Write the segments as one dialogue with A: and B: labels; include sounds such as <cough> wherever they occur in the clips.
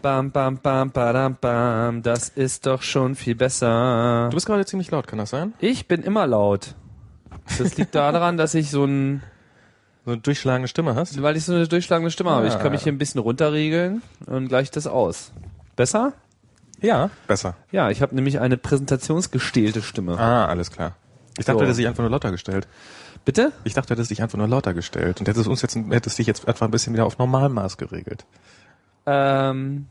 A: Bam, bam, bam, badam, bam. Das ist doch schon viel besser.
B: Du bist gerade ziemlich laut, kann das sein?
A: Ich bin immer laut. Das liegt daran, dass ich so ein,
B: So eine durchschlagende Stimme hast?
A: weil ich so eine durchschlagende Stimme habe. Ich
B: Ah.
A: kann mich hier ein bisschen runterregeln und gleich das aus. Besser?
B: Ja. Besser.
A: Ja, ich habe nämlich eine präsentationsgestählte Stimme.
B: Ah, alles klar. Ich dachte,
A: So.
B: du hättest dich einfach nur lauter gestellt.
A: Bitte?
B: Ich dachte, du hättest dich einfach nur lauter gestellt und hättest uns jetzt, hättest dich jetzt einfach ein bisschen wieder auf Normalmaß geregelt.
A: Ähm,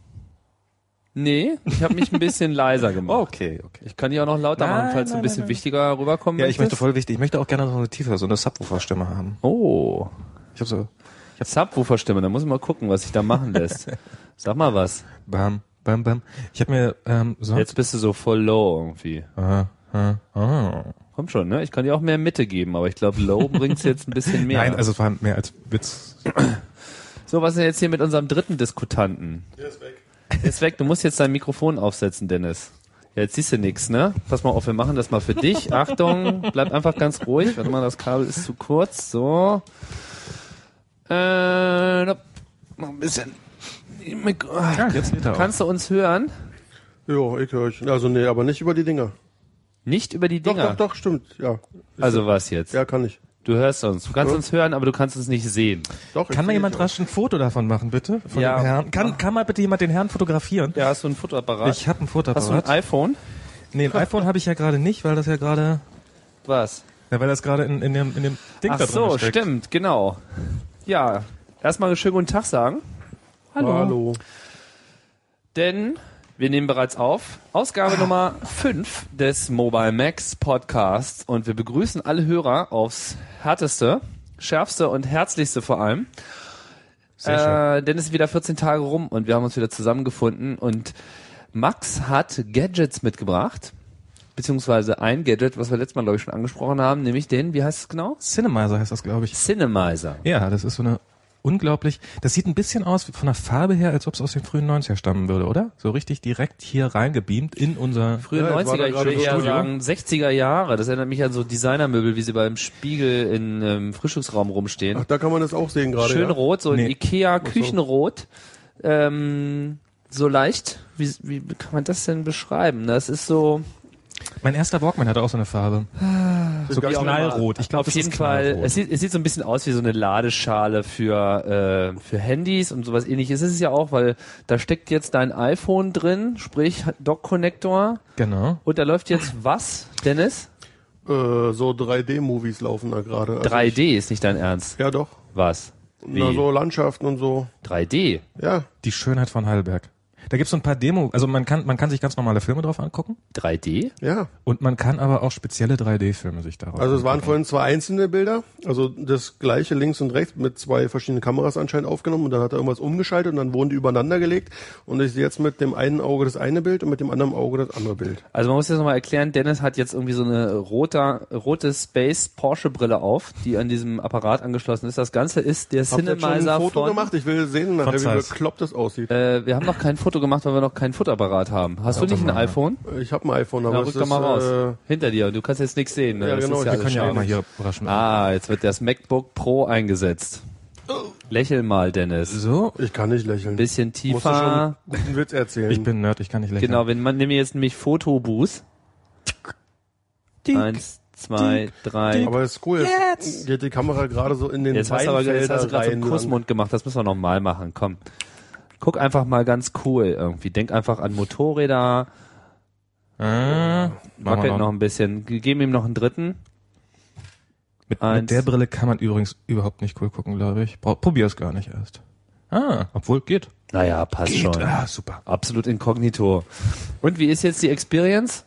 A: nee, ich habe mich ein bisschen leiser gemacht.
B: <laughs> Okay, okay.
A: Ich kann die auch noch lauter
B: Nein,
A: machen, falls du ein
B: nein,
A: bisschen
B: nein.
A: wichtiger rüberkommen
B: Ja, ich möchte
A: möchtest.
B: voll wichtig. Ich möchte auch gerne so eine tiefe, so eine Subwoofer-Stimme haben.
A: Oh,
B: Ich habe so
A: Subwoofer-Stimme, da muss ich mal gucken, was sich da machen lässt.
B: <laughs>
A: Sag mal was.
B: Bam, Bam, Bam. Ich habe mir ähm, so.
A: Jetzt bist du so voll low irgendwie.
B: Ah, ah, ah.
A: Komm schon, ne? Ich kann dir auch mehr Mitte geben, aber ich glaube, low bringt's jetzt ein bisschen mehr.
B: Nein, also es war mehr als Witz.
A: so, was ist denn jetzt hier mit unserem dritten Diskutanten? Der ist weg. Ist weg, du musst jetzt dein Mikrofon aufsetzen, Dennis. Ja, jetzt siehst du nix, ne? Pass mal auf, wir machen das mal für dich. Achtung, bleib einfach ganz ruhig. Warte mal, das Kabel ist zu kurz. So. Äh, nope. noch ein bisschen. Mikro- Ah,
B: Ja, genau. jetzt geht er
A: Kannst du uns hören?
C: Jo, ich höre euch. Also nee, aber nicht über die Dinger.
A: Nicht über die
C: Doch,
A: Dinger.
C: doch, doch, stimmt. Ja.
A: Also was jetzt?
C: Ja, kann ich.
A: Du hörst uns. Du kannst uns hören, aber du kannst uns nicht sehen.
C: Doch, ich
B: Kann mal
C: seh
B: jemand
C: euch.
B: rasch ein Foto davon machen, bitte? Von
A: Ja.
B: dem Herrn? Kann, kann mal bitte jemand den Herrn fotografieren?
A: Ja, hast du ein Fotoapparat?
B: Ich habe ein
A: hast du ein
B: Fotoapparat.
A: iPhone?
B: nee,
A: <laughs>
B: ein iPhone habe ich ja gerade nicht, weil das ja gerade,
A: Was?
B: ja, weil das gerade in, in dem in dem Ding
A: Ach
B: da drin
A: so,
B: steckt.
A: stimmt, genau. Ja, erstmal schönen guten Tag sagen,
C: Hallo. Hallo.
A: denn wir nehmen bereits auf Ausgabe Nummer 5 des Mobile Max Podcasts und wir begrüßen alle Hörer aufs härteste, schärfste und herzlichste vor allem.
B: Sehr schön.
A: Äh, denn es ist wieder 14 Tage rum und wir haben uns wieder zusammengefunden und Max hat Gadgets mitgebracht, beziehungsweise ein Gadget, was wir letztes Mal, glaube ich, schon angesprochen haben, nämlich den, wie heißt es genau?
B: Cinemizer heißt das, glaube ich.
A: Cinemizer.
B: Ja, das ist so eine unglaublich. Das sieht ein bisschen aus von der Farbe her, als ob es aus den frühen 90er stammen würde, oder? So richtig direkt hier reingebeamt in unser
A: Frühe
C: Ja, ich war
A: 90er,
C: da
A: ich
C: gerade
A: würde
C: im
A: eher
C: Studio.
A: sagen 60er Jahre. Das erinnert mich an so Designermöbel, wie sie beim Spiegel in ähm, Frühstücksraum rumstehen.
C: Ach, da kann man das auch sehen gerade.
A: Schön
C: ja?
A: rot, so in
B: Nee.
A: Ikea Küchenrot. Ähm, so leicht. Wie, wie kann man das denn beschreiben? Das ist so
B: Mein erster Walkman hatte auch so eine Farbe.
A: Ah.
B: So
C: ganz
B: knallrot. Ich glaube,
A: auf jeden Fall. Es sieht, es sieht so ein bisschen aus wie so eine Ladeschale für äh, für Handys und sowas ähnliches. Ist es ja auch, weil da steckt jetzt dein iPhone drin, sprich Dock Connector.
B: Genau.
A: Und da läuft
C: <laughs>
A: jetzt was, Dennis?
C: Äh, so 3D-Movies laufen da gerade. Also
A: 3D ist nicht dein Ernst.
C: Ich, ja, doch.
A: Was? Wie?
C: Na, so Landschaften und so.
A: 3D?
C: Ja.
B: Die Schönheit von Heidelberg. Da gibt's so ein paar Demo, also man kann, man kann sich ganz normale Filme drauf angucken
A: 3D?
C: Ja,
B: und man kann aber auch spezielle 3D-Filme sich darauf
C: also es waren
B: angucken.
C: vorhin zwei einzelne Bilder, also das gleiche links und rechts mit zwei verschiedenen Kameras anscheinend aufgenommen und dann hat er irgendwas umgeschaltet und dann wurden die übereinander gelegt und ich sehe jetzt mit dem einen Auge das eine Bild und mit dem anderen Auge das andere Bild.
A: Also man muss jetzt nochmal erklären, Dennis hat jetzt irgendwie so eine rote, rote Space Porsche Brille auf, die an diesem Apparat angeschlossen ist. Das Ganze ist der
C: Habt ihr jetzt schon ein
A: Cinemizer
C: Foto
A: von...
C: gemacht? Ich will sehen, nachher, wie
B: Zeiss.
C: bekloppt das aussieht.
A: Äh, wir haben noch kein Foto gemacht, weil wir noch kein Fotoapparat haben. Hast du nicht ein iPhone?
C: Ich habe ein iPhone, aber
A: Na,
C: es
A: rück
C: ist,
A: doch mal raus.
C: Äh,
A: Hinter dir. Du kannst jetzt nichts sehen. Ne?
C: Ja,
A: Das
C: genau,
A: ist
C: wir
A: alles
B: Können ja auch
A: schlecht.
B: mal hier überraschen.
A: Ah, jetzt wird das MacBook Pro eingesetzt.
C: Oh.
A: Lächel mal, Dennis.
B: So,
C: äh, ich kann nicht lächeln.
A: Bisschen
C: Musst du schon
A: tiefer.
C: einen guten Witz erzählen.
B: ich bin Nerd, ich kann nicht lächeln.
A: Genau, wenn man nimmt jetzt nämlich Fotobus. Eins, zwei, drei.
C: aber es ist cool. Jetzt geht die Kamera gerade so in den
A: Jetzt hast du aber jetzt hast du gerade so einen
C: Weinfelder rein.
A: Kussmund gemacht, das müssen wir nochmal machen. Komm. Guck einfach mal ganz cool irgendwie. Denk einfach an Motorräder,
B: Ah, machen wir
A: wackelt noch
B: noch.
A: ein bisschen. Ge- Geben ihm noch einen dritten.
B: Mit,
A: Eins.
B: mit der Brille kann man übrigens überhaupt nicht cool gucken, glaube ich. Bra- Probier's gar nicht erst. Ah, obwohl geht.
A: Naja, passt schon.
B: Ah, super.
A: Absolut inkognito. Und wie ist jetzt die Experience?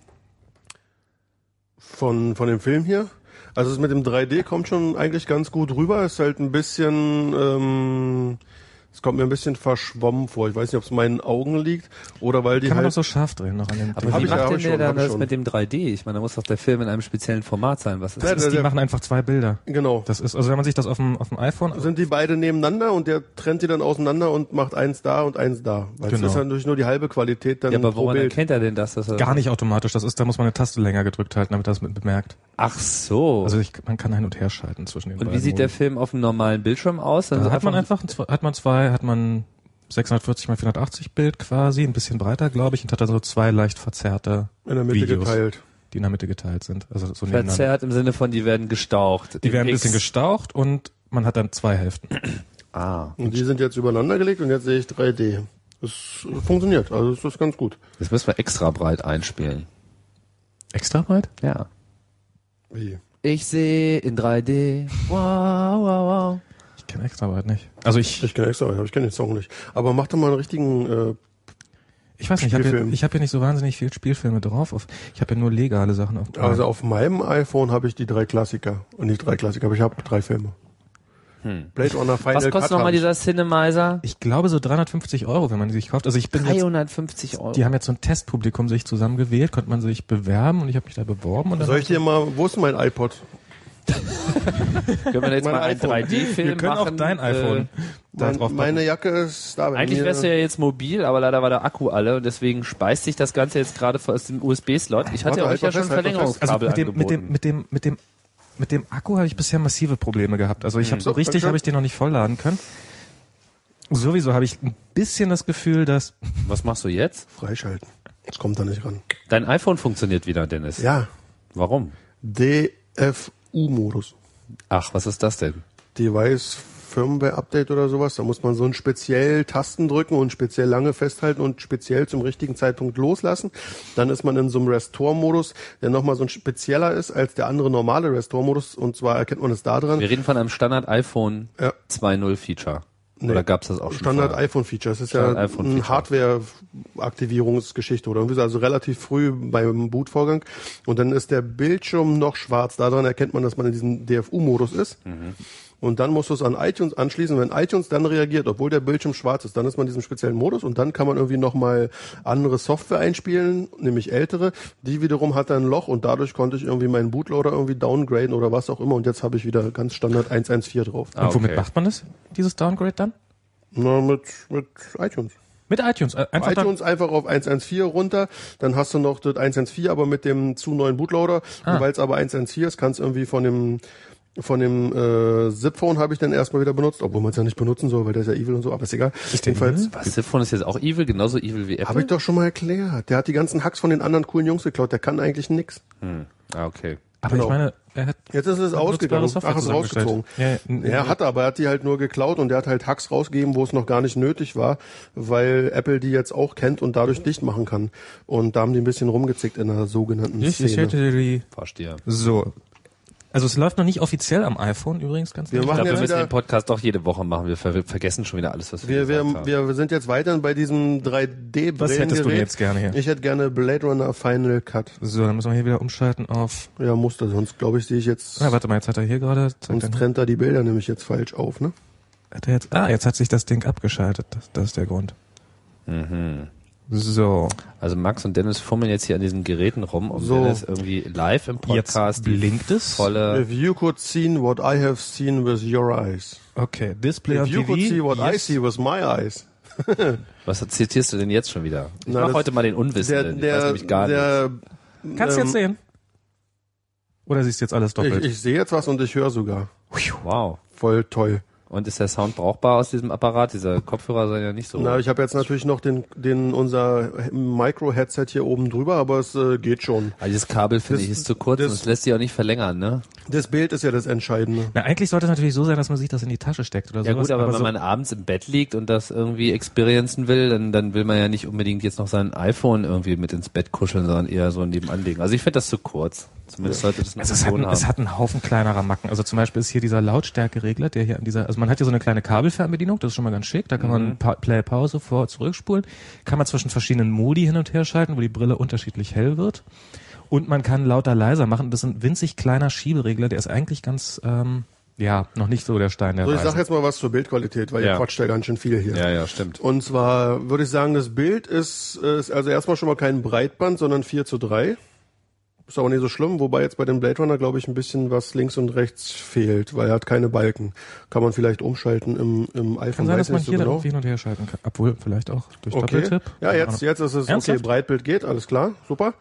C: von, von dem Film hier. Also es mit dem 3D kommt schon eigentlich ganz gut rüber. Es ist halt ein bisschen, ähm, es kommt mir ein bisschen verschwommen vor. Ich weiß nicht, ob es meinen Augen liegt oder weil die
B: Kann man noch
C: halt.
B: so scharf drehen noch an dem
A: Aber
C: Hab
A: wie
C: ich ja,
A: macht
C: hab
A: denn
C: ich
A: der
C: schon,
A: dann
C: hab ich
A: das
C: schon.
A: mit dem 3D? Ich meine, da muss doch der Film in einem speziellen Format sein. Was ist
C: Ja,
A: das?
B: Das ist, die
C: der-
B: machen einfach zwei Bilder.
C: Genau.
B: Das ist, also wenn man sich das auf dem, auf dem iPhone,
C: Sind die beide nebeneinander und der trennt die dann auseinander und macht eins da und eins da. Weil
B: Genau.
C: es ist ja natürlich nur die halbe Qualität dann
A: Ja, aber
C: pro
A: woran
C: Bild.
A: erkennt er denn das? Dass er
B: gar nicht automatisch, das ist, da muss man eine Taste länger gedrückt halten, damit das mit bemerkt.
A: Ach so.
B: Also ich, man kann hin und her schalten zwischen den
A: Oh. Und
B: beiden.
A: wie sieht der also
B: Modi.
A: Film auf dem normalen Bildschirm aus? Dann
B: Da
A: sind
B: hat man einfach, ein- hat man zwei, hat man 640 mal 480 Bild quasi, ein bisschen breiter, glaube ich, und hat dann so zwei leicht verzerrte
C: In der Mitte
B: Videos,
C: geteilt.
B: die in der Mitte geteilt sind. Also so nebeneinander.
A: Verzerrt im Sinne von, die werden gestaucht.
B: Die werden ein
A: X.
B: bisschen gestaucht und man hat dann zwei Hälften.
A: Ah.
C: Und die sind jetzt übereinander gelegt und jetzt sehe ich 3D. Es funktioniert, also ist das ganz gut.
A: Das müssen wir extra breit einspielen.
B: Extra breit?
A: Ja.
C: Wie?
A: Ich sehe in 3D. Wow, wow, wow.
B: Ich kenne extra breit nicht. Also ich,
C: Ich kenne extra, ich kenne den Song nicht. Aber mach doch mal einen richtigen, äh,
B: ich weiß nicht, ich habe ja,
C: Spielfilm.
B: ich hab ja nicht so wahnsinnig viel Spielfilme drauf. Auf, ich habe ja nur legale Sachen auf.
C: also auf meinem iPhone habe ich die drei Klassiker. Und nicht drei Klassiker, aber ich habe drei Filme. Blade Runner Final
A: Was kostet
C: Cut
A: nochmal
C: hab ich.
A: dieser Cinemizer?
B: ich glaube so 350 Euro, wenn man die sich kauft. Also ich bin jetzt,
A: 350 Euro.
B: die haben jetzt so ein Testpublikum sich zusammengewählt, konnte man sich bewerben und ich habe mich da beworben und dann
C: Soll ich dir mal, wo ist denn mein iPod?
A: Können wir jetzt
C: Mein
A: mal einen
C: iPhone.
A: 3D-Film machen?
B: wir können auch dein
A: äh,
B: iPhone da
C: Mein,
B: drauf packen.
C: meine Jacke ist da. bei
A: Eigentlich
C: mir.
A: wärst du ja jetzt mobil, aber leider war der Akku alle und deswegen speist sich das Ganze jetzt gerade aus dem USB-Slot. Ich hatte
C: Warte,
A: euch
C: halt
A: ja
C: mal
A: schon
C: fest, halt mal
B: also
A: Verlängerungskabel
B: mit dem, mit dem,
A: angeboten.
B: mit dem, mit dem, mit dem Akku habe ich bisher massive Probleme gehabt. Also ich habe so
C: So,
B: richtig,
C: Dankeschön.
B: habe ich den noch nicht vollladen können. Sowieso habe ich ein bisschen das Gefühl, dass
A: Was machst du jetzt?
C: Freischalten. Das kommt da nicht ran.
A: Dein iPhone funktioniert wieder, Dennis.
C: Ja,
A: Warum?
C: DFU-Modus.
A: Ach, was ist das denn?
C: Device Firmware Update oder sowas. Da muss man so einen speziell Tasten drücken und speziell lange festhalten und speziell zum richtigen Zeitpunkt loslassen. Dann ist man in so einem Restore-Modus, der nochmal so ein spezieller ist als der andere normale Restore-Modus. Und zwar erkennt man es daran.
A: Wir reden von einem Standard iPhone
C: Ja.
A: 2.0 Feature. Oder gab's das auch schon?
C: Standard
A: vorher?
C: iPhone Feature. Das ist
A: Standard
C: ja
A: iPhone
C: eine
A: Feature.
C: Hardware-Aktivierungsgeschichte oder irgendwie so, also relativ früh beim Bootvorgang. Und dann ist der Bildschirm noch schwarz. Daran erkennt man, dass man in diesem DFU-Modus ist. Und dann musst du es an iTunes anschließen. Wenn iTunes dann reagiert, obwohl der Bildschirm schwarz ist, dann ist man in diesem speziellen Modus und dann kann man irgendwie nochmal andere Software einspielen, nämlich ältere. Die wiederum hat dann ein Loch und dadurch konnte ich irgendwie meinen Bootloader irgendwie downgraden oder was auch immer und jetzt habe ich wieder ganz Standard 114 drauf.
A: Ah,
B: und womit
A: okay.
B: macht man das? Dieses Downgrade dann?
C: Na, mit, mit iTunes.
B: Mit iTunes. äh, Einfach
C: iTunes einfach auf 114 runter, dann hast du noch das 114, aber mit dem zu neuen Bootloader.
B: Ah.
C: Und weil es aber 114 ist, kannst du irgendwie von dem von dem äh, Zip-Phone habe ich dann erstmal wieder benutzt, obwohl man es ja nicht benutzen soll, weil der ist ja evil und so, aber ist egal.
B: Ist der
C: Jedenfalls
B: evil?
A: Was, Siphon ist jetzt auch evil, genauso evil wie Apple?
C: habe ich doch schon mal erklärt. Der hat die ganzen Hacks von den anderen coolen Jungs geklaut, der kann eigentlich nix.
A: Hm. Ah, okay.
B: Aber
C: Genau.
B: ich meine, er hat
C: Jetzt ist es
B: Hat nutzbare
C: ausgegangen.
B: Software
C: Ach, ist
B: zusammengestellt.
C: rausgezogen.
B: Ja, ja.
C: Ja, er hat aber, er hat die halt nur geklaut und der hat halt Hacks rausgegeben, wo es noch gar nicht nötig war, weil Apple die jetzt auch kennt und dadurch dicht machen kann. Und da haben die ein bisschen rumgezickt in der sogenannten
B: ich, ich
C: Szene.
B: hätte die
A: Verstehe.
B: so. Also es läuft noch nicht offiziell am iPhone übrigens ganz
C: Wir
B: nett.
A: Ich
C: machen
A: glaube, wir
C: jetzt
A: müssen
C: wieder,
A: den Podcast doch jede Woche machen. Wir ver vergessen schon wieder alles, was wir,
C: wir,
A: gesagt
C: wir,
A: haben.
C: wir sind jetzt weiterhin bei diesem 3D-Brillengerät.
B: Was hättest du denn jetzt gerne hier?
C: Ich hätte gerne Blade Runner Final Cut.
B: So, dann müssen wir hier wieder umschalten auf.
C: Ja, musste, sonst glaube ich, sehe ich jetzt,
B: Na, warte mal, jetzt hat er hier gerade. zeigt er-
C: sonst trennt er die Bilder nämlich jetzt falsch auf, ne?
B: Hat er jetzt, ah, jetzt hat sich das Ding abgeschaltet. Das, das ist der Grund. Mhm. So,
A: also Max und Dennis fummeln jetzt hier an diesen Geräten rum, um
C: So.
A: Dennis irgendwie live im Podcast
B: jetzt blinkt es.
A: volle...
C: If you could seen what I have seen with your eyes.
B: Okay, Display
C: If
B: on
C: you
B: TV.
C: could see what I
B: yes.
C: see with my eyes.
A: Was zitierst du denn jetzt schon wieder? Ich
C: Na,
A: mach
C: das-
A: heute mal den
C: Der,
A: Unwissenden. ich weiß
C: der,
A: nämlich gar nicht.
C: der,
B: Kannst du jetzt
C: ähm,
B: sehen? Oder siehst du jetzt alles doppelt?
C: Ich, ich sehe jetzt was und ich höre sogar.
A: Wow.
C: Voll toll.
A: Und ist der Sound brauchbar aus diesem Apparat? Diese Kopfhörer sind ja nicht so...
C: Na, ich habe jetzt natürlich noch den, den unser Micro-Headset hier oben drüber, aber es äh, geht schon.
A: Ah, dieses Kabel, finde
C: Das-
A: ich, ist zu kurz
C: das-
A: und es lässt sich auch nicht verlängern, ne?
C: Das Bild ist ja das Entscheidende.
B: Na, eigentlich sollte es natürlich so sein, dass man sich das in die Tasche steckt oder
A: Ja
B: sowas.
A: gut, aber, wenn
B: Also so,
A: man abends im Bett liegt und das irgendwie experiencen will, dann, dann will man ja nicht unbedingt jetzt noch sein iPhone irgendwie mit ins Bett kuscheln, sondern eher so nebenan legen. Also ich finde das zu kurz. Zumindest sollte das eine
B: also es, hat,
A: Funktion
B: es
A: haben.
B: hat einen Haufen kleinerer Macken. Also zum Beispiel ist hier dieser Lautstärkeregler, der hier an dieser, also man hat hier so eine kleine Kabelfernbedienung, das ist schon mal ganz schick. Da kann man pa Play, Pause, vor, zurückspulen. Kann man zwischen verschiedenen Modi hin und her schalten, wo die Brille unterschiedlich hell wird. Und man kann lauter, leiser machen. Das ist ein winzig kleiner Schieberegler, der ist eigentlich ganz, ähm, ja, noch nicht so der Stein der
C: So, Also ich
B: Weisen.
C: sag jetzt mal was zur Bildqualität, weil
A: Ja.
C: ihr quatscht ja ganz schön viel hier.
A: Ja, ja, stimmt.
C: Und zwar würde ich sagen, das Bild ist, ist also erstmal schon mal kein Breitband, sondern 4 zu 3. Ist aber nicht so schlimm, wobei jetzt bei dem Blade Runner, glaube ich, ein bisschen was links und rechts fehlt, weil er hat keine Balken. Kann man vielleicht umschalten im, im
B: Kann
C: iPhone.
B: sein,
C: weiß
B: dass man
C: nicht so
B: hier
C: genau.
B: dann irgendwie hin und her schalten kann. Obwohl, vielleicht auch durch
C: Okay.
B: Doppeltipp.
C: Ja,
B: Keine
C: jetzt,
B: Ahnung.
C: jetzt ist es
B: Ernsthaft?
C: okay, Breitbild geht, alles klar, super.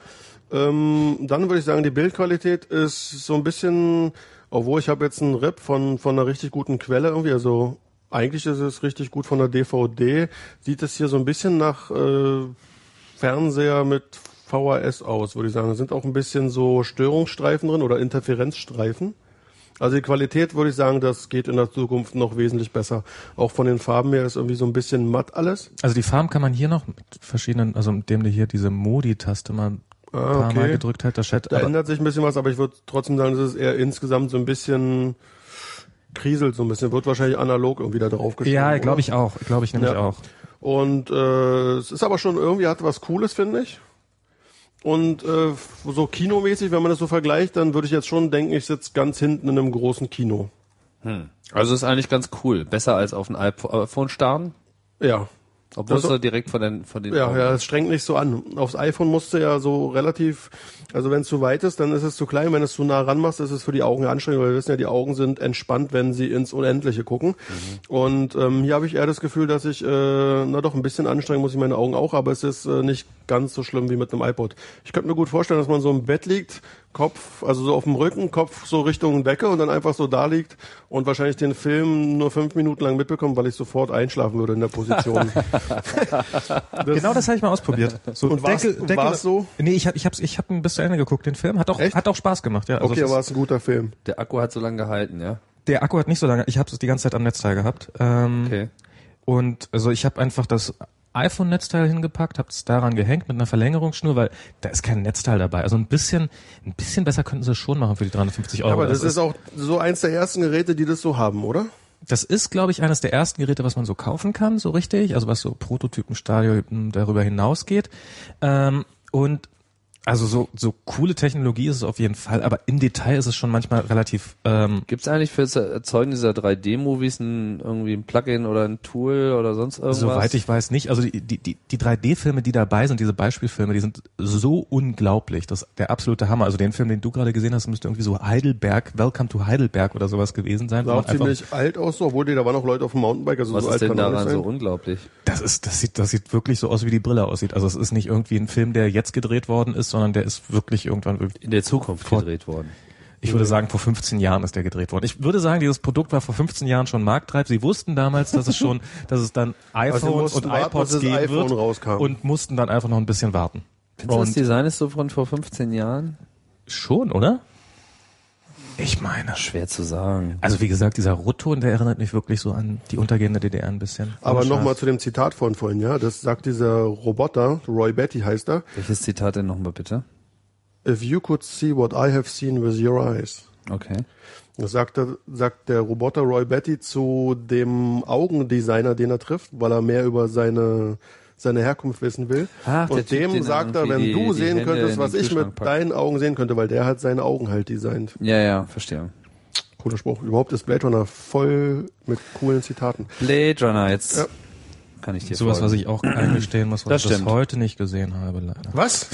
C: Ähm, dann würde ich sagen, die Bildqualität ist so ein bisschen, obwohl ich habe jetzt einen Rip von, von einer richtig guten Quelle irgendwie, also Eigentlich ist es richtig gut von der DVD. Sieht es hier so ein bisschen nach äh, Fernseher mit VHS aus, würde ich sagen. Da sind auch ein bisschen so Störungsstreifen drin oder Interferenzstreifen. Also die Qualität würde ich sagen, das geht in der Zukunft noch wesentlich besser. Auch von den Farben her ist irgendwie so ein bisschen matt alles.
B: Also die Farben kann man hier noch mit verschiedenen, also indem du hier diese Modi-Taste mal ein
C: Ah,
B: paar
C: okay.
B: Mal gedrückt hast, das Chat.
C: Da
B: aber-
C: ändert sich ein bisschen was, aber ich würde trotzdem sagen, es ist eher insgesamt so ein bisschen kriselt so ein bisschen. Wird wahrscheinlich analog irgendwie da drauf
B: Ja,
C: oder?
B: glaube ich auch. Glaube ich nämlich
C: Ja.
B: auch.
C: Und äh, es ist aber schon irgendwie hat was Cooles, finde ich. Und äh, so kinomäßig, wenn man das so vergleicht, dann würde ich jetzt schon denken, ich sitze ganz hinten in einem großen Kino.
A: Also ist eigentlich ganz cool. Besser als auf ein iPhone starren,
C: Ja.
A: obwohl
C: Das-
A: es da direkt von den, von den
C: Ja,
A: Augen-
C: ja, es strengt nicht so an. Aufs iPhone musst du ja so relativ, also wenn es zu weit ist, dann ist es zu klein. Wenn du es zu nah ranmachst, ist es für die Augen anstrengend, weil wir wissen ja, die Augen sind entspannt, wenn sie ins Unendliche gucken. Und ähm, hier habe ich eher das Gefühl, dass ich, äh, na doch, ein bisschen anstrengen muss ich meine Augen auch, aber es ist äh, nicht ganz so schlimm wie mit einem iPod. Ich könnte mir gut vorstellen, dass man so im Bett liegt, Kopf, also so auf dem Rücken, Kopf so Richtung Decke und dann einfach so da liegt und wahrscheinlich den Film nur fünf Minuten lang mitbekommt, weil ich sofort einschlafen würde in der Position.
B: Genau das habe ich mal ausprobiert. So
C: Und war's- war's so?
B: Nee, ich habe ich hab's, ich hab ihn bis zu Ende geguckt, den Film. Hat auch,
C: Echt?
B: hat auch Spaß gemacht, ja. Also
C: Okay,
B: es ist-
C: war es ein guter Film.
A: Der Akku hat so lange gehalten, ja.
B: der Akku hat nicht so lange, ich habe es die ganze Zeit am Netzteil gehabt. Ähm,
A: Okay.
B: Und also ich habe einfach das iPhone-Netzteil hingepackt, habe es daran gehängt mit einer Verlängerungsschnur, weil da ist kein Netzteil dabei. Also ein bisschen, ein bisschen besser könnten sie es schon machen für die 350 Euro. Also
C: Aber das, ist auch so eins der ersten Geräte, die das so haben, oder?
B: das ist, glaube ich, eines der ersten Geräte, was man so kaufen kann, so richtig, also was so Prototypenstadium darüber hinausgeht. Ähm, und also so, so coole Technologie ist es auf jeden Fall, aber im Detail ist es schon manchmal relativ ähm,
A: Gibt's eigentlich für das Erzeugen dieser 3D-Movies ein, irgendwie ein Plugin oder ein Tool oder sonst irgendwas?
B: Soweit ich weiß nicht. Also die, die, die, die 3D-Filme, die dabei sind, diese Beispielfilme, die sind so unglaublich. Das ist der absolute Hammer. Also den Film, den du gerade gesehen hast, müsste irgendwie so Heidelberg, Welcome to Heidelberg oder sowas gewesen sein.
C: Sah
B: wo
C: auch
B: man einfach-
C: ziemlich alt aus, so, obwohl die, da waren auch Leute auf dem Mountainbike, also
A: Was
C: so
A: ist
C: alt
A: denn
C: kann er
A: daran
C: nicht
A: so
C: sein.
A: unglaublich?
B: das ist, das sieht, das sieht wirklich so aus, wie die Brille aussieht. Also es ist nicht irgendwie ein Film, der jetzt gedreht worden ist, sondern der ist wirklich irgendwann wirklich
A: In der Zukunft
B: Vor-
A: gedreht worden.
B: Ich würde sagen, vor 15 Jahren ist der gedreht worden. Ich würde sagen, dieses Produkt war vor 15 Jahren schon marktreif. Sie wussten damals, dass es
C: <laughs>
B: schon, dass es dann
C: Also sie
B: iPhones
C: mussten
B: und
C: warten,
B: iPods
C: bis das
B: geben
C: iPhone
B: wird
C: rauskam.
B: und mussten dann einfach noch ein bisschen warten.
A: Findest du das
B: Und-
A: Design ist so von vor 15 Jahren?
B: Schon, oder? Ich meine, schwer.
A: Schwer zu sagen.
B: Also wie gesagt, dieser Rotton, der erinnert mich wirklich so an die untergehende DDR ein bisschen.
C: Aber
B: Ohne
C: nochmal
B: Scheiß.
C: zu dem Zitat von vorhin, ja, das sagt dieser Roboter, Roy Betty heißt er,
A: Welches Zitat denn nochmal bitte?
C: if you could see what I have seen with your eyes.
A: Okay.
C: Das sagt, er, sagt der Roboter Roy Betty zu dem Augendesigner, den er trifft, weil er mehr über seine seine Herkunft wissen will.
A: Ach, der
C: und
A: Typ,
C: dem
A: den er
C: sagt er, wenn
A: irgendwie die-
C: du
A: die
C: sehen
A: Hände
C: könntest,
A: in den
C: was ich
A: Kühlschrank
C: mit
A: packt.
C: deinen Augen sehen könnte, weil der hat seine Augen halt designt.
A: Ja, ja, verstehe.
C: Cooler Spruch. Überhaupt ist Blade Runner voll mit coolen Zitaten.
A: Blade Runner jetzt.
C: Ja.
A: Kann ich dir
B: sowas, was
A: folgen.
B: ich auch
C: <clears throat>
B: eingestehen muss,
A: Das
B: was ich bis
A: stimmt.
B: heute nicht gesehen habe, leider.
C: Was?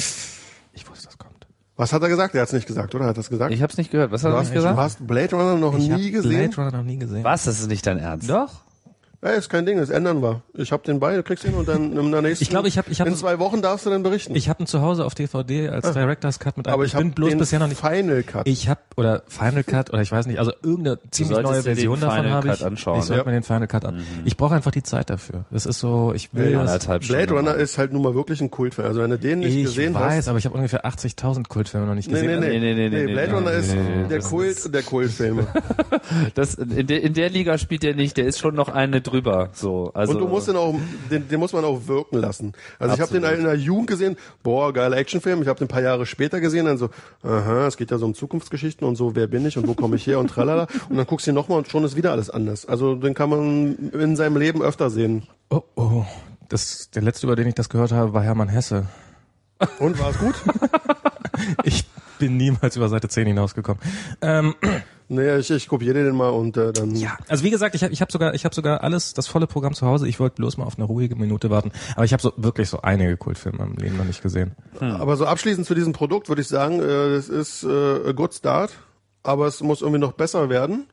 B: Ich wusste, das kommt.
C: Was hat er gesagt? Er hat es nicht gesagt, oder? Hat er es gesagt?
A: Ich hab's nicht gehört. Was
C: du,
A: hast du
C: hast,
A: nicht gesagt?
C: du hast Blade Runner noch
B: Ich
C: nie
B: hab
C: gesehen?
B: Blade Runner noch nie gesehen.
A: Was? Das ist nicht dein Ernst.
B: Doch.
C: Ja, ist kein Ding, das ändern wir. Ich hab den bei, du kriegst ihn und dann in der nächsten.
B: Ich glaub, ich hab- ich hab-
C: in zwei Wochen darfst du dann berichten.
B: Ich habe ihn zu Hause auf DVD als Director's Cut mit einem.
C: aber ich, hab
B: bin bloß
C: den
B: bisher noch nicht.
C: Final Cut.
B: Ich habe oder Final Cut oder ich weiß nicht, also irgendeine ziemlich
A: solltest
B: neue
A: dir den
B: Version davon
A: Final
B: habe ich.
A: Cut anschauen, Mhm.
B: ich sollte
C: ja.
B: mir den Final Cut an. Ich brauche einfach die Zeit dafür. Das ist so, ich will
C: Ja,
B: das.
A: Anderthalb
C: Blade
A: Stunden.
C: Runner ist halt nun mal wirklich ein Kultfilm. Also wenn du den nicht
B: Ich
C: gesehen
B: weiß,
C: hast.
B: aber ich habe ungefähr 80.000 Kultfilme noch nicht
C: Nee,
B: gesehen.
C: nee, nee,
A: Nee, nee, nee, nee,
C: Blade
A: nee,
C: Runner
A: nee,
C: ist
A: nee, nee, nee,
C: der
A: das
C: Kult der Kultfilme.
A: Das, in, der, in der Liga spielt der nicht. Der ist schon noch eine drüber. So, also,
C: Und du musst den auch, den, den muss man auch wirken lassen. Also ich habe den
A: Absolut.
C: halt in der Jugend gesehen, boah, geiler Actionfilm. Ich habe den ein paar Jahre später gesehen, dann so, aha, es geht ja so um Zukunftsgeschichten und so, wer bin ich und wo komme ich her und tralala. Und dann guckst du ihn nochmal und schon ist wieder alles anders. Also den kann man in seinem Leben öfter sehen.
B: Oh, oh. Das, der letzte, über den ich das gehört habe, war Hermann Hesse.
C: <laughs> Und war
A: <laughs>
C: es gut?
B: Ich bin niemals über Seite 10 hinausgekommen. Ähm,
C: nee, ich, ich kopiere den mal und äh, dann.
B: Ja, also wie gesagt, ich habe ich hab sogar, ich hab sogar alles, das volle Programm zu Hause. Ich wollte bloß mal auf eine ruhige Minute warten. Aber ich habe so wirklich so einige Kultfilme im Leben noch nicht gesehen.
C: Aber so abschließend zu diesem Produkt würde ich sagen, äh, es ist äh, a good start, aber es muss irgendwie noch besser werden.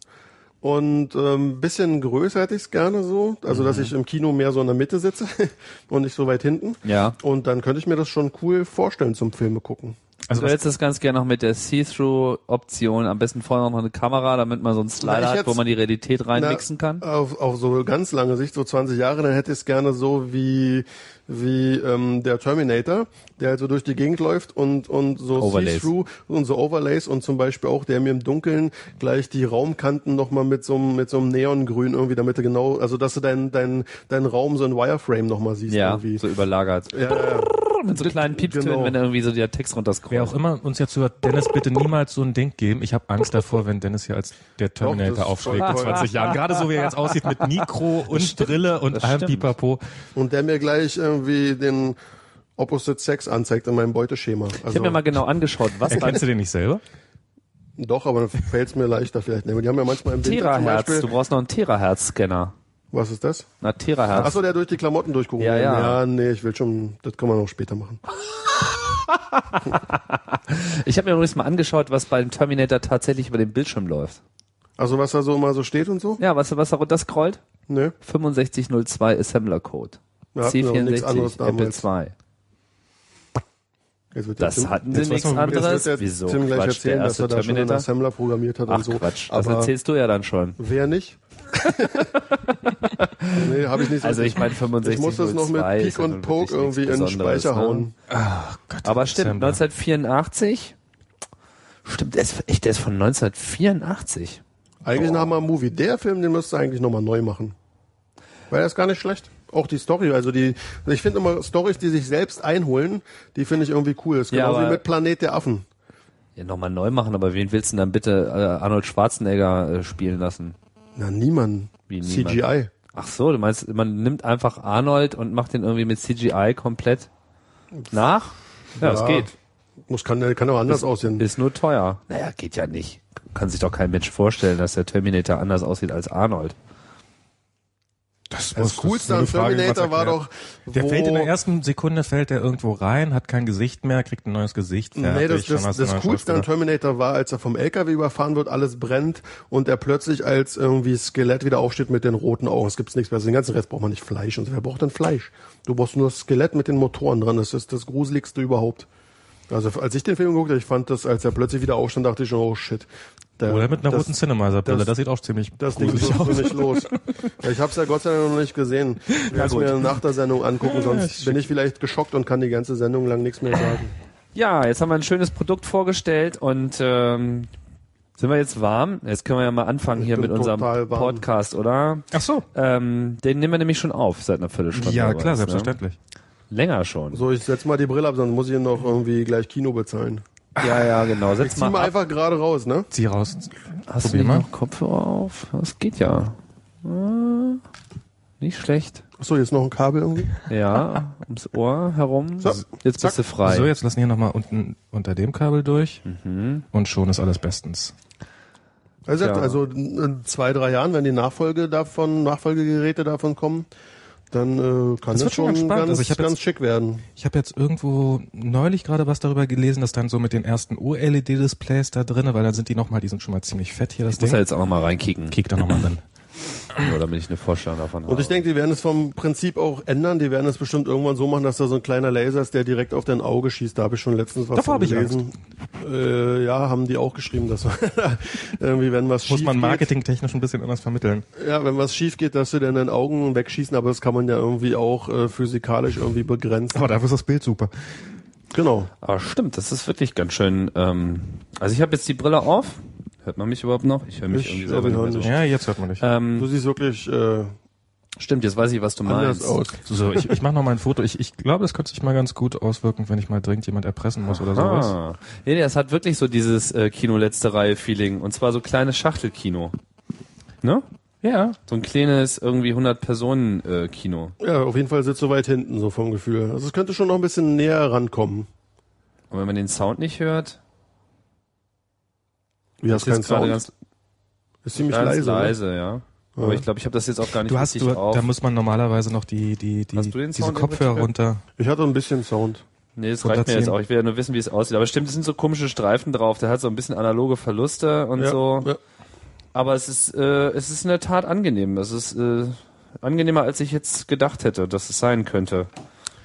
C: Und ein ähm, bisschen größer hätte ich es gerne so, also dass ich im Kino mehr so in der Mitte sitze <laughs> und nicht so weit hinten.
A: Ja.
C: Und dann könnte ich mir das schon cool vorstellen zum Filme gucken.
A: Also du hättest das ganz gerne noch mit der See-Through-Option, am besten vorne noch eine Kamera, damit man so einen Slider
C: Na, äh, ich
A: hat, wo
C: hätt's-
A: man die Realität reinmixen kann.
C: Auf, auf so ganz lange Sicht, so 20 Jahre, dann hätte ich es gerne so wie, wie ähm, der Terminator, der halt so durch die Gegend läuft und, und so
A: Overlays.
C: See-Through und so Overlays und zum Beispiel auch der mir im Dunkeln gleich die Raumkanten nochmal mit so einem mit so einem Neongrün irgendwie, damit du genau, also dass du deinen deinen deinen Raum so in Wireframe nochmal siehst
A: Ja,
C: irgendwie.
A: so überlagert.
C: Ja, ja,
A: Mit so kleinen Piepstönen,
C: Genau.
A: wenn da irgendwie so der Text
B: Wer
A: runterscrollt.
B: auch immer uns jetzt hört, Dennis, bitte niemals so ein Ding geben. Ich habe Angst davor, wenn Dennis hier als der
C: Doch, das
B: Terminator
C: ist
B: aufschlägt
C: voll
B: in
C: toll.
B: 20 Jahren. Gerade so, wie er jetzt aussieht mit Mikro und Brille und
A: das
B: allem
A: stimmt.
B: Pipapo.
C: Und der mir gleich irgendwie den Opposite Sex anzeigt in meinem Beuteschema. Also,
A: Ich habe mir mal genau angeschaut,
B: <laughs>
A: was beim
B: Erkennst du den nicht selber? Oh
C: doch, aber dann fällt es mir leichter vielleicht. Die haben ja manchmal im Winter zum
A: Terahertz, du
C: Beispiel,
A: brauchst noch einen Terahertz-Scanner.
C: was ist das?
A: Na, Terahertz.
C: Achso, der durch die Klamotten durchgucken.
A: Ja,
C: will.
A: ja.
C: ja, nee, ich will schon, das können wir noch später machen.
A: Ich habe mir übrigens mal angeschaut, was beim Terminator tatsächlich über den Bildschirm läuft.
C: Also was da so immer so steht und so?
A: Ja, weißt du, was da runterscrollt?
C: Nö.
A: 6502 Assembler Code.
C: Wir hatten doch nichts anderes
A: C64 Apple
C: damals.
A: II.
C: Jetzt wird der
A: Das
C: Tim-
A: hatten sie
B: jetzt weiß
A: nichts
B: man, jetzt
A: anderes.
C: jetzt
A: Wieso?
C: Tim gleich
A: Quatsch,
C: erzählen,
A: der
C: dass
A: erste
C: er da schon einen
A: Terminator.
C: Assembler programmiert hat
A: Ach
C: und so.
A: Quatsch, das
C: aber
A: erzählst du ja dann schon. <laughs>
C: wer nicht? nee, habe ich nicht. so-
A: Also ich meine 65
C: ich muss das noch mit Peak und Poke irgendwie in den Speicher
A: ne?
C: hauen.
A: Aber stimmt,
B: Assembler.
A: 1984. Stimmt, der ist echt, der ist von 1984.
C: Eigentlich nach mal Movie. Der Film, den müsst ihr eigentlich nochmal neu machen. Weil er ist gar nicht schlecht. Auch die Story, also die, ich finde immer Stories, die sich selbst einholen, die finde ich irgendwie cool. Das ist
A: Ja,
C: genau wie
A: aber-
C: mit Planet der Affen.
A: Ja, nochmal neu machen, aber wen willst du denn dann bitte äh, Arnold Schwarzenegger äh, spielen lassen?
C: Na, niemand.
A: Wie niemand?
C: CGI.
A: Ach so, du meinst, man nimmt einfach Arnold und macht den irgendwie mit CGI komplett nach? Ja, das
C: Ja.
A: geht.
C: Muss, kann, kann auch anders aussehen.
A: Ist nur teuer. Naja, geht ja nicht. Kann sich doch kein Mensch vorstellen, dass der Terminator anders aussieht als Arnold.
B: Das,
C: Das Coolste an Terminator war doch,
B: Der
C: wo-
B: fällt in der ersten Sekunde, fällt er irgendwo rein, hat kein Gesicht mehr, kriegt ein neues Gesicht. Fertig,
C: Nee, das,
B: schon
C: das,
B: hast
C: das,
B: du einen neuen
C: Coolste an
B: Schauspieler.
C: Terminator war, als er vom LKW überfahren wird, alles brennt und er plötzlich als irgendwie Skelett wieder aufsteht mit den roten Augen. Es gibt nichts besseres. Den ganzen Rest braucht man nicht Fleisch. Und wer braucht denn Fleisch? Du brauchst nur das Skelett mit den Motoren dran. Das ist das Gruseligste überhaupt. Also als ich den Film geguckt habe, ich fand das, als er plötzlich wieder aufstand, dachte ich schon, oh shit. Der,
B: Oder mit einer
C: das,
B: roten Cinemizer-Brille, das,
C: das-
B: sieht auch ziemlich
C: Das Ding
B: gruselig
C: ist so
B: aus. <laughs>
C: nicht los. Ich habe es ja Gott sei Dank noch nicht gesehen. Ich werde
B: gut.
C: mir nach der Sendung angucken, sonst bin ich vielleicht geschockt und kann die ganze Sendung lang nichts mehr sagen.
A: Ja, jetzt haben wir ein schönes Produkt vorgestellt und ähm, sind wir jetzt warm? Jetzt können wir ja mal anfangen hier
C: bin
A: mit unserem
C: total warm.
A: Podcast, oder?
B: Ach so.
A: Ähm, den nehmen wir nämlich schon auf seit einer Viertelstunde.
B: Ja,
A: jeweils,
B: klar,
A: ne?
B: selbstverständlich.
A: Länger schon.
C: So, ich setz mal die Brille ab, sonst muss ich noch irgendwie gleich Kino bezahlen.
A: Ja, ja, genau. Setz
C: Zieh mal
A: mal ab.
C: einfach gerade raus, ne?
B: Zieh raus.
A: Hast du
B: Probier
A: nicht
B: mal.
A: noch Kopfhörer auf? Das geht ja. Hm, Nicht schlecht.
C: Achso, jetzt noch ein Kabel irgendwie.
A: Ja, ums Ohr herum.
C: So,
A: jetzt
C: zack.
A: bist du frei.
B: So, jetzt lassen wir nochmal unten unter dem Kabel durch und schon ist alles bestens.
C: Also,
A: Ja.
C: also in zwei, drei Jahren, wenn die Nachfolge davon, Nachfolgegeräte davon kommen, dann äh, kann das,
B: wird schon
C: schon
B: ganz spannend.
C: ganz,
B: Also ich hab
C: ganz
B: jetzt-
C: schick werden.
B: Ich habe jetzt irgendwo neulich gerade was darüber gelesen, dass dann so mit den ersten OLED-Displays da drinne, weil dann sind die nochmal, die sind schon mal ziemlich fett hier, das
A: muss
B: Ding.
A: ja jetzt auch nochmal reinkicken,
B: Kick da nochmal drin.
A: oder damit ich eine Vorstellung davon habe.
C: Und ich denke, die werden es vom Prinzip auch ändern. Die werden es bestimmt irgendwann so machen, dass da so ein kleiner Laser ist, der direkt auf dein Auge schießt. Da habe ich schon letztens was
B: Davor
C: von
B: hab ich
C: gelesen. Äh, ja, haben die auch geschrieben, dass <laughs> irgendwie, wenn was
B: <clears throat> Muss
C: schief
B: man
C: geht,
B: marketingtechnisch ein bisschen anders vermitteln.
C: Ja, wenn was schief geht, dass du dann deine Augen wegschießen, aber das kann man ja irgendwie auch äh, physikalisch irgendwie begrenzen.
B: Aber dafür ist das Bild super.
C: Genau.
A: Ah, stimmt, das ist wirklich ganz schön. Ähm, also ich habe jetzt die Brille auf. Hört man mich überhaupt noch? Ich höre mich
C: Ich
A: irgendwie
C: glaub,
A: selber nicht
C: ich
A: mehr
C: hör
A: so.
C: nicht.
B: Ja, jetzt hört man dich.
A: Ähm,
C: Du siehst wirklich äh,
A: stimmt, jetzt weiß ich, was du
C: anders
A: meinst.
C: aus.
B: So, ich, ich mache nochmal ein Foto. Ich, ich glaube, das könnte sich mal ganz gut auswirken, wenn ich mal dringend jemand erpressen muss oder sowas.
A: Ah. Nee, nee, das hat wirklich so dieses äh, Kino letzte Reihe Feeling und zwar so kleines Schachtelkino. Ne?
B: Ja.
A: So ein kleines irgendwie 100 Personen äh, Kino.
C: Ja, auf jeden Fall sitzt du weit hinten, so vom Gefühl. Also es könnte schon noch ein bisschen näher rankommen.
A: Und wenn man den Sound nicht hört,
C: Wie
A: ist
C: hast du keinen
A: jetzt gerade
C: Sound?
A: ganz,
C: ist ziemlich
A: ganz
C: leise. ne?
A: leise,
C: oder?
A: ja. Aber ich glaube, ich habe das jetzt auch gar nicht
B: Du hast,
A: richtig
B: du,
A: drauf.
B: da muss man normalerweise noch die, die, die,
A: Hast du den
B: diese
A: Sound
B: Kopfhörer
A: richtig?
B: runter.
C: Ich hatte ein bisschen Sound.
A: Nee, das reicht mir jetzt
B: 110.
A: auch. Ich will ja nur wissen, wie es aussieht. Aber stimmt, es sind so komische Streifen drauf. Der hat so ein bisschen analoge Verluste und
C: Ja,
A: so.
C: ja.
A: Aber es ist, äh, es ist in der Tat angenehm. Es ist äh, angenehmer, als ich jetzt gedacht hätte, dass es sein könnte.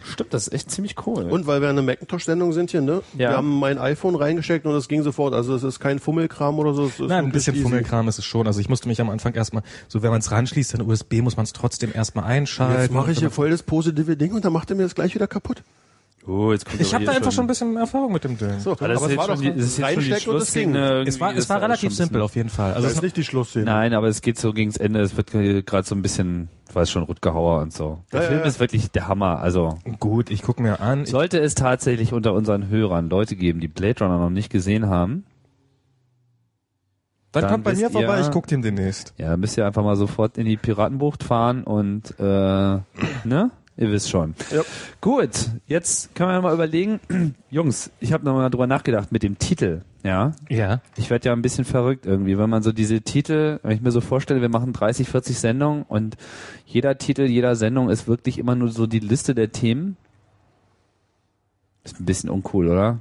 A: Stimmt, das ist echt ziemlich cool.
C: Und weil wir eine Macintosh-Sendung sind hier, ne?
A: Ja.
C: Wir haben mein iPhone reingesteckt und es ging sofort. Also es ist kein Fummelkram oder so. Es ist
B: Nein, ein
C: wirklich
B: bisschen
C: easy.
B: Fummelkram ist es schon. Also ich musste mich am Anfang erstmal, so wenn man es ranschließt an USB, muss man es trotzdem erstmal einschalten.
C: Jetzt mache ich hier voll das positive Ding und dann macht er mir das gleich wieder kaputt.
A: oh, jetzt kommt
B: ich
A: aber
B: habe da
A: hier
B: einfach schon ein bisschen Erfahrung mit dem Ding.
C: So,
A: Aber das ist jetzt schon die, das ist jetzt schon die
C: reinstecken und es ging.
A: Schlussszene irgendwie,
B: es war,
A: das
B: es war
A: alles schon
B: relativ
A: ein bisschen-
B: simpel auf jeden Fall. Also
C: Das
B: es
C: ist nicht die Schlussszene.
A: Nein, aber es geht so gegens Ende. Es wird gerade so ein bisschen, ich weiß schon, Rutger Hauer und so. Der
C: Ja,
A: Film
C: ja, ja.
A: ist wirklich der Hammer. Also
B: Gut, ich gucke mir an. Ich,
A: sollte es tatsächlich unter unseren Hörern Leute geben, die Blade Runner noch nicht gesehen haben,
B: dann,
A: dann
B: kommt bei
A: wisst
B: mir vorbei,
A: ihr-
B: ich gucke dem demnächst.
A: ja, dann müsst ihr einfach mal sofort in die Piratenbucht fahren und äh, <clears throat> ne? Ihr wisst schon.
C: Ja.
A: Gut, jetzt können wir mal überlegen, <clears throat> Jungs, ich habe nochmal drüber nachgedacht mit dem Titel, ja.
B: Ja.
A: Ich werde ja ein bisschen verrückt irgendwie, wenn man so diese Titel, wenn ich mir so vorstelle, wir machen 30, 40 Sendungen und jeder Titel jeder Sendung ist wirklich immer nur so die Liste der Themen. Ist ein bisschen uncool, oder?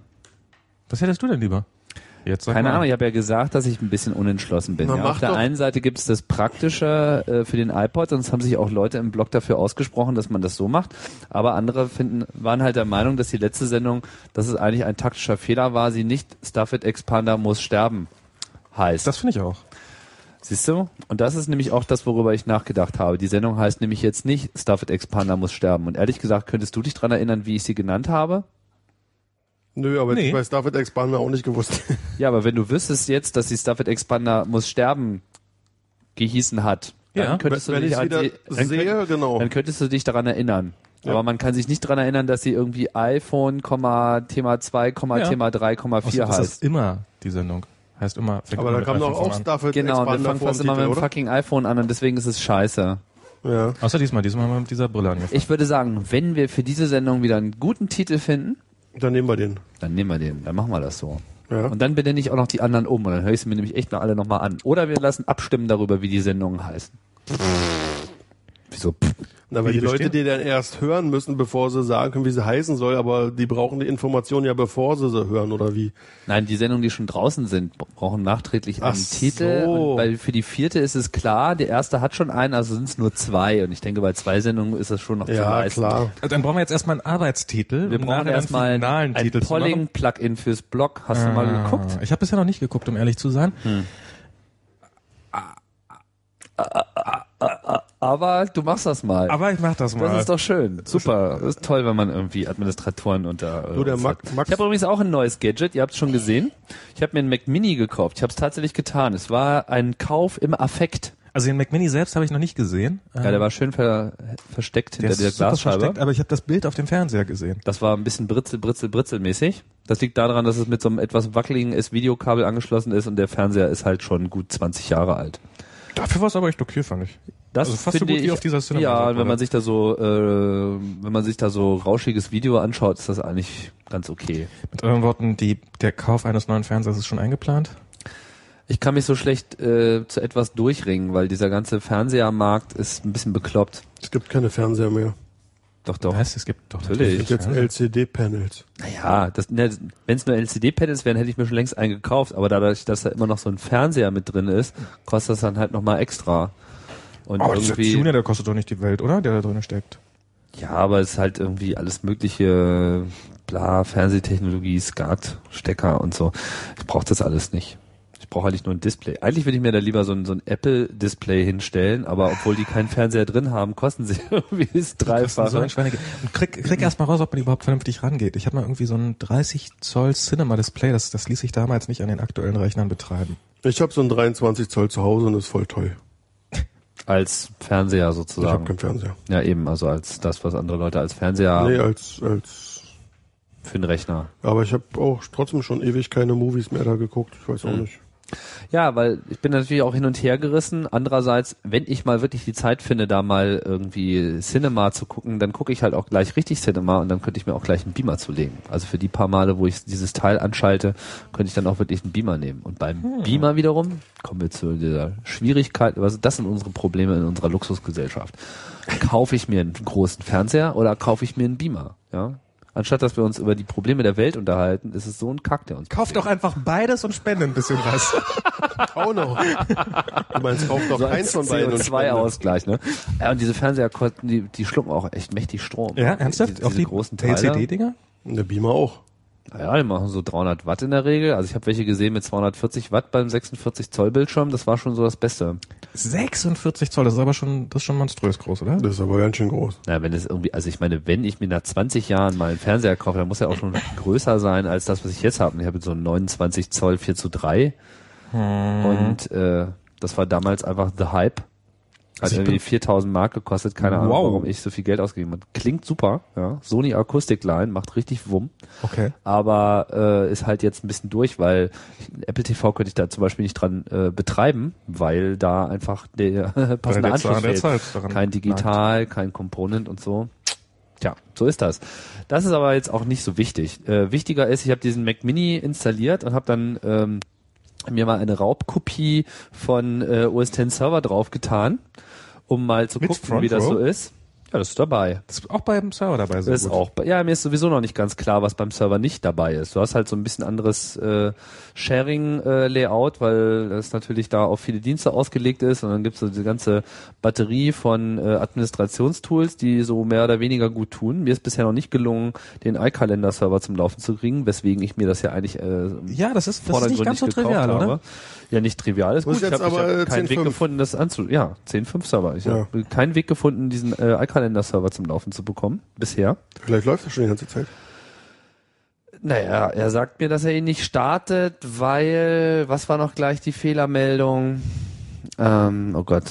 B: Was hättest du denn lieber? Jetzt sag
A: Keine
B: mal.
A: Ahnung, ich habe ja gesagt, dass ich ein bisschen unentschlossen bin.
C: Na,
A: Ja,
C: mach
A: auf der
C: doch.
A: einen Seite gibt es das Praktische äh, für den iPod und es haben sich auch Leute im Blog dafür ausgesprochen, dass man das so macht. Aber andere finden, waren halt der Meinung, dass die letzte Sendung, dass es eigentlich ein taktischer Fehler war, sie nicht Stafford Expander muss sterben heißt.
B: Das finde ich auch.
A: Siehst du? Und das ist nämlich auch das, worüber ich nachgedacht habe. Die Sendung heißt nämlich jetzt nicht Stafford Expander muss sterben. Und ehrlich gesagt, könntest du dich dran erinnern, wie ich sie genannt habe?
C: Nö, aber
B: Nee.
C: ich weiß David Expander auch nicht gewusst.
A: Ja, aber wenn du wüsstest jetzt, dass die Stafford Expander muss sterben gehießen hat, dann
B: Ja,
A: könntest du
C: Wenn
A: dich
C: ich
A: an
C: wieder
A: die- dann
C: sehe,
A: könnt-
C: genau.
A: Dann könntest du dich daran erinnern. Aber man kann sich nicht daran erinnern, dass sie irgendwie iPhone, Komma, Thema 2, Komma,
B: Ja.
A: Thema 3, Komma
B: Außer,
A: 4
B: das
A: heißt.
B: ist immer die Sendung. Heißt immer. fängt
C: Aber
B: immer
C: da
B: mit
C: kam doch
B: iPhone
C: auch
B: an.
C: Stafford
A: Genau, und wir
C: Expander
A: fangen
C: vor
A: fast
C: dem
A: immer mit
C: Titel,
A: dem
C: oder?
A: fucking iPhone an und deswegen ist es scheiße.
C: Ja.
B: Außer diesmal. Diesmal haben wir mit dieser Brille angefangen.
A: Ich würde sagen, wenn wir für diese Sendung wieder einen guten Titel finden,
C: Dann nehmen wir den.
A: Dann nehmen wir den, dann machen wir das so.
C: Ja.
A: Und dann benenne ich auch noch die anderen um und dann höre ich sie mir nämlich echt noch alle nochmal an. Oder wir lassen abstimmen darüber, wie die Sendungen heißen. Wieso? Pff.
C: Na, weil
B: Wie
C: die
B: bestehen?
C: Leute, die dann erst hören müssen, bevor sie sagen können, wie sie heißen soll, aber die brauchen die Information ja, bevor sie sie hören, oder wie?
A: Nein, die Sendungen, die schon draußen sind, bra- brauchen nachträglich einen
C: Ach
A: Titel.
C: so.
A: Und weil für die vierte ist es klar, der erste hat schon einen, also sind es nur zwei. Und ich denke, bei zwei Sendungen ist das schon noch zu
C: Ja,
A: leisten.
C: klar.
B: Also dann brauchen wir jetzt erstmal einen Arbeitstitel.
A: Wir brauchen
B: um nachher dann
A: erstmal
B: finalen
A: ein
B: Titel zu machen. Ah,
A: Polling-Plugin fürs Blog. Hast du
C: Ah.
A: mal geguckt?
B: Ich habe bisher noch nicht geguckt, um ehrlich zu sein.
A: Aber du machst das mal.
B: Aber ich mach das mal.
A: Das ist doch schön. Super. Das ist toll, wenn man irgendwie Administratoren unter. äh,
C: Du, der
A: uns
C: Max-
A: hat.
C: Max-
A: Ich habe übrigens auch ein neues Gadget. Ihr habt es schon gesehen. Ich habe mir einen Mac Mini gekauft. Ich habe es tatsächlich getan. Es war ein Kauf im Affekt.
B: also den Mac Mini selbst habe ich noch nicht gesehen. Ähm,
A: Ja, der war schön ver versteckt
B: Ah. der
A: hinter
B: ist
A: der
B: super
A: Glasscheibe.
B: versteckt, aber ich habe das Bild auf dem Fernseher gesehen.
A: Das war ein bisschen britzel, britzel, britzelmäßig. Das liegt daran, dass es mit so einem etwas wackeligen S-Videokabel angeschlossen ist und der Fernseher ist halt schon gut 20 Jahre alt.
B: Dafür war es aber echt okay, fand ich.
A: Das
B: Also fast so
A: finde
B: gut wie
A: ich-
B: auf dieser Cinema-
A: Ja,
B: Sache,
A: wenn man
B: oder?
A: sich da so, äh, wenn man sich da so rauschiges Video anschaut, ist das eigentlich ganz okay.
B: Mit anderen Worten, die, der Kauf eines neuen Fernsehers ist schon eingeplant.
A: Ich kann mich so schlecht äh, zu etwas durchringen, weil dieser ganze Fernsehermarkt ist ein bisschen bekloppt.
C: Es gibt keine Fernseher mehr.
A: Doch, doch.
B: Was? Es gibt doch
A: Natürlich.
C: Es gibt jetzt äh,
B: Fernseher.
C: LCD-Panels.
A: Naja, das, ne, wenn es nur LCD-Panels wären, hätte ich mir schon längst einen gekauft. Aber dadurch, dass da immer noch so ein Fernseher mit drin ist, kostet das dann halt nochmal extra. Und
B: Aber Oh, dieser
A: irgendwie,
B: Tuner, der kostet doch nicht die Welt, oder? Der da drin steckt.
A: ja, aber es ist halt irgendwie alles mögliche, bla, Fernsehtechnologie, SCART, Stecker und so. Ich brauche das alles nicht. Ich brauche eigentlich nur ein Display. Eigentlich würde ich mir da lieber so ein, so ein Apple-Display hinstellen, aber obwohl die keinen Fernseher drin haben, kosten sie <laughs> irgendwie das
B: Kosten so Mhm.
A: Dreifache.
B: ein Schweinegeld. Und krieg, krieg erst mal raus, ob man überhaupt vernünftig rangeht. Ich habe mal irgendwie so ein 30 Zoll Cinema Display, das, das ließ sich damals nicht an den aktuellen Rechnern betreiben.
C: Ich habe so ein 23 Zoll zu Hause und ist voll toll. Also
A: Als Fernseher
C: Ich habe
A: sozusagen.
C: keinen Fernseher.
A: Ja, eben, also als das, was andere Leute als Fernseher haben
C: Nee, als, als,
A: für den Rechner.
C: aber ich habe auch trotzdem schon ewig keine Movies mehr da geguckt. Ich weiß auch
A: Hm.
C: nicht.
A: Ja, weil ich bin natürlich auch hin und her gerissen. Andererseits, wenn ich mal wirklich die Zeit finde, da mal irgendwie Cinema zu gucken, dann gucke ich halt auch gleich richtig Cinema und dann könnte ich mir auch gleich einen Beamer zulegen. Also für die paar Male, wo ich dieses Teil anschalte, könnte ich dann auch wirklich einen Beamer nehmen. Und beim Beamer wiederum kommen wir zu dieser Schwierigkeit. Also das sind unsere Probleme in unserer Luxusgesellschaft. Kaufe ich mir einen großen Fernseher oder kaufe ich mir einen Beamer? Ja. Anstatt dass wir uns über die Probleme der Welt unterhalten, ist es so ein Kack, der uns.
B: Kauf doch einfach beides und spende ein bisschen was.
C: <laughs> Oh no. Du meinst, kauf doch
A: so
C: eins
A: als
C: von beiden und
A: CO2
C: spende.
A: Ausgleich, ne? Ja, und diese Fernseher konnten, die, die schlucken auch echt mächtig Strom.
B: <laughs> ja, ernsthaft?
A: Diese, diese großen Teile.
B: LCD-Dinger?
C: Der Beamer auch.
A: Ja, die machen so 300 Watt in der Regel. Also ich habe welche gesehen mit 240 Watt beim 46 Zoll Bildschirm. Das war schon so das Beste.
B: 46 Zoll, das ist aber schon, das ist schon monströs groß, oder?
C: Das ist aber ganz schön groß.
A: Na, wenn es irgendwie, also ich meine, wenn ich mir nach 20 Jahren mal einen Fernseher kaufe, dann muss er auch schon größer sein als das, was ich jetzt habe. Und Ich habe jetzt so einen 29 Zoll 4 zu 3.
B: Hm.
A: Und äh, das war damals einfach The Hype. Hat
B: Also ich
A: irgendwie
B: bin-
A: 4000 Mark gekostet, keine Ahnung,
B: Wow.
A: warum ich so viel Geld ausgegeben habe. Klingt super, ja. Sony Akustikline macht richtig Wumm,
B: Okay.
A: aber äh, ist halt jetzt ein bisschen durch, weil Apple TV könnte ich da zum Beispiel nicht dran äh, betreiben, weil da einfach der <laughs>
B: Weil
A: passende
B: der
A: Anschluss
B: Zahn der
A: fehlt.
B: Zeit daran
A: Kein Digital, kein Component und so. Tja, so ist das. Das ist aber jetzt auch nicht so wichtig. Äh, wichtiger ist, ich habe diesen Mac Mini installiert und habe dann ähm, mir mal eine Raubkopie von äh, OS X Server draufgetan, um mal zu
B: Mit
A: gucken,
B: Front
A: wie das
B: Row?
A: so ist. Ja, das ist dabei.
B: Das ist auch beim Server dabei sehr
A: Das ist
B: gut.
A: auch. bei- Ja, mir ist sowieso noch nicht ganz klar, was beim Server nicht dabei ist. Du hast halt so ein bisschen anderes äh, Sharing-Layout, weil es natürlich da auf viele Dienste ausgelegt ist und dann gibt's so diese ganze Batterie von äh, Administrationstools, die so mehr oder weniger gut tun. Mir ist bisher noch nicht gelungen, den iCalendar-Server zum Laufen zu kriegen, weswegen ich mir das ja eigentlich äh,
B: Ja, das ist, das ist nicht
A: vordergründig
B: ganz so
A: gekauft
B: trivial,
A: habe.
B: oder?
A: Ja, nicht trivial ist
C: Das
A: gut.
C: ist
A: Ich
C: jetzt
A: habe
C: aber,
A: hab
C: äh,
A: keinen
C: 10.5.
A: Weg gefunden, das anzu... Ja, 10.5 Server. Ich
C: Ja.
A: habe keinen Weg gefunden, diesen äh, iCalendar-Server zum Laufen zu bekommen, bisher.
C: Vielleicht läuft das schon die ganze Zeit.
A: Naja, er sagt mir, dass er ihn nicht startet, weil, was war noch gleich die Fehlermeldung? Ähm, oh Gott.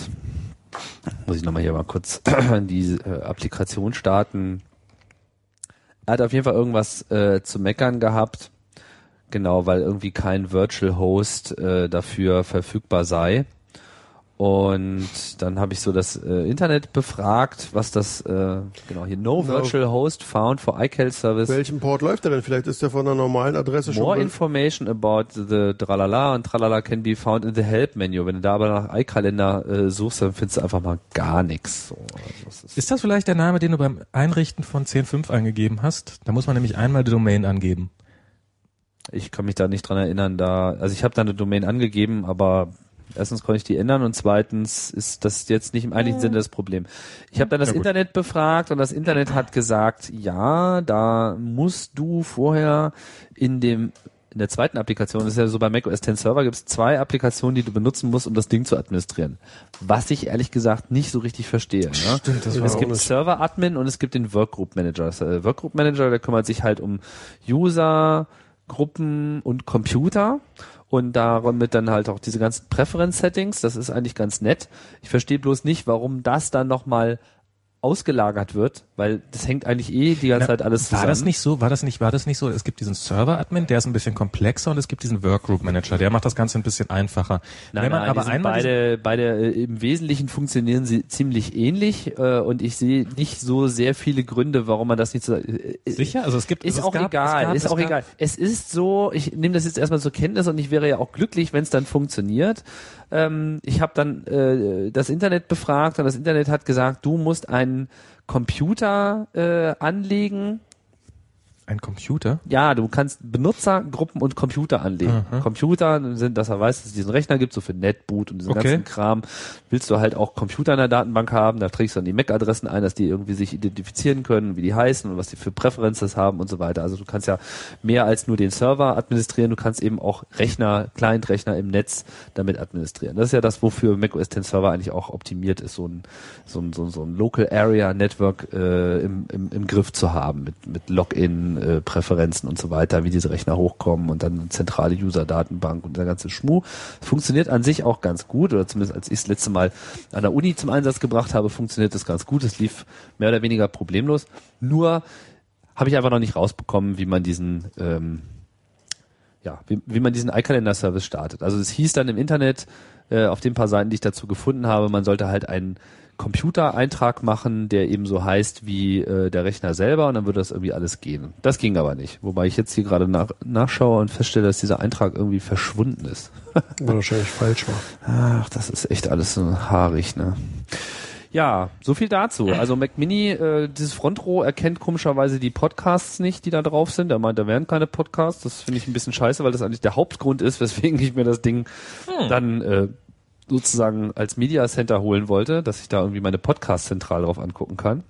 A: Muss ich nochmal hier mal kurz <clears throat> die äh, Applikation starten. Er hat auf jeden Fall irgendwas äh, zu meckern gehabt. Genau, weil irgendwie kein Virtual Host äh, dafür verfügbar sei. Und dann habe ich so das äh, Internet befragt, was das, äh, genau, hier No,
C: No.
A: Virtual Host found for iCal Service.
C: Welchen Port läuft der denn? Vielleicht ist der von einer normalen Adresse
A: More
C: schon.
A: information about the Tralala und Tralala can be found in the Help Menu. Wenn du da aber nach iKalender äh, suchst, dann findest du einfach mal gar nichts. So, also das ist-
B: Ist das vielleicht der Name, den du beim Einrichten von 10.5 eingegeben hast? Da muss man nämlich einmal die Domain angeben.
A: ich kann mich da nicht dran erinnern. Da, also ich habe da eine Domain angegeben, aber erstens konnte ich die ändern und zweitens ist das jetzt nicht im eigentlichen Sinne das Problem. Ich habe dann das
B: Na gut.
A: Internet befragt und das Internet hat gesagt, ja, da musst du vorher in dem in der zweiten Applikation, das ist ja so bei macOS 10 Server, gibt es zwei Applikationen, die du benutzen musst, um das Ding zu administrieren. Was ich ehrlich gesagt nicht so richtig verstehe. Ne?
B: Stimmt, das
A: Es
B: auch
A: gibt
B: nicht-
A: Server-Admin und es gibt den Workgroup-Manager. Das, äh, Workgroup-Manager, der kümmert sich halt um User, Gruppen und Computer und damit dann halt auch diese ganzen Preference-Settings. Das ist eigentlich ganz nett. Ich verstehe bloß nicht, warum das dann nochmal ausgelagert wird, weil das hängt eigentlich eh die ganze
B: Na,
A: Zeit alles zusammen.
B: War das nicht so? War das nicht? War das nicht so? Es gibt diesen Server-Admin, der ist ein bisschen komplexer und es gibt diesen Workgroup-Manager, der macht das Ganze ein bisschen einfacher.
A: Nein, nein, aber die sind beide, beide äh, im Wesentlichen funktionieren sie ziemlich ähnlich äh, und ich sehe nicht so sehr viele Gründe, warum man das nicht so äh, äh,
B: diesen- sicher, also es gibt
A: Ist
B: also es
A: auch
B: gab- es
A: egal,
B: gab-
A: ist
B: es
A: auch
B: gab-
A: egal. Es ist so, ich nehme das jetzt erstmal zur Kenntnis und ich wäre ja auch glücklich, wenn es dann funktioniert. Ähm, ich habe dann äh, das Internet befragt und das Internet hat gesagt, du musst einen Computer äh, anlegen.
B: Ein Computer.
A: Ja, du kannst Benutzergruppen und Computer anlegen. Computer sind, dass er weiß, dass es diesen Rechner gibt, so für Netboot und diesen
B: Okay.
A: ganzen Kram. Willst du halt auch Computer in der Datenbank haben, da trägst du dann die MAC-Adressen ein, dass die irgendwie sich identifizieren können, wie die heißen und was die für Präferences haben und so weiter. Also du kannst ja mehr als nur den Server administrieren, du kannst eben auch Rechner, Client-Rechner im Netz damit administrieren. Das ist ja das, wofür macOS 10 Server eigentlich auch optimiert ist, so ein, so ein, so ein, so ein Local Area Network äh, im, im, im Griff zu haben, mit, mit Login, äh, Präferenzen und so weiter, wie diese Rechner hochkommen und dann eine zentrale User-Datenbank und der ganze Schmuh. Funktioniert an sich auch ganz gut, oder zumindest als ich es letzte Mal an der Uni zum Einsatz gebracht habe, funktioniert das ganz gut. Es lief mehr oder weniger problemlos. Nur habe ich einfach noch nicht rausbekommen, wie man diesen ähm, ja, wie, wie man diesen iCalendar-Service startet. Also es hieß dann im Internet, äh, auf den paar Seiten, die ich dazu gefunden habe, man sollte halt einen Computereintrag machen, der eben so heißt wie äh, der Rechner selber und dann würde das irgendwie alles gehen. Das ging aber nicht. Wobei ich jetzt hier gerade nach, nachschaue und feststelle, dass dieser Eintrag irgendwie verschwunden ist.
C: Wahrscheinlich falsch war.
A: Ach, das ist echt alles so haarig, ne? Ja, so viel dazu. Also Mac Mini, äh, dieses Frontrow erkennt komischerweise die Podcasts nicht, die da drauf sind. Er meint, da wären keine Podcasts. Das finde ich ein bisschen scheiße, weil das eigentlich der Hauptgrund ist, weswegen ich mir das Ding
B: Hm.
A: dann äh, sozusagen als Media Center holen wollte, dass ich da irgendwie meine Podcast zentral drauf angucken kann.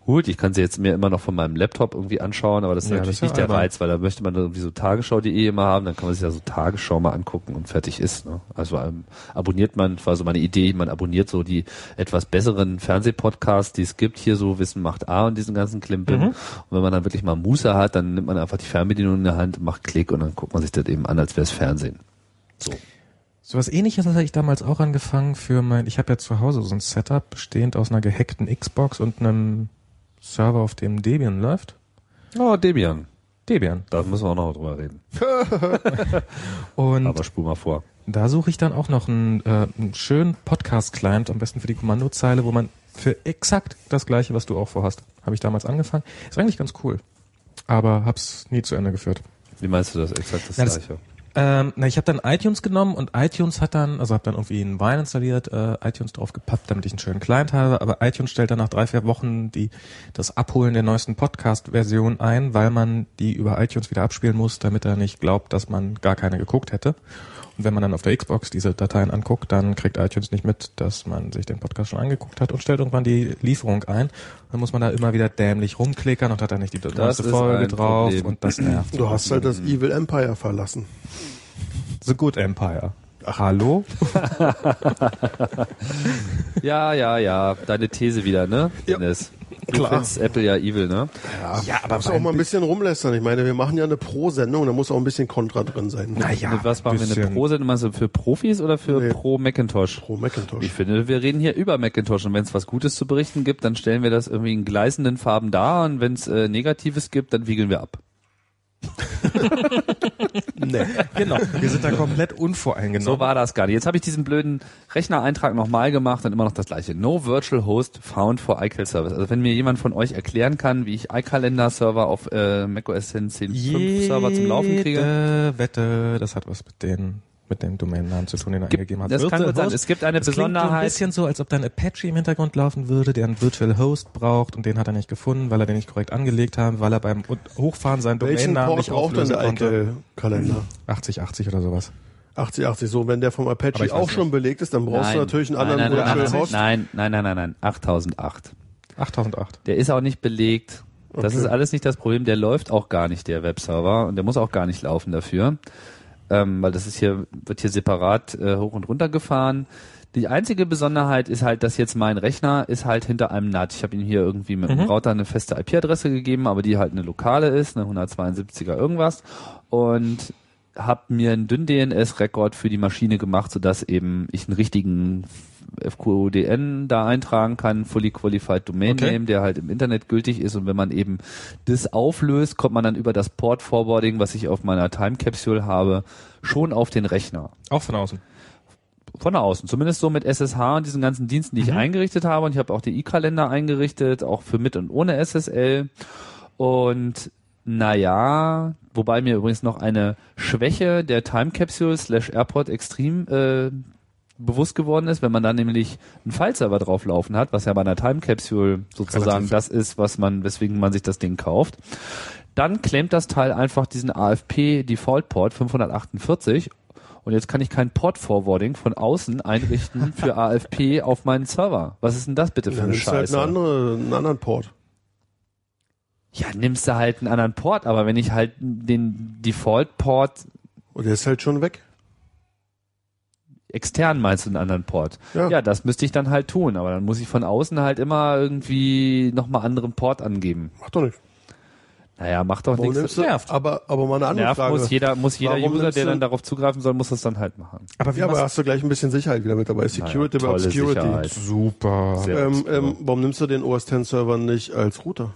A: Gut, ich kann sie jetzt mir immer noch von meinem Laptop irgendwie anschauen, aber das ist
B: Ja,
A: natürlich
B: das ist
A: nicht
B: ja
A: der
B: albern.
A: Reiz, weil da möchte man irgendwie so tagesschau.de immer haben, dann kann man sich ja so Tagesschau mal angucken und fertig ist. Ne? Also ähm, abonniert man, war so meine Idee, man abonniert so die etwas besseren Fernsehpodcasts, die es gibt, hier so Wissen macht A und diesen ganzen
B: Mhm.
A: Klimbim. Und wenn man dann wirklich mal Muße hat, dann nimmt man einfach die Fernbedienung in der Hand, macht Klick und dann guckt man sich das eben an, als wäre es Fernsehen.
B: So was ähnliches hatte ich damals auch angefangen für mein, ich habe ja zu Hause so ein Setup bestehend aus einer gehackten Xbox und einem Server, auf dem Debian läuft.
A: Oh, Debian.
B: Debian.
A: Da müssen wir auch noch drüber reden.
B: Und
C: Hm.
A: Aber spul mal vor.
B: da suche ich dann auch noch einen, äh, einen schönen Podcast-Client, am besten für die Kommandozeile, wo man für exakt das gleiche, was du auch vorhast, habe ich damals angefangen. Ist eigentlich ganz cool, aber hab's nie zu Ende geführt.
A: Wie meinst du das exakt das
B: Na, das-
A: gleiche?
B: Ähm, na, ich habe dann iTunes genommen und iTunes hat dann, also habe dann irgendwie einen Wine installiert, äh, iTunes draufgepappt, damit ich einen schönen Client habe. Aber iTunes stellt dann nach drei, vier Wochen die das Abholen der neuesten Podcast-Version ein, weil man die über iTunes wieder abspielen muss, damit er nicht glaubt, dass man gar keine geguckt hätte. Und wenn man dann auf der Xbox diese Dateien anguckt, dann kriegt iTunes nicht mit, dass man sich den Podcast schon angeguckt hat und stellt irgendwann die Lieferung ein. Dann muss man da immer wieder dämlich rumklickern und hat dann nicht die neueste
A: ist
B: Folge
A: ein
B: drauf
A: Problem.
B: und das nervt.
C: Du hast halt
A: Mhm.
C: das Evil Empire verlassen.
B: The Good Empire. Ach, hallo?
A: Ja, ja, ja. Deine These wieder, ne?
C: Ja.
A: Dennis? Du
C: Klar.
A: findest Apple ja evil, ne?
B: Ja, aber
C: Muss auch mal ein bisschen rumlästern. Ich meine, wir machen ja eine Pro-Sendung, da muss auch ein bisschen Kontra drin sein.
B: Naja,
A: Mit was machen wir eine Pro-Sendung? Meinst du für Profis oder für
C: Nee.
A: Pro-Macintosh?
C: Pro
A: Ich
C: Macintosh.
A: finde, wir reden hier über Macintosh und wenn es was Gutes zu berichten gibt, dann stellen wir das irgendwie in gleißenden Farben dar und wenn es äh, Negatives gibt, dann wiegeln wir ab.
C: Nee.
B: <laughs> Genau, wir sind da komplett unvoreingenommen.
A: So war das gar nicht. Jetzt habe ich diesen blöden Rechnereintrag nochmal gemacht und immer noch das gleiche. No Virtual Host found for iCal Service. Also wenn mir jemand von euch erklären kann, wie ich iCalendar-Server auf äh, macOS 10.5 Server zum Laufen kriege.
B: Jede Wette, das hat was mit den mit dem Domainnamen zu tun, den er
A: Gibt-
B: eingegeben hat.
A: das kann
B: Virtual
A: gut sein.
B: Host,
A: Es gibt eine
B: das klingt so ein
A: Besonderheit.
B: bisschen so, als ob da ein Apache im Hintergrund laufen würde, der einen Virtual Host braucht und den hat er nicht gefunden, weil er den nicht korrekt angelegt haben, weil er beim Hochfahren seinen
C: Welchen
B: Domainnamen
C: Port
B: nicht
C: braucht denn
B: auflösen
C: der
B: konnte.
A: Mhm.
C: Eichel-Kalender?
B: 8080 oder sowas.
C: 8080, so, wenn der vom
B: Aber ich
C: Apache
B: weiß
C: auch schon belegt ist, dann brauchst du natürlich einen anderen
A: nein, nein,
C: Virtual
A: nein,
C: Host.
A: nein, nein, nein, nein, nein, 8008.
B: 8008.
A: Der ist auch nicht belegt. Das
C: Okay.
A: ist alles nicht das Problem. Der läuft auch gar nicht, der Webserver. Und der muss auch gar nicht laufen dafür. Ähm, weil das ist hier, wird hier separat äh, hoch und runter gefahren. Die einzige Besonderheit ist halt, dass jetzt mein Rechner ist halt hinter einem NAT. Ich habe ihm hier irgendwie mit dem Router eine feste IP-Adresse gegeben, aber die halt eine lokale ist, eine 172er irgendwas. Und habe mir einen dünn DNS-Rekord für die Maschine gemacht, sodass eben ich einen richtigen FQDN da eintragen kann, Fully Qualified Domain
B: Okay.
A: Name, der halt im Internet gültig ist. Und wenn man eben das auflöst, kommt man dann über das Port Forwarding, was ich auf meiner Time Capsule habe, schon auf den Rechner.
B: Auch von außen.
A: Von außen, zumindest so mit SSH und diesen ganzen Diensten, die ich eingerichtet habe. Und ich habe auch den E-Kalender eingerichtet, auch für mit und ohne SSL. Und naja, wobei mir übrigens noch eine Schwäche der Time Capsule slash Airport Extreme äh, bewusst geworden ist, wenn man da nämlich einen File-Server drauflaufen hat, was ja bei einer Time Capsule sozusagen
B: Relativ.
A: das ist, was man, weswegen man sich das Ding kauft, dann klemmt das Teil einfach diesen AFP Default Port 548 und jetzt kann ich kein Port Forwarding von außen einrichten
C: <laughs>
A: für AFP auf meinen Server. Was ist denn das bitte für
C: Dann
A: eine
C: nimmst du halt
A: Scheiße?
C: eine andere, einen anderen Port.
A: Ja, nimmst du halt einen anderen Port, aber wenn ich halt den Default-Port
C: Und der ist halt schon weg.
A: extern meinst du einen anderen Port. Ja.
C: Ja.
A: das müsste ich dann halt tun, aber dann muss ich von außen halt immer irgendwie nochmal anderen Port angeben.
C: Macht doch nichts.
A: Naja, macht doch
C: Warum
A: nichts.
C: nimmst du-
B: nervt.
C: Aber, aber mal eine andere
A: Nervt
C: Frage.
A: muss jeder, muss jeder
C: Warum
A: User,
C: nimmst
A: der
C: du-
A: dann darauf zugreifen soll, muss das dann halt machen.
B: Aber wie
C: ja, aber
B: machst-
C: hast du gleich ein bisschen Sicherheit wieder mit dabei. Security by
A: tolle
C: Obscurity.
A: Sicherheit.
B: super.
A: Sehr
C: Ähm,
A: obskur.
C: ähm, warum nimmst du den OS X Server nicht als Router?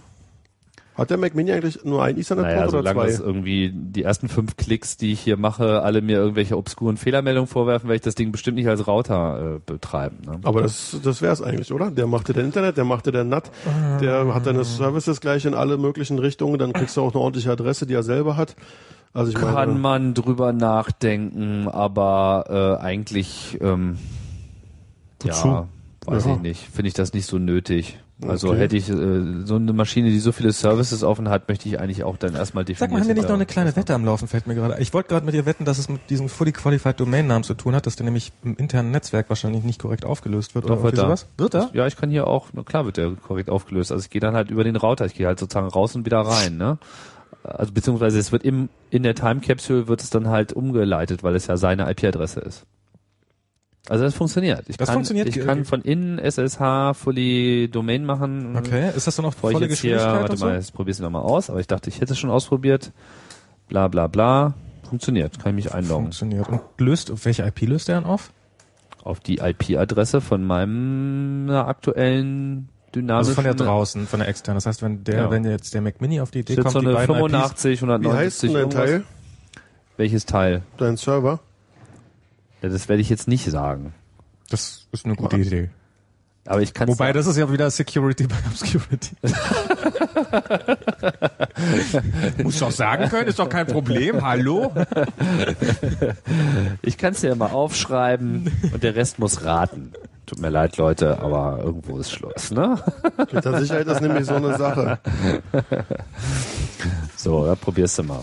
C: Hat der Mac Mini eigentlich nur einen Ethernet Port
A: Naja,
C: oder
A: solange
C: zwei?
A: das äh, irgendwie die ersten fünf Klicks, die ich hier mache, alle mir irgendwelche obskuren Fehlermeldungen vorwerfen, werde ich das Ding bestimmt nicht als Router äh, betreiben. Ne?
C: Aber das, das wär's eigentlich, oder? Der macht dir dein Internet, der macht dir dein NAT, der
A: Ah.
C: hat deine Services gleich in alle möglichen Richtungen, dann kriegst du auch eine ordentliche Adresse, die er selber hat. Also ich
A: Kann
C: meine,
A: man drüber nachdenken, aber äh, eigentlich ähm, ja,
B: Wozu?
A: weiß
C: Ja.
A: ich nicht. Finde ich das nicht so nötig. Also
C: Okay.
A: hätte ich äh, so eine Maschine, die so viele Services offen hat, möchte ich eigentlich auch dann erstmal definieren.
B: Sag mal, haben wir nicht noch eine kleine
A: Wette?
B: Wette am Laufen, fällt mir gerade. ein. Ich wollte gerade mit dir wetten, dass es mit diesem Fully Qualified Domain Namen zu tun hat, dass der nämlich im internen Netzwerk wahrscheinlich nicht korrekt aufgelöst wird
A: Doch,
B: oder
A: wird
B: irgendwie
A: er.
B: sowas. Wird er?
A: Ja, ich kann hier auch, na klar wird der korrekt aufgelöst. Also ich gehe dann halt über den Router, ich gehe halt sozusagen raus und wieder rein, ne? Also beziehungsweise es wird im, in der Time Capsule wird es dann halt umgeleitet, weil es ja seine IP-Adresse ist. Also das funktioniert. Ich
B: Das
A: kann,
B: funktioniert,
A: Ich
B: ge-
A: kann von innen SSH fully Domain machen.
B: Mhm. Okay, ist das dann auch
A: Bevor ich
B: volle
A: jetzt hier,
B: Geschwindigkeit
A: warte
B: und so?
A: mal, jetzt probiere ich es nochmal aus, aber ich dachte, ich hätte es schon ausprobiert. Bla bla bla. Funktioniert, kann ich mich einloggen.
B: Funktioniert. Und löst, auf welche IP löst er dann auf?
A: Auf die IP-Adresse von meinem äh, aktuellen dynamischen
B: Also von der draußen, von der externen. Das heißt, wenn der,
A: Ja.
B: wenn jetzt der Mac Mini auf die Idee
A: Steht
B: kommt,
A: so
B: die
A: eine
B: beiden
A: 85,
C: Wie
A: 190
C: heißt denn dein
A: irgendwas.
C: Teil,
A: Welches Teil?
C: dein Server?
A: Ja, das werde ich jetzt nicht sagen.
B: IPs, das ist eine gute Idee.
A: Aber ich kann
B: Wobei, das ist ja wieder Security <laughs> by
A: <laughs>
B: Obscurity. Muss doch sagen können, ist doch kein Problem. Hallo?
A: ich kann es ja mal
B: <laughs>
A: aufschreiben und der Rest muss raten. Tut mir leid, Leute, aber irgendwo ist Schluss, ne?
C: Mit der Sicherheit ist nämlich so eine
A: <laughs>
C: Sache.
A: So, ja, probierst du mal.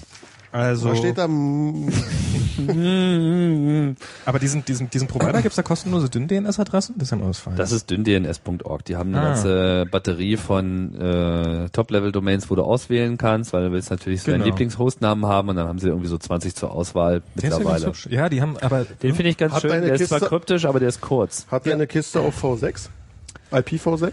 B: Also,
C: Da steht da, mm,
B: aber diesen, diesen, diesen Provider gibt's da kostenlose Dünn-DNS-Adressen? Das ist ja mal was Feines.
A: Das ist dünndns.org. Die haben eine
B: Ah.
A: ganze Batterie von äh, Top-Level-Domains, wo du auswählen kannst, weil du willst natürlich so deinen
B: Genau.
A: Lieblingshostnamen haben und dann haben sie irgendwie so 20 zur Auswahl
B: Der ist ja ganz
A: mittlerweile.
B: hübsch. Ja, die haben, aber
A: Den finde ich ganz
C: Hat
A: schön.
C: deine
A: Der ist zwar
C: Kiste-
A: kryptisch, aber der ist kurz.
C: hat deine Kiste auf V6? IPv6?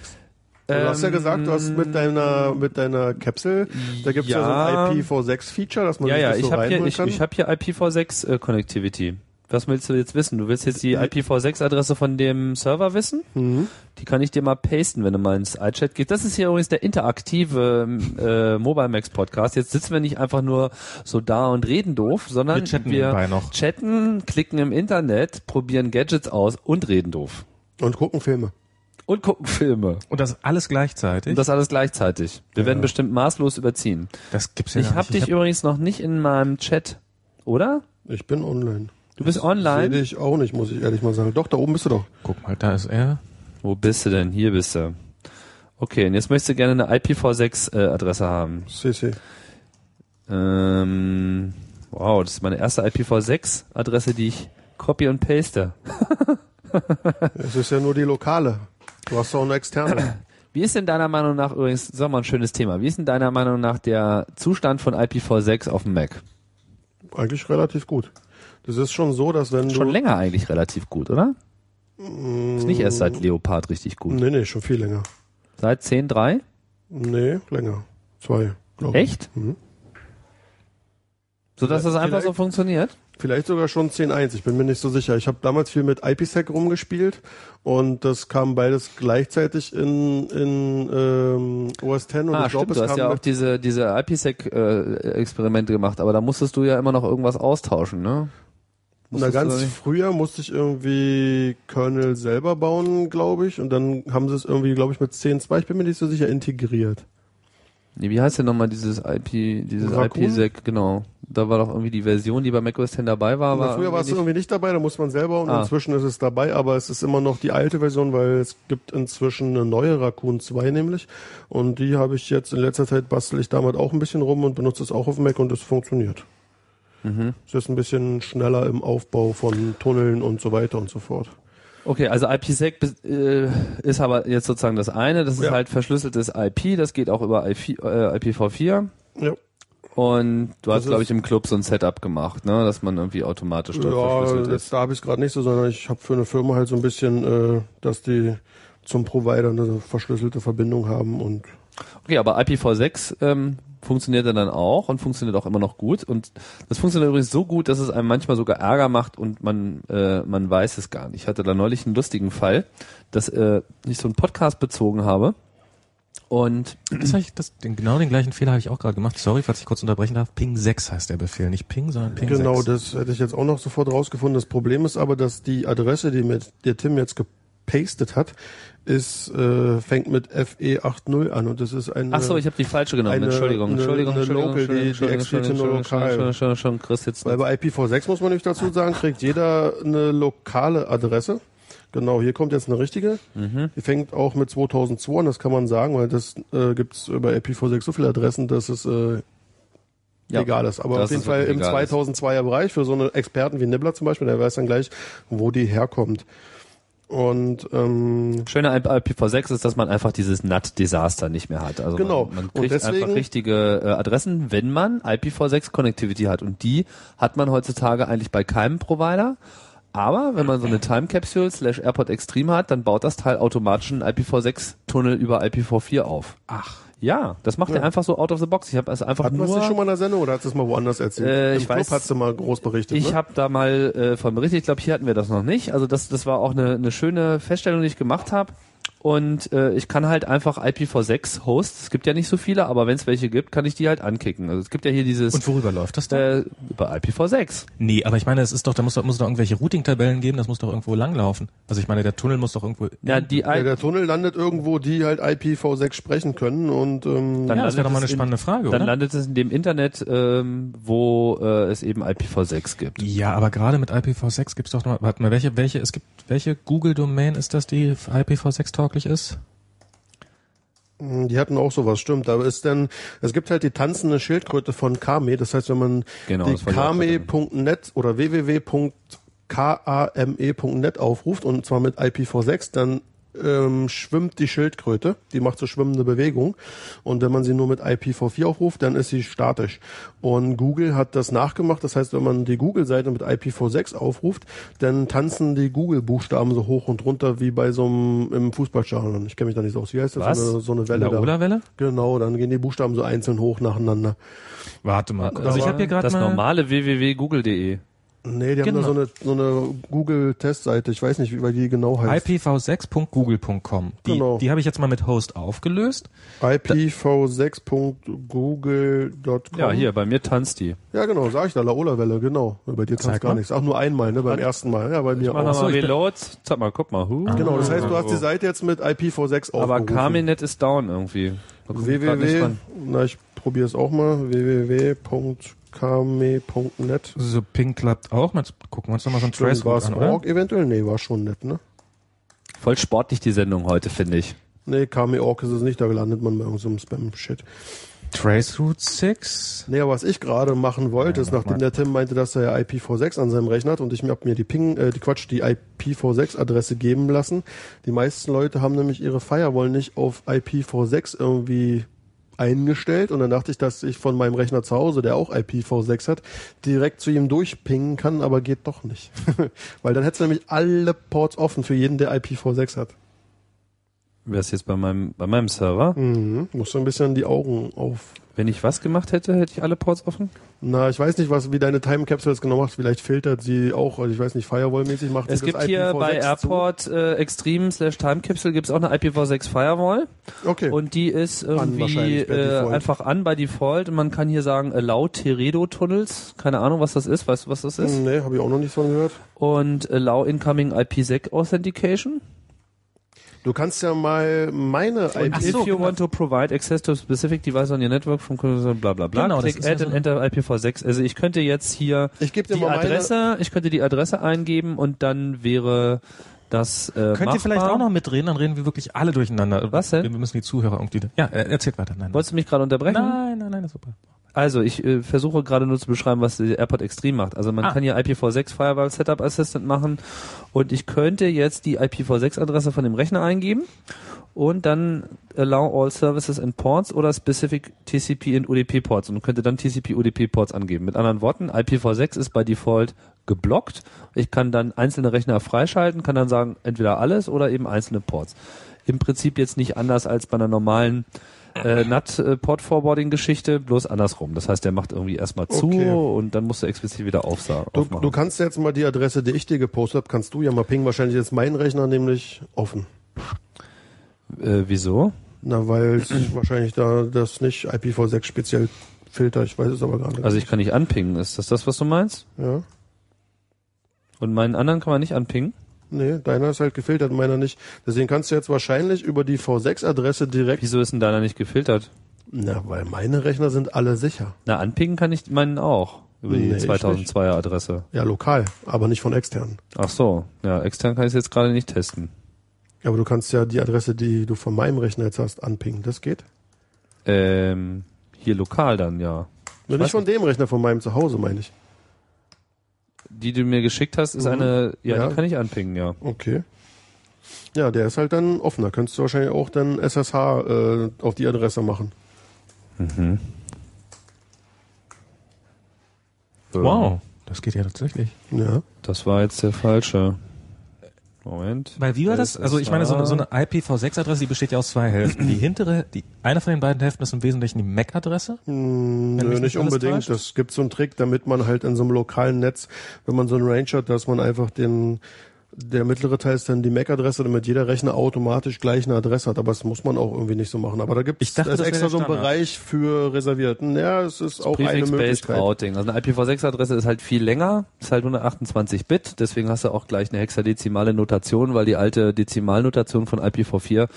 C: Du hast ja gesagt, du hast mit deiner mit deiner Capsule, da gibt's ja,
A: Ähm, ja.
C: so ein IPv6-Feature, dass man
A: Ja,
C: sich
A: ja,
C: das so
A: ich habe hier,
C: reinholen
A: ich,
C: kann.
A: ich hab hier IPv6 äh, Connectivity. Was willst du jetzt wissen? Du willst jetzt
C: Äh,
A: die IPv6 Adresse von dem Server wissen?
C: Mhm.
A: Die kann ich dir mal pasten, wenn du mal ins iChat gehst. Das ist hier übrigens der interaktive äh, Mobile Max Podcast. Jetzt sitzen wir nicht einfach nur so da und reden doof, sondern
B: Wir chatten nebenbei
A: wir
B: noch.
A: chatten, klicken im Internet, probieren Gadgets aus und reden doof.
C: Und gucken Filme.
A: Und gucken Filme.
B: und das alles gleichzeitig.
A: Und das alles gleichzeitig. Wir werden bestimmt maßlos überziehen.
B: das gibt's ja
A: ich
B: gar
A: habe
B: nicht.
A: dich übrigens noch nicht in meinem Chat, oder?
C: Ich bin online.
A: Du bist
C: Nein.
A: online.
C: Sehe ich auch nicht, muss ich ehrlich mal sagen. Doch, da oben bist du doch.
B: Guck mal, da ist er.
A: Wo bist du denn? Hier bist du. Okay, und jetzt möchtest du gerne eine IPv6-Adresse äh, haben.
C: CC.
A: Ähm, wow, das ist meine erste IPv6-Adresse, die ich copy und paste.
C: Es ist ja nur die lokale. Du hast doch
A: <clears throat>
C: eine externe.
A: Wie ist denn deiner Meinung nach, übrigens, sag mal ein schönes Thema, wie ist denn deiner Meinung nach der Zustand von IPv6 auf dem Mac?
C: Eigentlich relativ gut. Das ist schon so, dass wenn
A: Schon
C: du... Mm,
A: länger eigentlich relativ gut, oder? Ist nicht erst seit Leopard richtig gut.
C: Nee, nee, schon viel länger.
A: Seit 10.3?
C: Nee, länger. Zwei, glaube ich. Mhm.
A: Echt? So dass das einfach so funktioniert?
C: Vielleicht sogar schon 10.1, ich bin mir nicht so sicher. Ich habe damals viel mit IPsec rumgespielt und das kam beides gleichzeitig in, in ähm, OS X und
A: Ah,
C: ich glaube,
A: stimmt,
C: es
A: du hast
C: kam
A: ja auch
C: mit,
A: diese, diese IPsec-Experimente gemacht, aber da musstest du ja immer noch irgendwas austauschen, ne?
C: na,
A: musstest du
C: ganz
A: da nicht-
C: früher musste ich irgendwie Kernel selber bauen, glaube ich, und dann haben sie es irgendwie, glaube ich, mit 10.2, ich bin mir nicht so sicher, integriert.
A: Nee, wie heißt denn nochmal dieses IP, dieses
C: Raccoon?
A: IPsec, genau. Da war doch irgendwie die Version, die bei macOS 10 dabei war,
C: Na,
A: war
C: früher war es
A: irgendwie nicht-
C: irgendwie nicht dabei, da muss man selber und
A: Ah.
C: inzwischen ist es dabei, aber es ist immer noch die alte Version, weil es gibt inzwischen eine neue Raccoon 2 nämlich und die habe ich jetzt in letzter Zeit bastel ich damit auch ein bisschen rum und benutze es auch auf dem Mac und es funktioniert.
A: Mhm.
C: Es ist ein bisschen schneller im Aufbau von Tunneln und so weiter und so fort.
A: Okay, also IPsec bis- äh, ist aber jetzt sozusagen das eine, das ist
C: Ja.
A: halt verschlüsseltes IP, das geht auch über IP, äh, IPv4
C: Ja,
A: und du hast,
C: ist-
A: glaube ich, im Club so ein Setup gemacht, ne, dass man irgendwie automatisch dort
C: ja
A: verschlüsselt ist.
C: jetzt, da habe ich es gerade nicht so, sondern ich habe für eine Firma halt so ein bisschen, äh, dass die zum Provider eine verschlüsselte Verbindung haben und
A: Okay, aber IPv6 ähm, funktioniert er dann auch und funktioniert auch immer noch gut. Und das funktioniert übrigens so gut, dass es einem manchmal sogar Ärger macht und man, äh, man weiß es gar nicht. Ich hatte da neulich einen lustigen Fall, dass äh, ich so einen Podcast bezogen habe und
B: Das hab ich, das, den, genau den gleichen Fehler habe ich auch gerade gemacht. Sorry, falls ich kurz unterbrechen darf. Ping 6 heißt der Befehl. Nicht Ping, sondern Ping
C: Genau,
B: 6.
C: das hätte ich jetzt auch noch sofort rausgefunden. Das Problem ist aber, dass die Adresse, die mir der Tim jetzt gepastet hat, ist, äh, fängt mit FE80 an und das ist eine.
A: ach so, ich habe die falsche genommen.
C: Eine-
A: Entschuldigung,
C: eine-
A: Entschuldigung,
C: eine
A: Entschuldigung,
C: Local, die- die
A: Entschuldigung,
C: explizit
A: Entschuldigung,
C: nur
A: Entschuldigung,
C: lokal.
A: Entschuldigung, Entschuldigung, Chris jetzt.
C: weil bei IPv6 muss man nämlich dazu sagen, kriegt jeder eine lokale Adresse. Genau, hier kommt jetzt eine richtige.
A: Mhm.
C: Die fängt auch mit 2002 an, das kann man sagen, weil das äh, gibt's bei IP46 so viele Adressen, dass es äh,
A: Ja.
C: egal ist. Aber
A: Dass
C: auf jeden
A: es
C: Fall im
A: wirklich egal ist.
C: 2002er Bereich für so eine Experten wie Nibbler zum Beispiel, der weiß dann gleich, wo die herkommt. Und ähm,
A: Schöne an IPv6 ist, dass man einfach dieses NAT-Desaster nicht mehr hat. Also
C: Genau.
A: man, man
C: Und
A: kriegt
C: deswegen-
A: einfach richtige äh, Adressen, wenn man IPv6-Connectivity hat. Und die hat man heutzutage eigentlich bei keinem Provider. Aber wenn man so eine Time Capsule slash Airport Extreme hat, dann baut das Teil automatisch einen IPv6-Tunnel über IPv4 auf. Ach. Ja, das macht er einfach so out of the box. Ich habe also einfach
C: hatten wir
A: nur...
C: es nicht schon mal in der Sendung oder hast du es mal woanders erzählt?
A: Äh,
C: Im
A: ich
C: Club
A: weiß-
C: hast du mal groß berichtet.
A: Ich
C: ne?
A: habe da mal äh, von berichtet. Ich glaube, hier hatten wir das noch nicht. Also das, das war auch eine, eine schöne Feststellung, die ich gemacht habe. Und äh, ich kann halt einfach IPv6 Hosts. Es gibt ja nicht so viele, aber wenn es welche gibt, kann ich die halt ankicken. Also es gibt ja hier dieses
B: Und worüber läuft das da?
A: äh, über IPv6.
B: Nee, aber ich meine, es ist doch, da muss doch, muss doch irgendwelche Routing-Tabellen geben, das muss doch irgendwo langlaufen. Also ich meine, der Tunnel muss doch irgendwo.
A: Ja, die I
C: ja, der Tunnel landet irgendwo, die halt IPv6 sprechen können und ähm,
A: Dann
B: ja, das
A: landet
B: wäre doch mal eine
A: es in-
B: spannende Frage,
A: dann
B: oder?
A: landet es in dem Internet, ähm, wo äh, es eben IPv6 gibt.
B: Ja, aber gerade mit IPv6 gibt's doch noch, warte mal, welche, welche, es gibt, welche Google-Domain ist das, die IPv6-tauglich ist?
C: Hm, Die hatten auch sowas, stimmt. Aber ist dann, es gibt halt die tanzende Schildkröte von Kame. Das heißt, wenn man
A: Genau,
C: die
A: das wollte ich auch
C: kame.net oder www.kame.net E aufruft und zwar mit IPv6, dann ähm, schwimmt die Schildkröte. Die macht so schwimmende Bewegung. Und wenn man sie nur mit IPv4 aufruft, dann ist sie statisch. Und Google hat das nachgemacht. Das heißt, wenn man die Google-Seite mit IPv6 aufruft, dann tanzen die Google-Buchstaben so hoch und runter wie bei so einem im Fußballstadion. Ich kenne mich da nicht so aus. Wie heißt das?
A: Was?
C: So eine, so eine Welle da.
B: Laola-Welle?
C: Genau, dann gehen die Buchstaben so einzeln hoch nacheinander.
B: Warte mal. Also ich habe hier gerade
A: das
B: mal.
A: normale www.google.de.
C: Nee, die
B: Genau.
C: haben da so eine, so eine Google-Testseite. Ich weiß nicht, wie weil die genau heißt.
B: IPv6.google.com. Die,
C: Genau.
B: die habe ich jetzt mal mit Host aufgelöst.
C: IPv6.google.com.
A: Ja, hier, bei mir tanzt die.
C: Ja, genau, sag ich da, Laola-Welle, genau. Bei dir kannst
B: Zeig
C: gar
B: mal.
C: nichts. Auch nur einmal, ne, beim ersten Mal. Ja, bei mir
A: Mach
C: auch.
B: so,
A: nochmal
B: ich bin-
A: Reload. Sag mal, guck mal. Huh.
C: Genau, das heißt, du
B: Oh.
C: hast die Seite jetzt mit IPv6
A: Aber
C: aufgerufen.
A: Carminet ist down irgendwie. Da kommt grad nicht
C: www.
A: ran.
C: Na, ich probiere es auch mal. www.kame.net.
B: So, Ping klappt auch. Mal gucken wir uns nochmal so ein Trace
C: War
B: Route
C: es
B: an, oder?
C: Org eventuell? Nee, war schon nett, ne?
A: Voll sportlich die Sendung heute, finde ich.
C: Nee, Kame Org ist es nicht, da landet man bei irgendeinem Spam-Shit.
B: Trace Route 6.
C: Nee, aber was ich gerade machen wollte, ist,
B: mach
C: nachdem
B: mal.
C: der Tim meinte, dass er ja IPv6 an seinem Rechner hat und ich mir hab mir die Ping, äh, die Quatsch, die IPv6-Adresse geben lassen. Die meisten Leute haben nämlich ihre Firewall nicht auf IPv6 irgendwie eingestellt und dann dachte ich, dass ich von meinem Rechner zu Hause, der auch IPv6 hat, direkt zu ihm durchpingen kann, aber geht doch nicht. <laughs> Weil dann hättest du nämlich alle Ports offen für jeden, der IPv6 hat.
A: Wäre es jetzt bei meinem, bei meinem Server?
C: Mhm. Musst du ein bisschen die Augen auf
A: Wenn ich was gemacht hätte, hätte ich alle Ports offen?
C: Na, ich weiß nicht, was wie deine Time Capsules genau macht. Vielleicht filtert sie auch, also ich weiß nicht, Firewall-mäßig macht
A: Es
C: sie
A: gibt
C: das
A: hier
C: IPv6
A: bei Airport äh, Extreme slash Time Capsule gibt es auch eine IPv6 Firewall
C: Zu. Okay.
A: und die ist irgendwie
C: wahrscheinlich, per
A: äh,
C: Default.
A: einfach an bei Default und man kann hier sagen Allow Teredo Tunnels, keine Ahnung was das ist, weißt du was das ist?
C: Hm, nee, habe ich auch noch nichts von gehört.
A: Und Allow Incoming IPsec Authentication.
C: Du kannst ja mal meine IP.
A: If you want to provide access to a specific device on your network from bla bla bla,
B: Genau, das
A: click
B: ist ja
A: add
B: so-
A: and enter IPv6. Also ich könnte jetzt hier
C: Ich gebe dir
A: die
C: mal meine.
A: Adresse, ich könnte die Adresse eingeben und dann wäre das äh,
B: Könnt
A: machbar.
B: ihr vielleicht auch noch mitreden, dann reden wir wirklich alle durcheinander.
A: Was denn?
B: Wir müssen die Zuhörer irgendwie. Ja, äh, erzählt weiter. Nein,
A: Wolltest du mich gerade unterbrechen?
B: nein, nein, nein, das ist super.
A: Also, ich äh, versuche gerade nur zu beschreiben, was der AirPod Extreme macht. Also, man
B: Ah.
A: kann hier IPv6 Firewall Setup Assistant machen und ich könnte jetzt die IPv6 Adresse von dem Rechner eingeben und dann allow all services and ports oder specific TCP and UDP Ports und könnte dann TCP UDP Ports angeben. Mit anderen Worten, IPv6 ist bei Default geblockt. Ich kann dann einzelne Rechner freischalten, kann dann sagen, entweder alles oder eben einzelne Ports. Im Prinzip jetzt nicht anders als bei einer normalen äh, NAT-Port-Forwarding-Geschichte, bloß andersrum. Das heißt, der macht irgendwie erstmal zu
C: Okay.
A: und dann musst du explizit wieder aufsagen.
C: Du, du kannst jetzt mal die Adresse, die ich dir gepostet habe, kannst du ja mal pingen. Wahrscheinlich ist mein Rechner nämlich offen.
A: äh, wieso?
C: Na, weil
A: <clears throat>
C: es wahrscheinlich da das nicht IPv6 speziell filtert. Ich weiß es aber gar nicht.
A: Also ich kann nicht anpingen. Ist das das, was du meinst?
C: ja.
A: Und meinen anderen kann man nicht anpingen?
C: Nee, deiner ist halt gefiltert, meiner nicht. Deswegen kannst du jetzt wahrscheinlich über die V6-Adresse direkt
A: Wieso ist denn deiner nicht gefiltert?
C: Na, weil meine Rechner sind alle sicher.
A: Na, anpingen kann ich meinen auch. Über die
C: Nee, ich
A: 2002er Adresse.
C: Ja, lokal, aber nicht von extern.
A: Ach so. Ja, extern kann ich es jetzt gerade nicht testen.
C: Aber du kannst ja die Adresse, die du von meinem Rechner jetzt hast, anpingen. Das geht.
A: Ähm, hier lokal dann, ja.
C: Nur
A: weiß
C: nicht von dem Rechner, von meinem Zuhause, meine ich.
A: Die, die du mir geschickt hast, ist eine, ja,
C: Mhm. Ja.
A: die kann ich anpingen, ja.
C: Okay. Ja, der ist halt dann offen. Da könntest du wahrscheinlich auch dann SSH äh, auf die Adresse machen. Mhm.
B: Wow, das geht ja tatsächlich.
C: Ja.
A: Das war jetzt der falsche. Moment.
B: Weil wie war das? Also ich meine, so eine, so eine IPv6-Adresse, die besteht ja aus zwei Hälften.
A: Mhm.
B: Die hintere, die eine von den beiden Hälften ist im Wesentlichen die E MAC-Adresse.
C: Nö,
B: mich
C: nicht,
B: nicht alles
C: unbedingt.
B: täuscht.
C: Das gibt so einen Trick, damit man halt in so einem lokalen Netz, wenn man so einen Range hat, dass man einfach den der mittlere Teil ist dann die MAC-Adresse, damit jeder Rechner automatisch gleich eine Adresse hat. Aber das muss man auch irgendwie nicht so machen. Aber da gibt
B: Ich
C: es
B: dachte, das wäre
C: extra
B: der
C: so einen
B: Standard.
C: Bereich für Reservierten. Ja, es ist auch eine
A: Prefix-Based
C: Möglichkeit.
A: Routing. Also eine IPv6-Adresse ist halt viel länger, ist halt 128 Bit, deswegen hast du auch gleich eine hexadezimale Notation, weil die alte Dezimalnotation von IPv4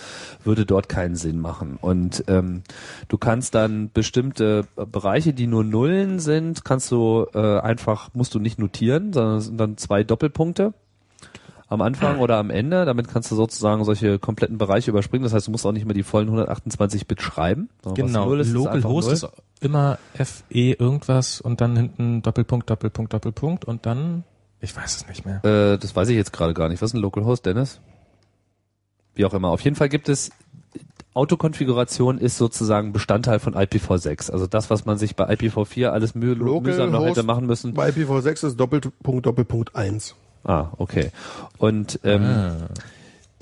A: würde dort keinen Sinn machen. Und ähm, du kannst dann bestimmte Bereiche, die nur Nullen sind, kannst du äh, einfach, musst du nicht notieren, sondern es sind dann zwei Doppelpunkte am Anfang oder am Ende. Damit kannst du sozusagen solche kompletten Bereiche überspringen. Das heißt, du musst auch nicht mehr die vollen 128 Bit schreiben. sondern was
B: Genau,
A: Null ist, ist einfach
B: Localhost
A: Null.
B: ist immer FE irgendwas und dann hinten Doppelpunkt, Doppelpunkt, Doppelpunkt und dann, ich weiß es nicht mehr.
A: Äh, das weiß ich jetzt gerade gar nicht. Was ist ein Localhost, Dennis? Wie auch immer. Auf jeden Fall gibt es Autokonfiguration ist sozusagen Bestandteil von IPv6. Also das, was man sich bei IPv4 alles mühe mühsam noch hätte
C: Localhost
A: machen müssen.
C: Bei IPv6 ist Doppelpunkt, Doppelpunkt eins.
A: Ah, okay. Und ähm,
B: Ah.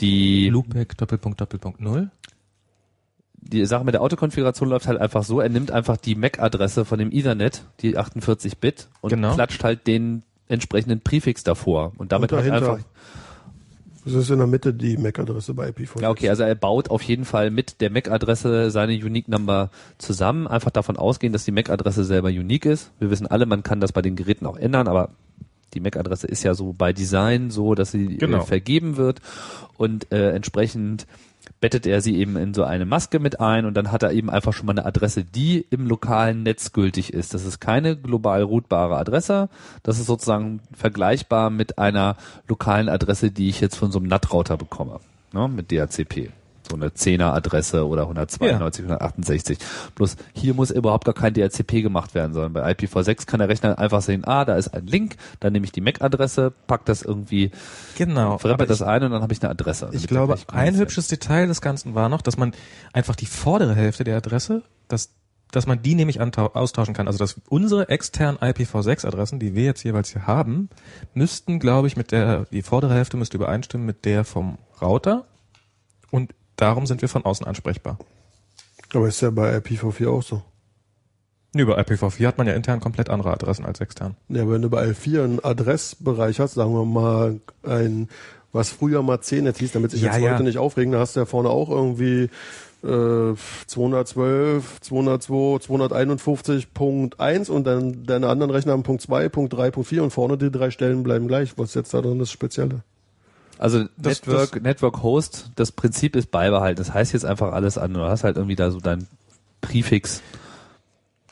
A: die
B: Loopback, Doppelpunkt, Doppelpunkt, Null.
A: die Sache mit der Autokonfiguration läuft halt einfach so, er nimmt einfach die MAC-Adresse von dem Ethernet, die 48-Bit, und
B: Genau.
A: klatscht halt den entsprechenden Präfix davor. Und damit
C: Und
A: halt
C: dahinter.
A: einfach.
C: Das ist in der Mitte die MAC-Adresse bei IPv6.
A: Ja, okay, also er baut auf jeden Fall mit der MAC-Adresse seine Unique Number zusammen. Einfach davon ausgehen, dass die MAC-Adresse selber unique ist. Wir wissen alle, man kann das bei den Geräten auch ändern, aber die MAC-Adresse ist ja so bei Design so, dass sie
B: Genau.
A: äh, vergeben wird und äh, entsprechend bettet er sie eben in so eine Maske mit ein und dann hat er eben einfach schon mal eine Adresse, die im lokalen Netz gültig ist. Das ist keine global routbare Adresse. Das ist sozusagen vergleichbar mit einer lokalen Adresse, die ich jetzt von so einem NAT-Router bekomme, ne, mit DHCP. So eine 10er-Adresse oder 192, 168. Bloß hier muss überhaupt gar kein DHCP gemacht werden, sondern bei IPv6 kann der Rechner einfach sehen, ah, da ist ein Link, dann nehme ich die MAC-Adresse, pack das irgendwie,
B: Genau.
A: verrempel das ein und dann habe ich eine Adresse.
B: Ich
A: Damit
B: glaube,
A: kann ich
B: ein
A: kommunizieren.
B: hübsches Detail des Ganzen war noch, dass man einfach die vordere Hälfte der Adresse, dass, dass man die nämlich antau- austauschen kann. Also dass unsere externen IPv6-Adressen, die wir jetzt jeweils hier haben, müssten, glaube ich, mit der, die vordere Hälfte müsste übereinstimmen mit der vom Router und darum sind wir von außen ansprechbar.
C: Aber ist ja bei IPv4 auch so.
B: Nö, bei IPv4 hat man ja intern komplett andere Adressen als extern.
C: Ja, wenn du bei L4 einen Adressbereich hast, sagen wir mal ein, was früher mal CNET hieß, damit sich
B: Ja,
C: jetzt
B: ja.
C: Leute nicht aufregen, da hast du ja vorne auch irgendwie äh, 212, 202, 251.1 und dann deine anderen Rechner haben Punkt 2, Punkt 3, Punkt 4 und vorne die drei Stellen bleiben gleich. Was ist jetzt da drin das Spezielle?
A: Also
B: Das-
A: Network, Network Host, das Prinzip ist beibehalten. Das heißt jetzt einfach alles an. Du hast halt irgendwie da so deinen Präfix.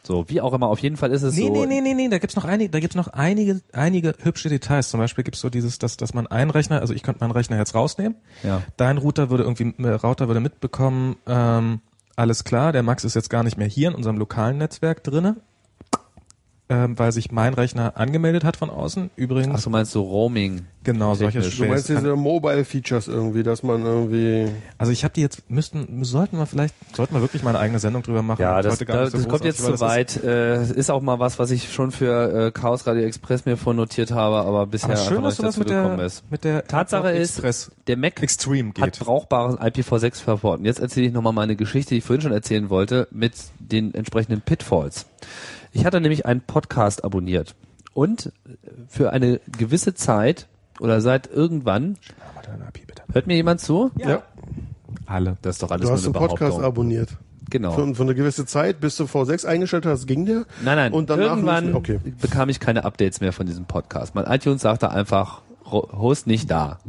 A: So, wie auch immer, auf jeden Fall ist es
B: Nee,
A: so.
B: nee, nee, nee, nee, da gibt's noch einige, da gibt's noch einige, einige hübsche Details. Zum Beispiel gibt's so dieses, dass, dass man einen Rechner, also ich könnte meinen Rechner jetzt rausnehmen.
A: Ja.
B: Dein Router würde irgendwie, äh, Router würde mitbekommen, ähm, alles klar, der Max ist jetzt gar nicht mehr hier in unserem lokalen Netzwerk drinne, ähm, weil sich mein Rechner angemeldet hat von außen. Übrigens,
A: Ach, du meinst so Roaming.
B: genau, solche
A: technisch.
C: Du meinst
B: Späße.
C: diese Mobile Features irgendwie, dass man irgendwie
B: Also ich habe die jetzt, müssten, sollten wir vielleicht, sollten wir wirklich mal eine eigene Sendung drüber machen.
A: Ja,
B: Ich
A: das,
B: wollte gar
A: da,
B: nicht so
A: das kommt
B: groß
A: jetzt
B: aus, weil
A: zu
B: das ist-
A: weit. Äh, ist auch mal was, was ich schon für äh, Chaos Radio Express mir vornotiert habe, aber bisher
B: Aber
A: einfach
B: schön,
A: noch
B: dass
A: nicht
B: du das
A: dazu
B: mit
A: gekommen
B: der,
A: ist.
B: mit der
A: Tatsache ist,
B: Express
A: der Mac
B: Extreme geht.
A: hat brauchbaren IPv6-Verport. Und jetzt erzähle ich nochmal meine Geschichte, die ich vorhin schon erzählen wollte, mit den entsprechenden Pitfalls. Ich hatte nämlich einen Podcast abonniert und für eine gewisse Zeit oder seit irgendwann,
B: Mach mal deine IP bitte.
A: hört mir jemand zu?
C: Ja.
B: Alle.
A: Das ist doch alles
C: Du
A: nur
C: hast
A: eine
C: einen Podcast
A: Behauptung.
C: abonniert.
A: Genau.
C: Für, für eine gewisse Zeit, bis du V6 eingestellt hast, ging der.
A: Nein, nein.
C: Und danach
A: irgendwann
C: nicht- okay.
A: bekam ich keine Updates mehr von diesem Podcast. Mein iTunes sagte einfach, Ro- Host nicht da.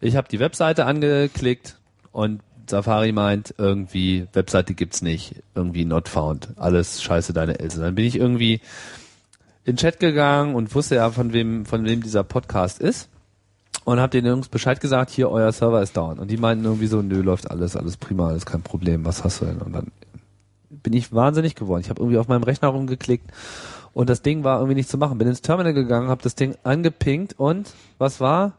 A: Ich habe die Webseite angeklickt und Safari meint irgendwie, Webseite gibt's nicht, irgendwie not found, alles scheiße deine Else. Dann bin ich irgendwie in den Chat gegangen und wusste ja, von wem, von wem dieser Podcast ist. Und hab den Jungs Bescheid gesagt, hier, euer Server ist down. Und die meinten irgendwie so, nö, läuft alles, alles prima, alles kein Problem, was hast du denn? Und dann bin ich wahnsinnig geworden. Ich habe irgendwie auf meinem Rechner rumgeklickt und das Ding war irgendwie nicht zu machen. Bin ins Terminal gegangen, habe das Ding angepinkt und was war?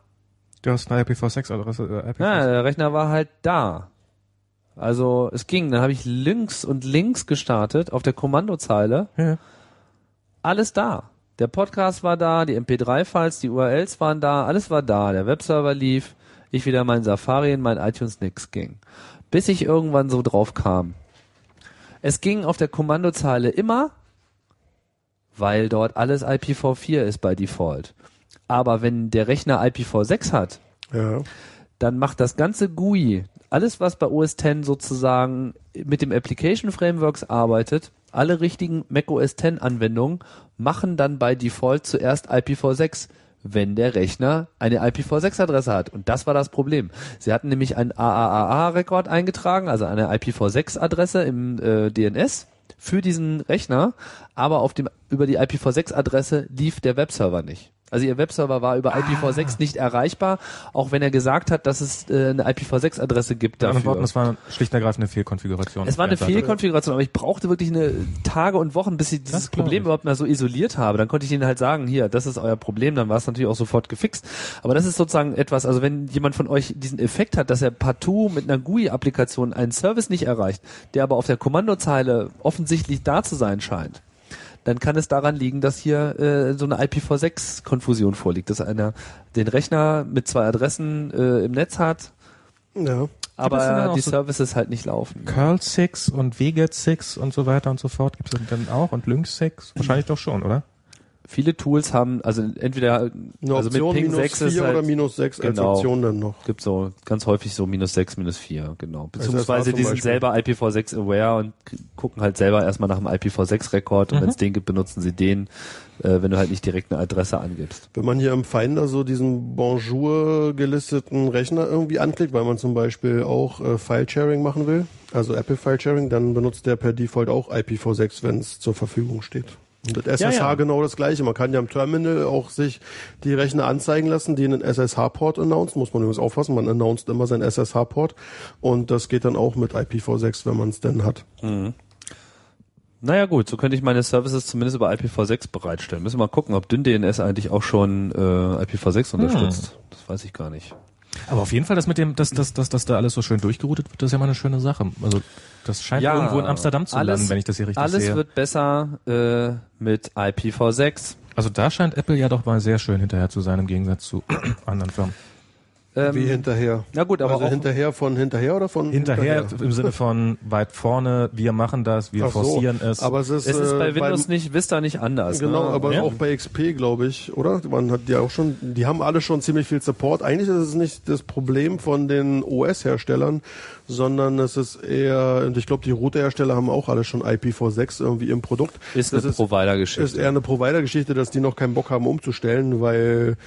B: Du hast eine IPv6-Adresse. Äh, IPv6.
A: Ja, der Rechner war halt da. Also es ging. Dann habe ich links und links gestartet auf der Kommandozeile.
B: Ja.
A: Alles da. Der Podcast war da, die MP3-Files, die URLs waren da, alles war da. Der Webserver lief. Ich wieder mein Safari in mein iTunes nix ging. Bis ich irgendwann so drauf kam. Es ging auf der Kommandozeile immer, weil dort alles IPv4 ist bei Default. Aber wenn der Rechner IPv6 hat,
C: Ja.
A: dann macht das ganze GUI, alles was bei OS X sozusagen mit dem Application Frameworks arbeitet, alle richtigen Mac OS X Anwendungen machen dann bei Default zuerst IPv6, wenn der Rechner eine IPv6 Adresse hat. Und das war das Problem. Sie hatten nämlich einen AAAA Rekord eingetragen, also eine IPv6 Adresse im äh, DNS für diesen Rechner, aber auf dem, über die IPv6 Adresse lief der Webserver nicht. Also ihr Webserver war über IPv6 nicht erreichbar, auch wenn er gesagt hat, dass es äh, eine IPv6 Adresse gibt
B: Mit anderen
A: dafür.
B: Worten, das war schlicht und ergreifend eine Fehlkonfiguration.
A: Es war eine
B: Ja, da-
A: Fehlkonfiguration, aber ich brauchte wirklich eine Tage und Wochen, bis ich dieses
B: glaub
A: Problem
B: ich.
A: überhaupt mal so isoliert habe. Dann konnte ich ihnen halt sagen, hier, das ist euer Problem, dann war es natürlich auch sofort gefixt. Aber das ist sozusagen etwas, also wenn jemand von euch diesen Effekt hat, dass er partout mit einer GUI-Applikation einen Service nicht erreicht, der aber auf der Kommandozeile offensichtlich da zu sein scheint, dann kann es daran liegen, dass hier äh, so eine IPv6-Konfusion vorliegt, dass einer den Rechner mit zwei Adressen äh, im Netz hat,
C: Ja.
B: das denn dann
A: aber
B: auch
A: die
B: so-
A: Services halt nicht laufen.
B: Curl 6 und Veget 6 und so weiter und so fort gibt es dann auch und Lynx 6? Wahrscheinlich doch schon, oder?
A: viele Tools haben, also entweder
C: Eine
A: also mit
C: Option
A: Ping
C: minus
A: 6 ist
C: 4 oder
A: halt,
C: minus 6
A: Genau.
C: als Option dann noch.
A: gibt so ganz häufig so minus 6, minus 4, genau.
C: heißt,
A: Beziehungsweise
C: Also zum
A: die sind
C: Beispiel-
A: selber IPv6 aware und k- gucken halt selber erstmal nach dem IPv6-Rekord und wenn
B: Mhm.
A: es den gibt, benutzen sie den, äh, wenn du halt nicht direkt eine Adresse angibst.
C: Wenn man hier im Finder so diesen Bonjour gelisteten Rechner irgendwie anklickt, weil man zum Beispiel auch äh, File-Sharing machen will, also Apple-File-Sharing, dann benutzt der per Default auch IPv6, wenn es zur Verfügung steht. Und das SSH
A: ja.
C: genau das gleiche. Man kann ja im Terminal auch sich die Rechner anzeigen lassen, die einen SSH-Port announcen. Muss man übrigens aufpassen, man announced immer seinen SSH-Port. Und das geht dann auch mit IPv6, wenn man es denn hat.
A: Naja gut, so könnte ich meine Services zumindest über IPv6 bereitstellen. Müssen wir mal gucken, ob DynDNS eigentlich auch schon äh, IPv6
B: Hm.
A: unterstützt. Das weiß ich gar nicht.
B: Aber auf jeden Fall, das mit dem, dass, dass, dass, dass da alles so schön durchgeroutet wird, das ist ja mal eine schöne Sache. Also das scheint irgendwo in Amsterdam zu
A: alles-
B: landen, wenn ich das hier richtig
A: Alles
B: sehe.
A: wird besser äh, mit IPv6.
B: Also da scheint Apple ja doch mal sehr schön hinterher zu sein im Gegensatz zu <clears throat> anderen Firmen.
A: Ähm,
C: Wie hinterher.
A: na gut, aber
C: also
A: auch-
C: hinterher von hinterher oder von
B: Hinterher im Sinne von weit vorne, wir machen das, wir
C: Ach so.
B: forcieren es.
C: Aber es ist,
A: Es ist
C: äh,
A: bei
C: beim-
A: Windows ne? nicht, Vista nicht anders.
C: Genau,
A: ne?
C: aber
B: Ja.
C: auch bei XP, glaube ich, oder? Man hat ja auch schon, die haben alle schon ziemlich viel Support. Eigentlich ist es nicht das Problem von den OS-Herstellern, sondern es ist eher, und ich glaube, die Router-Hersteller haben auch alle schon IPv6 irgendwie im Produkt.
A: ist eine
C: das ist, ist
A: Provider-Geschichte.
C: eher eine Provider-Geschichte, dass die noch keinen Bock haben umzustellen, weil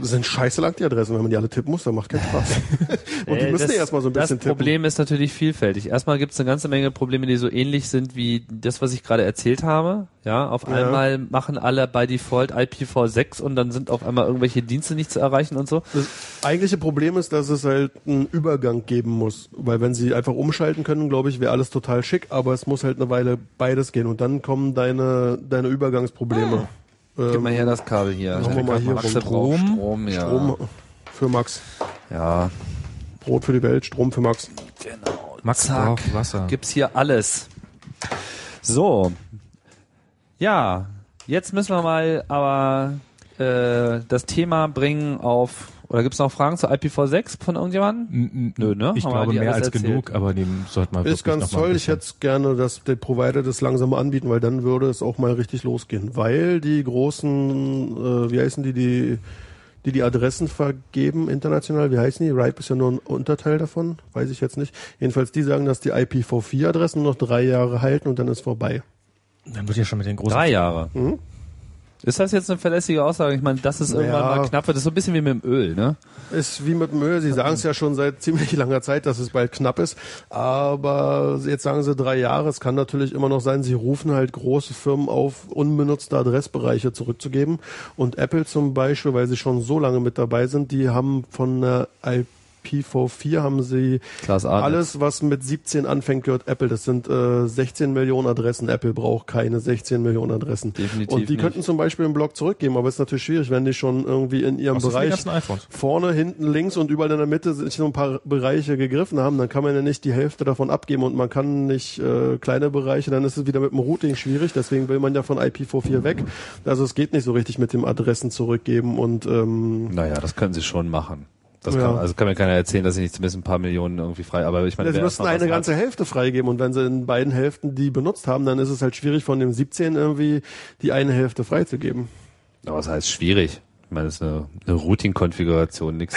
C: das sind scheiße lang die Adressen, wenn man die alle tippen muss, dann macht keinen
A: <laughs>
C: Spaß. <laughs> und die
A: Äh,
C: müssen
A: das-
C: ja erstmal so ein bisschen
A: Das Problem ist natürlich vielfältig. Erstmal gibt es eine ganze Menge Probleme, die so ähnlich sind wie das, was ich gerade erzählt habe. Ja, auf einmal machen alle bei Default IPv6 und dann sind auf einmal irgendwelche Dienste nicht zu erreichen und so.
C: Das eigentliche Problem ist, dass es halt einen Übergang geben muss. Weil wenn sie einfach umschalten können, glaube ich, wäre alles total schick, aber es muss halt eine Weile beides gehen und dann kommen deine, deine Übergangsprobleme. Ähm,
A: Gib mal her das Kabel hier.
C: machen wir mal hier rum
A: Strom.
B: drauf.
A: Strom, ja.
C: Strom für Max.
A: Ja,
C: Brot für die Welt, Strom für Max.
A: genau.
B: Max
A: Zack.
B: braucht Wasser.
A: Gibt's hier alles. So. Ja, jetzt müssen wir mal aber äh, das Thema bringen auf. Oder gibt's noch Fragen zu IPv6 von irgendjemandem? Nö,
B: Nö,
A: ne?
B: Ich
A: Haben wir
B: glaube
A: die
B: mehr
A: alles
B: als
A: erzählt?
B: genug, aber dem sollte man wirklich
C: Ist
B: noch
C: ganz
B: mal ein
C: toll. Ich
B: bisschen-
C: hätte gerne, dass der Provider das langsam anbieten, weil dann würde es auch mal richtig losgehen. Weil die großen, äh, wie heißen die, die, die die Adressen vergeben international, wie heißen die? RIPE ist ja nur ein Unterteil davon, weiß ich jetzt nicht. Jedenfalls die sagen, dass die IPv4-Adressen noch drei Jahre halten und dann ist vorbei.
A: Mhm.
B: Dann wird ja schon mit den großen
A: Drei Jahre. Ist das jetzt eine verlässliche Aussage? Ich meine, das ist irgendwann
C: Ja.
A: mal knapp wird. Das ist so ein bisschen wie mit dem Öl, ne?
C: Ist wie mit dem Öl. Sie sagen es ja schon seit ziemlich langer Zeit, dass es bald knapp ist. Aber jetzt sagen sie drei Jahre. Es kann natürlich immer noch sein, sie rufen halt große Firmen auf, unbenutzte Adressbereiche zurückzugeben. Und Apple zum Beispiel, weil sie schon so lange mit dabei sind, die haben von der IPv4 haben sie
A: Klaas Arnold.
C: alles, was mit 17 anfängt, gehört Apple. Das sind äh, 16 Millionen Adressen. Apple braucht keine 16 Millionen Adressen.
A: Definitiv
C: Und die
A: nicht.
C: könnten zum Beispiel einen Blog zurückgeben, aber es ist natürlich schwierig, wenn die schon irgendwie in ihrem
B: Was ist mit den
C: Bereich
B: ganzen iPhones?
C: vorne, hinten, links und überall in der Mitte sind so ein paar Bereiche gegriffen haben, dann kann man ja nicht die Hälfte davon abgeben und man kann nicht äh, kleine Bereiche, dann ist es wieder mit dem Routing schwierig, deswegen will man ja von IPv4 weg. Also es geht nicht so richtig mit dem Adressen zurückgeben und ähm,
A: Naja, das können sie schon machen. Das
C: Ja.
A: kann, also kann mir keiner erzählen, dass sie nicht zumindest ein paar Millionen irgendwie frei, aber ich meine,
C: sie
A: wer
C: müssten
A: erstmal
C: eine
A: was
C: ganze Hälfte freigeben und wenn sie in beiden Hälften die benutzt haben, dann ist es halt schwierig von dem 17 irgendwie die eine Hälfte freizugeben.
A: Hat, aber das heißt schwierig. Ich meine, das ist eine, eine Routing-Konfiguration, nichts.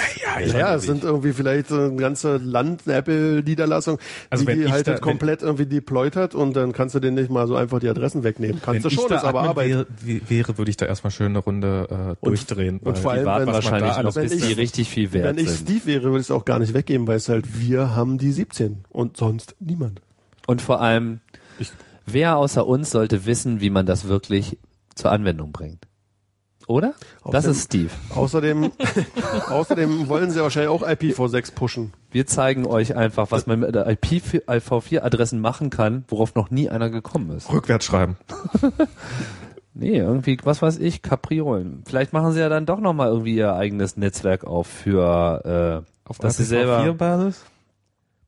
C: Ja, es sind irgendwie vielleicht so ein ganze Land Apple Niederlassung,
B: Also
C: die,
B: wenn
C: die
B: ich
C: halt
B: da-
C: komplett irgendwie deployed hat und dann kannst du denen nicht mal so einfach die Adressen wegnehmen. Kannst
B: Wenn
C: du
B: ich
C: schon,
B: da
C: ist aber
B: Admin
C: Arbeit.
B: Wäre, wie- wäre, würde ich da erstmal schön eine Runde äh, durchdrehen.
C: und
B: weil
C: vor
B: die
C: allem,
B: warten
C: wenn-
B: erstmal
A: wahrscheinlich
B: da an,
A: noch,
C: wenn
A: bis
C: ich-
A: die richtig viel wert
C: Wenn ich
A: sind.
C: Steve wäre, würde ich es auch gar nicht weggeben, weil es halt wir haben die 17 und sonst niemand.
A: Und vor allem, wer außer uns sollte wissen, wie man das wirklich zur Anwendung bringt? Oder?
C: Auf
A: das
C: dem-
A: ist Steve.
B: <laughs>
C: Außerdem, außerdem wollen sie wahrscheinlich auch IPv6 pushen.
A: Wir zeigen euch einfach, was man mit IPv4-Adressen machen kann, worauf noch nie einer gekommen ist.
B: rückwärts schreiben.
A: Nee, irgendwie, was weiß ich, Kapriolen. Vielleicht machen sie ja dann doch nochmal irgendwie ihr eigenes Netzwerk auf für, äh,
B: Auf
A: dass sie selber...
B: IPv4-Basis?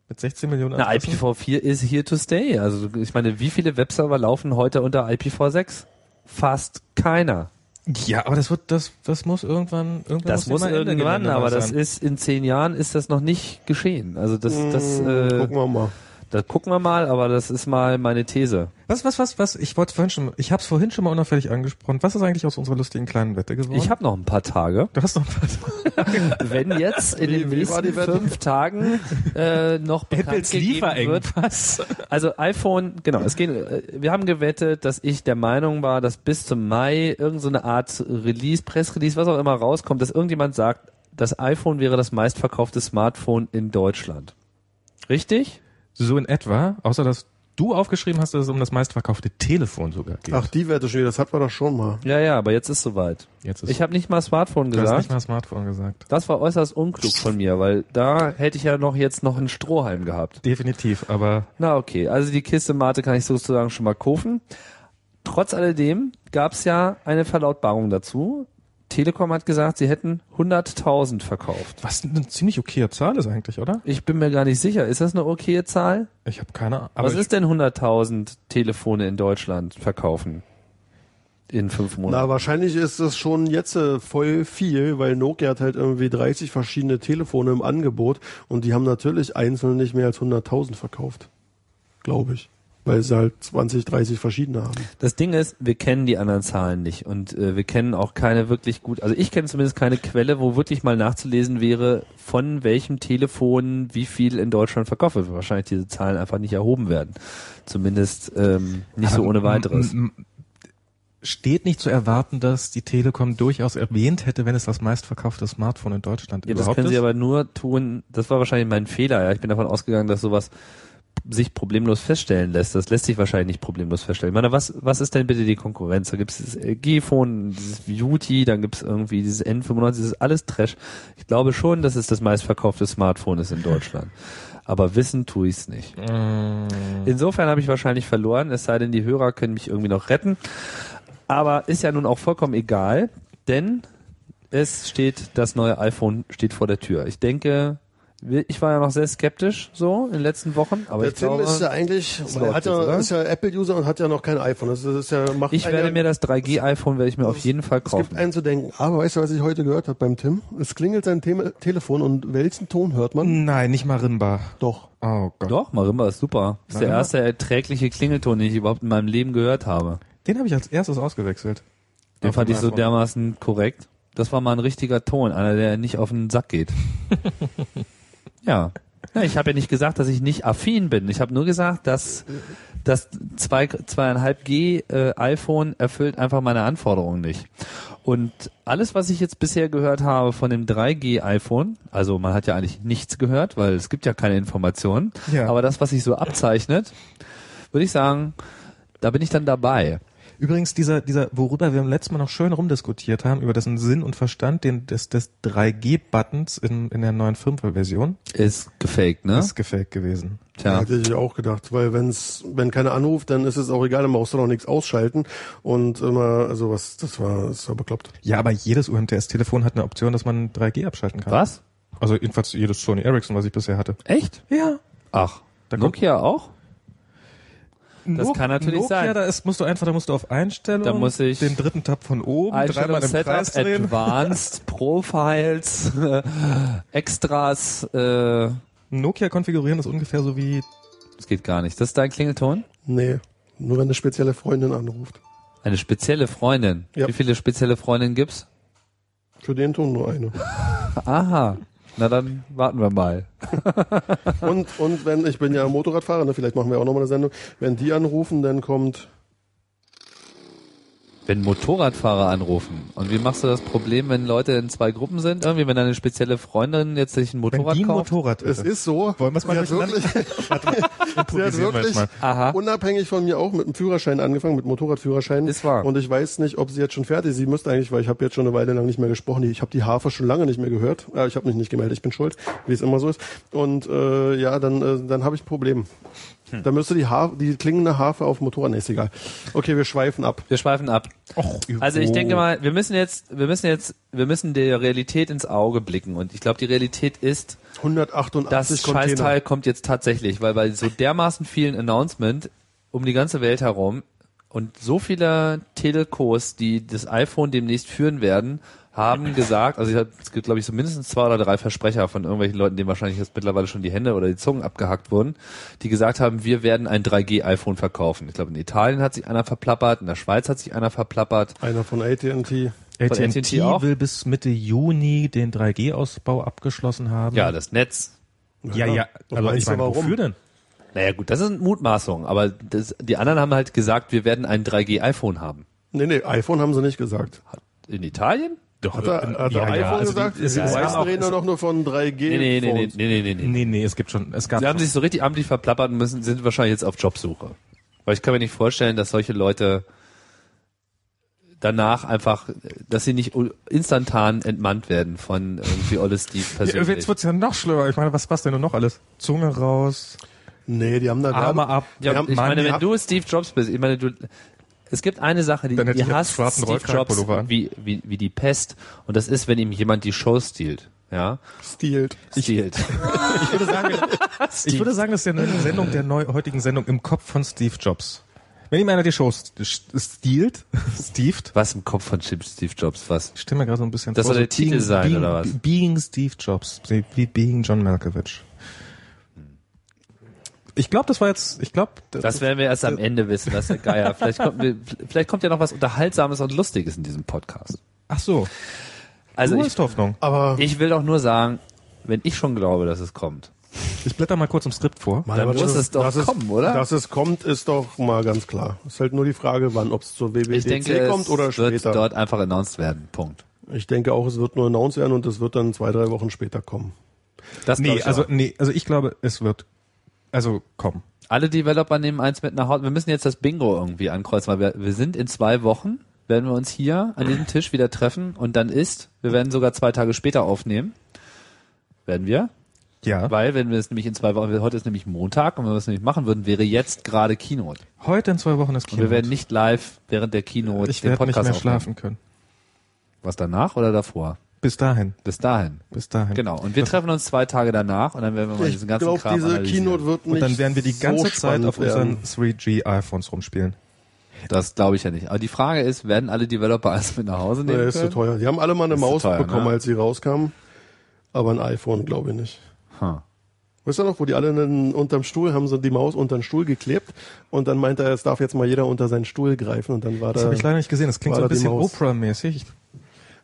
B: Mit 16 Millionen
A: Na,
B: Adressen?
A: IPv4 is here to stay. Also ich meine, wie viele Webserver laufen heute unter IPv6? Fast keiner.
B: Ja, aber das wird, das, das muss irgendwann, irgendwann
A: Das muss
B: immer Ende
A: irgendwann,
B: Gelände
A: aber
B: sein.
A: das ist in zehn Jahren ist das noch nicht geschehen. Also das, das, äh,
C: Mm. Gucken wir mal.
A: das gucken wir mal, aber das ist mal meine These.
B: Was, was, was, was? Ich wollte vorhin schon, ich hab's vorhin schon mal unauffällig angesprochen. Was ist eigentlich aus unserer lustigen kleinen Wette geworden?
A: Ich habe noch ein paar Tage.
B: du hast noch ein paar
A: Wenn jetzt in
C: <laughs> Wie-
A: den
C: wie war
A: nächsten
C: die Wette?
A: fünf Tagen äh, noch bekannt gegeben wird, Also iPhone, genau, es geht, äh, wir haben gewettet, dass ich der Meinung war, dass bis zum Mai irgendeine so eine Art Release, Pressrelease, was auch immer rauskommt, dass irgendjemand sagt, das iPhone wäre das meistverkaufte Smartphone in Deutschland. Richtig?
B: So in etwa, außer dass du aufgeschrieben hast, dass es um das meistverkaufte Telefon sogar geht.
C: Ach, die Werte schon wieder, das hatten wir doch schon mal.
A: Ja, ja, aber jetzt ist soweit.
B: jetzt
A: Ich habe nicht mal Smartphone
B: du hast
A: gesagt.
B: nicht mal Smartphone gesagt.
A: das war äußerst unklug von mir, weil da hätte ich ja noch jetzt noch einen Strohhalm gehabt.
B: Definitiv, aber
A: Na okay, also die Kiste Mate kann ich sozusagen schon mal kaufen. Trotz alledem gab es ja eine Verlautbarung dazu. Telekom hat gesagt, sie hätten 100.000 verkauft.
B: was eine ziemlich okaye Zahl ist eigentlich, oder?
A: Ich bin mir gar nicht sicher, ist das eine okaye Zahl?
B: Ich habe keine Ahnung.
A: Was ist denn 100.000 Telefone in Deutschland verkaufen? In fünf Monaten.
C: Na, wahrscheinlich ist es schon jetzt äh, voll viel, weil Nokia hat halt irgendwie 30 verschiedene Telefone im Angebot und die haben natürlich einzeln nicht mehr als 100.000 verkauft. Glaube ich. Weil sie halt 20, 30 verschiedene haben.
A: Das Ding ist, wir kennen die anderen Zahlen nicht und äh, wir kennen auch keine wirklich gut, also ich kenne zumindest keine Quelle, wo wirklich mal nachzulesen wäre, von welchem Telefon wie viel in Deutschland verkauft wird. weil Wahrscheinlich diese Zahlen einfach nicht erhoben werden. Zumindest ähm, nicht so
B: Aber
A: ohne weiteres.
B: m- m- Steht nicht zu erwarten, dass die Telekom durchaus erwähnt hätte, wenn es das meistverkaufte Smartphone in Deutschland
A: Ja, das
B: überhaupt
A: können sie
B: ist.
A: aber nur tun, das war wahrscheinlich mein Fehler. Ja. Ich bin davon ausgegangen, dass sowas sich problemlos feststellen lässt. Das lässt sich wahrscheinlich nicht problemlos feststellen. Ich meine, was, was ist denn bitte die Konkurrenz? Da gibt es das G-Phone, dieses Beauty, dann gibt es irgendwie dieses N95, das ist alles Trash. Ich glaube schon, dass es das meistverkaufte Smartphone ist in Deutschland. Aber wissen tue ich es nicht. Insofern habe ich wahrscheinlich verloren, es sei denn, die Hörer können mich irgendwie noch retten. Aber ist ja nun auch vollkommen egal, denn es steht, das neue iPhone steht vor der Tür. Ich denke, wir- ich war ja noch sehr skeptisch so in den letzten Wochen, aber ich glaube,
C: eigentlich,
A: weil er hat ja- ist
C: ja Apple-User und hat ja noch kein iPhone. Das ist ja, macht
A: ich werde mir das 3G iPhone werde ich mir auf jeden Fall
C: Es gibt
A: kaufen.
C: einen zu denken. Aber weißt du, was ich heute gehört habe beim Tim? Es klingelt sein Thema- Telefon und welchen Ton hört
A: Hm.
C: man?
B: Nein, nicht mal Rinnbar.
C: Doch.
B: Oh Gott.
A: Doch, Marimba ist super. Ist der
B: Marimba?
A: erste erträgliche Klingelton, den ich überhaupt in meinem Leben gehört habe.
B: Den habe ich als erstes ausgewechselt.
A: Den
B: Auf
A: fand
B: dem
A: ich so
B: iPhone.
A: dermaßen korrekt. Das war mal ein richtiger Ton, einer, der nicht auf den Sack geht. ja. Ja, ich habe ja nicht gesagt, dass ich nicht affin bin. Ich habe nur gesagt, dass das 2,5G äh, iPhone erfüllt einfach meine Anforderungen nicht. Und alles, was ich jetzt bisher gehört habe von dem 3G iPhone, also man hat ja eigentlich nichts gehört, weil es gibt ja keine Informationen,
B: Ja.
A: aber das, was sich so abzeichnet, würde ich sagen, da bin ich dann dabei.
B: Übrigens, dieser, dieser, worüber wir im letzten Mal noch schön rumdiskutiert haben, über dessen Sinn und Verstand den, des, des 3G-Buttons in, in der neuen Firmware-Version,
A: Ist gefaked, ne?
B: ist gefaked gewesen.
A: Tja.
C: Hätte ich auch gedacht, weil wenn's, wenn keiner anruft, dann ist es auch egal, dann brauchst du noch nichts ausschalten und immer, also was, das war, das war bekloppt.
B: Ja, aber jedes UMTS-Telefon hat eine Option, dass man 3G abschalten kann.
A: Was?
B: Also jedenfalls jedes Sony Ericsson, was ich bisher hatte.
A: Echt?
B: Ja.
A: Ach,
B: Da kommt-
A: Nokia auch? Das
B: Nok-
A: kann natürlich
B: Nokia,
A: sein.
B: Da ist, musst du einfach, da musst du auf Einstellung,
A: Da muss ich-
B: den dritten Tab von oben,
A: Einstellung,
B: dreimal im Kreis
A: Setup, <laughs>
B: drehen.
A: Advanced, Profiles, äh, Extras, äh,
B: Nokia konfigurieren ist ungefähr so wie
A: das geht gar nicht. Das ist dein Klingelton?
C: Nee, nur wenn eine spezielle Freundin anruft.
A: Eine spezielle Freundin.
C: Ja.
A: Wie viele spezielle Freundinnen gibt's?
C: Für den Ton
B: <laughs>
C: nur eine.
A: Aha. Na dann warten wir mal.
C: Und, und wenn, ich bin ja Motorradfahrer, ne, vielleicht machen wir auch nochmal eine Sendung, wenn die anrufen, dann kommt,
A: Wenn Motorradfahrer anrufen. Und wie machst du das Problem, wenn Leute in zwei Gruppen sind? Irgendwie, wenn deine spezielle Freundin jetzt sich ein
B: wenn
A: Motorrad
B: die ein
A: kauft?
B: Motorrad
C: es
B: hätte.
C: ist so.
B: Wollen wir's mal
C: Sie hat
B: durcheinander-
C: wirklich, sie hat
B: Improvisieren wir jetzt
C: wirklich
B: mal.
A: Aha.
C: unabhängig von mir auch mit dem Führerschein angefangen, mit Motorradführerschein.
A: Ist wahr.
C: Und ich weiß nicht, ob sie jetzt schon fertig ist. Sie müsste eigentlich, weil ich habe jetzt schon eine Weile lang nicht mehr gesprochen. Ich habe die Hafer schon lange nicht mehr gehört. Äh, ich habe mich nicht gemeldet, ich bin schuld, wie es immer so ist. Und äh, ja, dann, äh, dann habe ich ein Problem.
B: Hm.
C: Da müsste die, Hafer, die klingende Hafer auf dem Motorrad, nee, ist egal. Okay, wir schweifen ab.
A: Wir schweifen ab.
B: Och,
A: Also ich
B: oh.
A: denke mal, wir müssen jetzt, wir müssen jetzt, wir müssen der Realität ins Auge blicken. Und ich glaube, die Realität ist,
C: 188
A: das
B: halt
A: Scheißteil kommt jetzt tatsächlich, weil bei so dermaßen vielen Announcement um die ganze Welt herum und so viele Telcos, die das iPhone demnächst führen werden, haben gesagt, also ich hab, es gibt glaube ich so mindestens zwei oder drei Versprecher von irgendwelchen Leuten, denen wahrscheinlich jetzt mittlerweile schon die Hände oder die Zungen abgehackt wurden, die gesagt haben, wir werden ein 3G iPhone verkaufen. Ich glaube in Italien hat sich einer verplappert, in der Schweiz hat sich einer verplappert.
C: Einer von AT&T.
A: Von
B: AT&T
A: AT&T auch?
B: will bis Mitte Juni den 3G-Ausbau abgeschlossen haben.
A: Ja, das Netz,
B: ja, ja.
C: Das
B: Aber
C: weiß
B: ich
C: ich
B: meine,
C: aber warum.
B: wofür denn?
A: Naja gut, das sind Mutmaßungen, aber das, die anderen haben halt gesagt, wir werden ein 3G iPhone haben.
C: Nee, nee, iPhone haben sie nicht gesagt.
A: Hat- In Italien?
B: Doch,
C: Hat er, hat
B: ja,
C: er iPhone
B: ja. Also
C: gesagt?
B: es-
C: die
B: es
C: meisten
B: war auch-
C: reden
B: es-
C: doch nur von 3G.
A: Nee, nee, nee, nee,
C: Phones.
A: nee, nee, nee, nee.
B: Nee, nee, es gibt schon, es gab
A: Sie haben
B: schon.
A: sich so richtig amtlich verplappert und müssen, sind wahrscheinlich jetzt auf Jobsuche. Weil ich kann mir nicht vorstellen, dass solche Leute danach einfach, dass sie nicht u- instantan entmannt werden von irgendwie Olle Steve
B: Ja,
A: persönlich.
B: jetzt wird's ja noch schlimmer. Ich meine, was passt denn nur noch alles? Zunge raus,
C: Nee, die haben da
B: Arme
C: Werbe-
B: ab.
A: Ja,
C: Ja,
A: ich
B: Mann,
A: meine,
B: ja.
A: wenn du Steve Jobs bist, ich meine, du, es gibt eine Sache, die,
B: Dann hätte
A: die
B: ich einen
A: hasst
B: schwarzen
A: Steve Jobs
B: Rollkragenpullover an.
A: wie, wie, wie die Pest und das ist, wenn ihm jemand die Show stiehlt. Ja,
C: Stealed.
A: stiehlt.
B: Ich würde sagen, <laughs> ich würde sagen, das ist ja eine Sendung der neu, heutigen Sendung im Kopf von Steve Jobs. Wenn ihm einer die Show st- st- stiehlt, <laughs> stieft,
A: Was im Kopf von Chip Steve Jobs, was?
B: ich stelle mir gerade so ein bisschen
A: Das soll
B: so
A: der Titel sein,
B: being,
A: oder was?
B: Being Steve Jobs, wie Being John Malkovich. Ich glaube, das war jetzt, ich glaube,
A: Das werden wir erst am Ende wissen, das ist ja geier. Vielleicht kommt, wir- vielleicht kommt ja noch was Unterhaltsames und Lustiges in diesem Podcast.
B: ach so,
A: Also
B: du
A: ich,
B: hast Hoffnung.
C: Aber
A: ich will doch nur sagen, wenn ich schon glaube, dass es kommt.
B: Ich blätter mal kurz im Skript vor.
C: Mann,
A: dann
C: aber
A: muss
C: das-
A: es doch
C: dass
A: kommen, oder?
C: Dass es kommt, ist doch mal ganz klar. Ist halt nur die Frage, wann, ob es zur WWDC
A: Ich denke,
C: kommt
A: es
C: oder
A: wird
C: später.
A: dort einfach announced werden. Punkt.
C: Ich denke auch, es wird nur announced werden und es wird dann zwei, drei Wochen später kommen.
A: Das glaub
B: Nee,
A: ich
B: also
A: auch.
B: nee, also ich glaube, es wird also kommen.
A: alle Developer nehmen eins mit nach Hause. Wir müssen jetzt das Bingo irgendwie ankreuzen, weil wir, wir sind in zwei Wochen, werden wir uns hier an diesem Tisch wieder treffen und dann ist, wir werden sogar zwei Tage später aufnehmen. Werden wir?
B: Ja.
A: Weil, wenn wir es nämlich in zwei Wochen, heute ist nämlich Montag und wenn wir es nämlich machen würden, wäre jetzt gerade Keynote.
B: Heute in zwei Wochen ist
A: Und
B: Kino.
A: wir werden nicht live während der Keynote
B: ich werde nicht mehr
A: aufnehmen.
B: schlafen können.
A: Was danach oder davor?
B: Bis dahin,
A: Bis dahin.
B: bis dahin.
A: Genau. Und wir treffen uns zwei Tage danach und dann werden wir mal
C: Ich
A: diesen ganzen
C: glaube,
A: Kram
C: diese
A: analysieren.
C: Keynote wird nicht
B: Und dann werden wir die ganze
C: so
B: Zeit
C: spannend
B: auf
C: werden.
B: unseren 3G iPhones rumspielen.
A: Das glaube ich ja nicht. Aber die Frage ist, werden alle Developer <laughs> alles mit nach Hause nehmen
C: Nee, ist zu
A: können?
C: teuer. Die haben alle mal eine
A: Ist zu
C: Maus
A: teuer,
C: bekommen,
A: ne?
C: als sie rauskamen. Aber ein iPhone, glaube ich nicht.
A: Hm.
C: Weißt du noch, wo die alle einen, unterm Stuhl haben, so die Maus unter den Stuhl geklebt und dann meinte er, es darf jetzt mal jeder unter seinen Stuhl greifen und dann war
B: Das
C: da.
B: habe ich leider nicht gesehen. Das klingt
C: Äh, war
B: so ein
C: da die Äh.
B: bisschen
C: Maus.
B: Oprah-mäßig.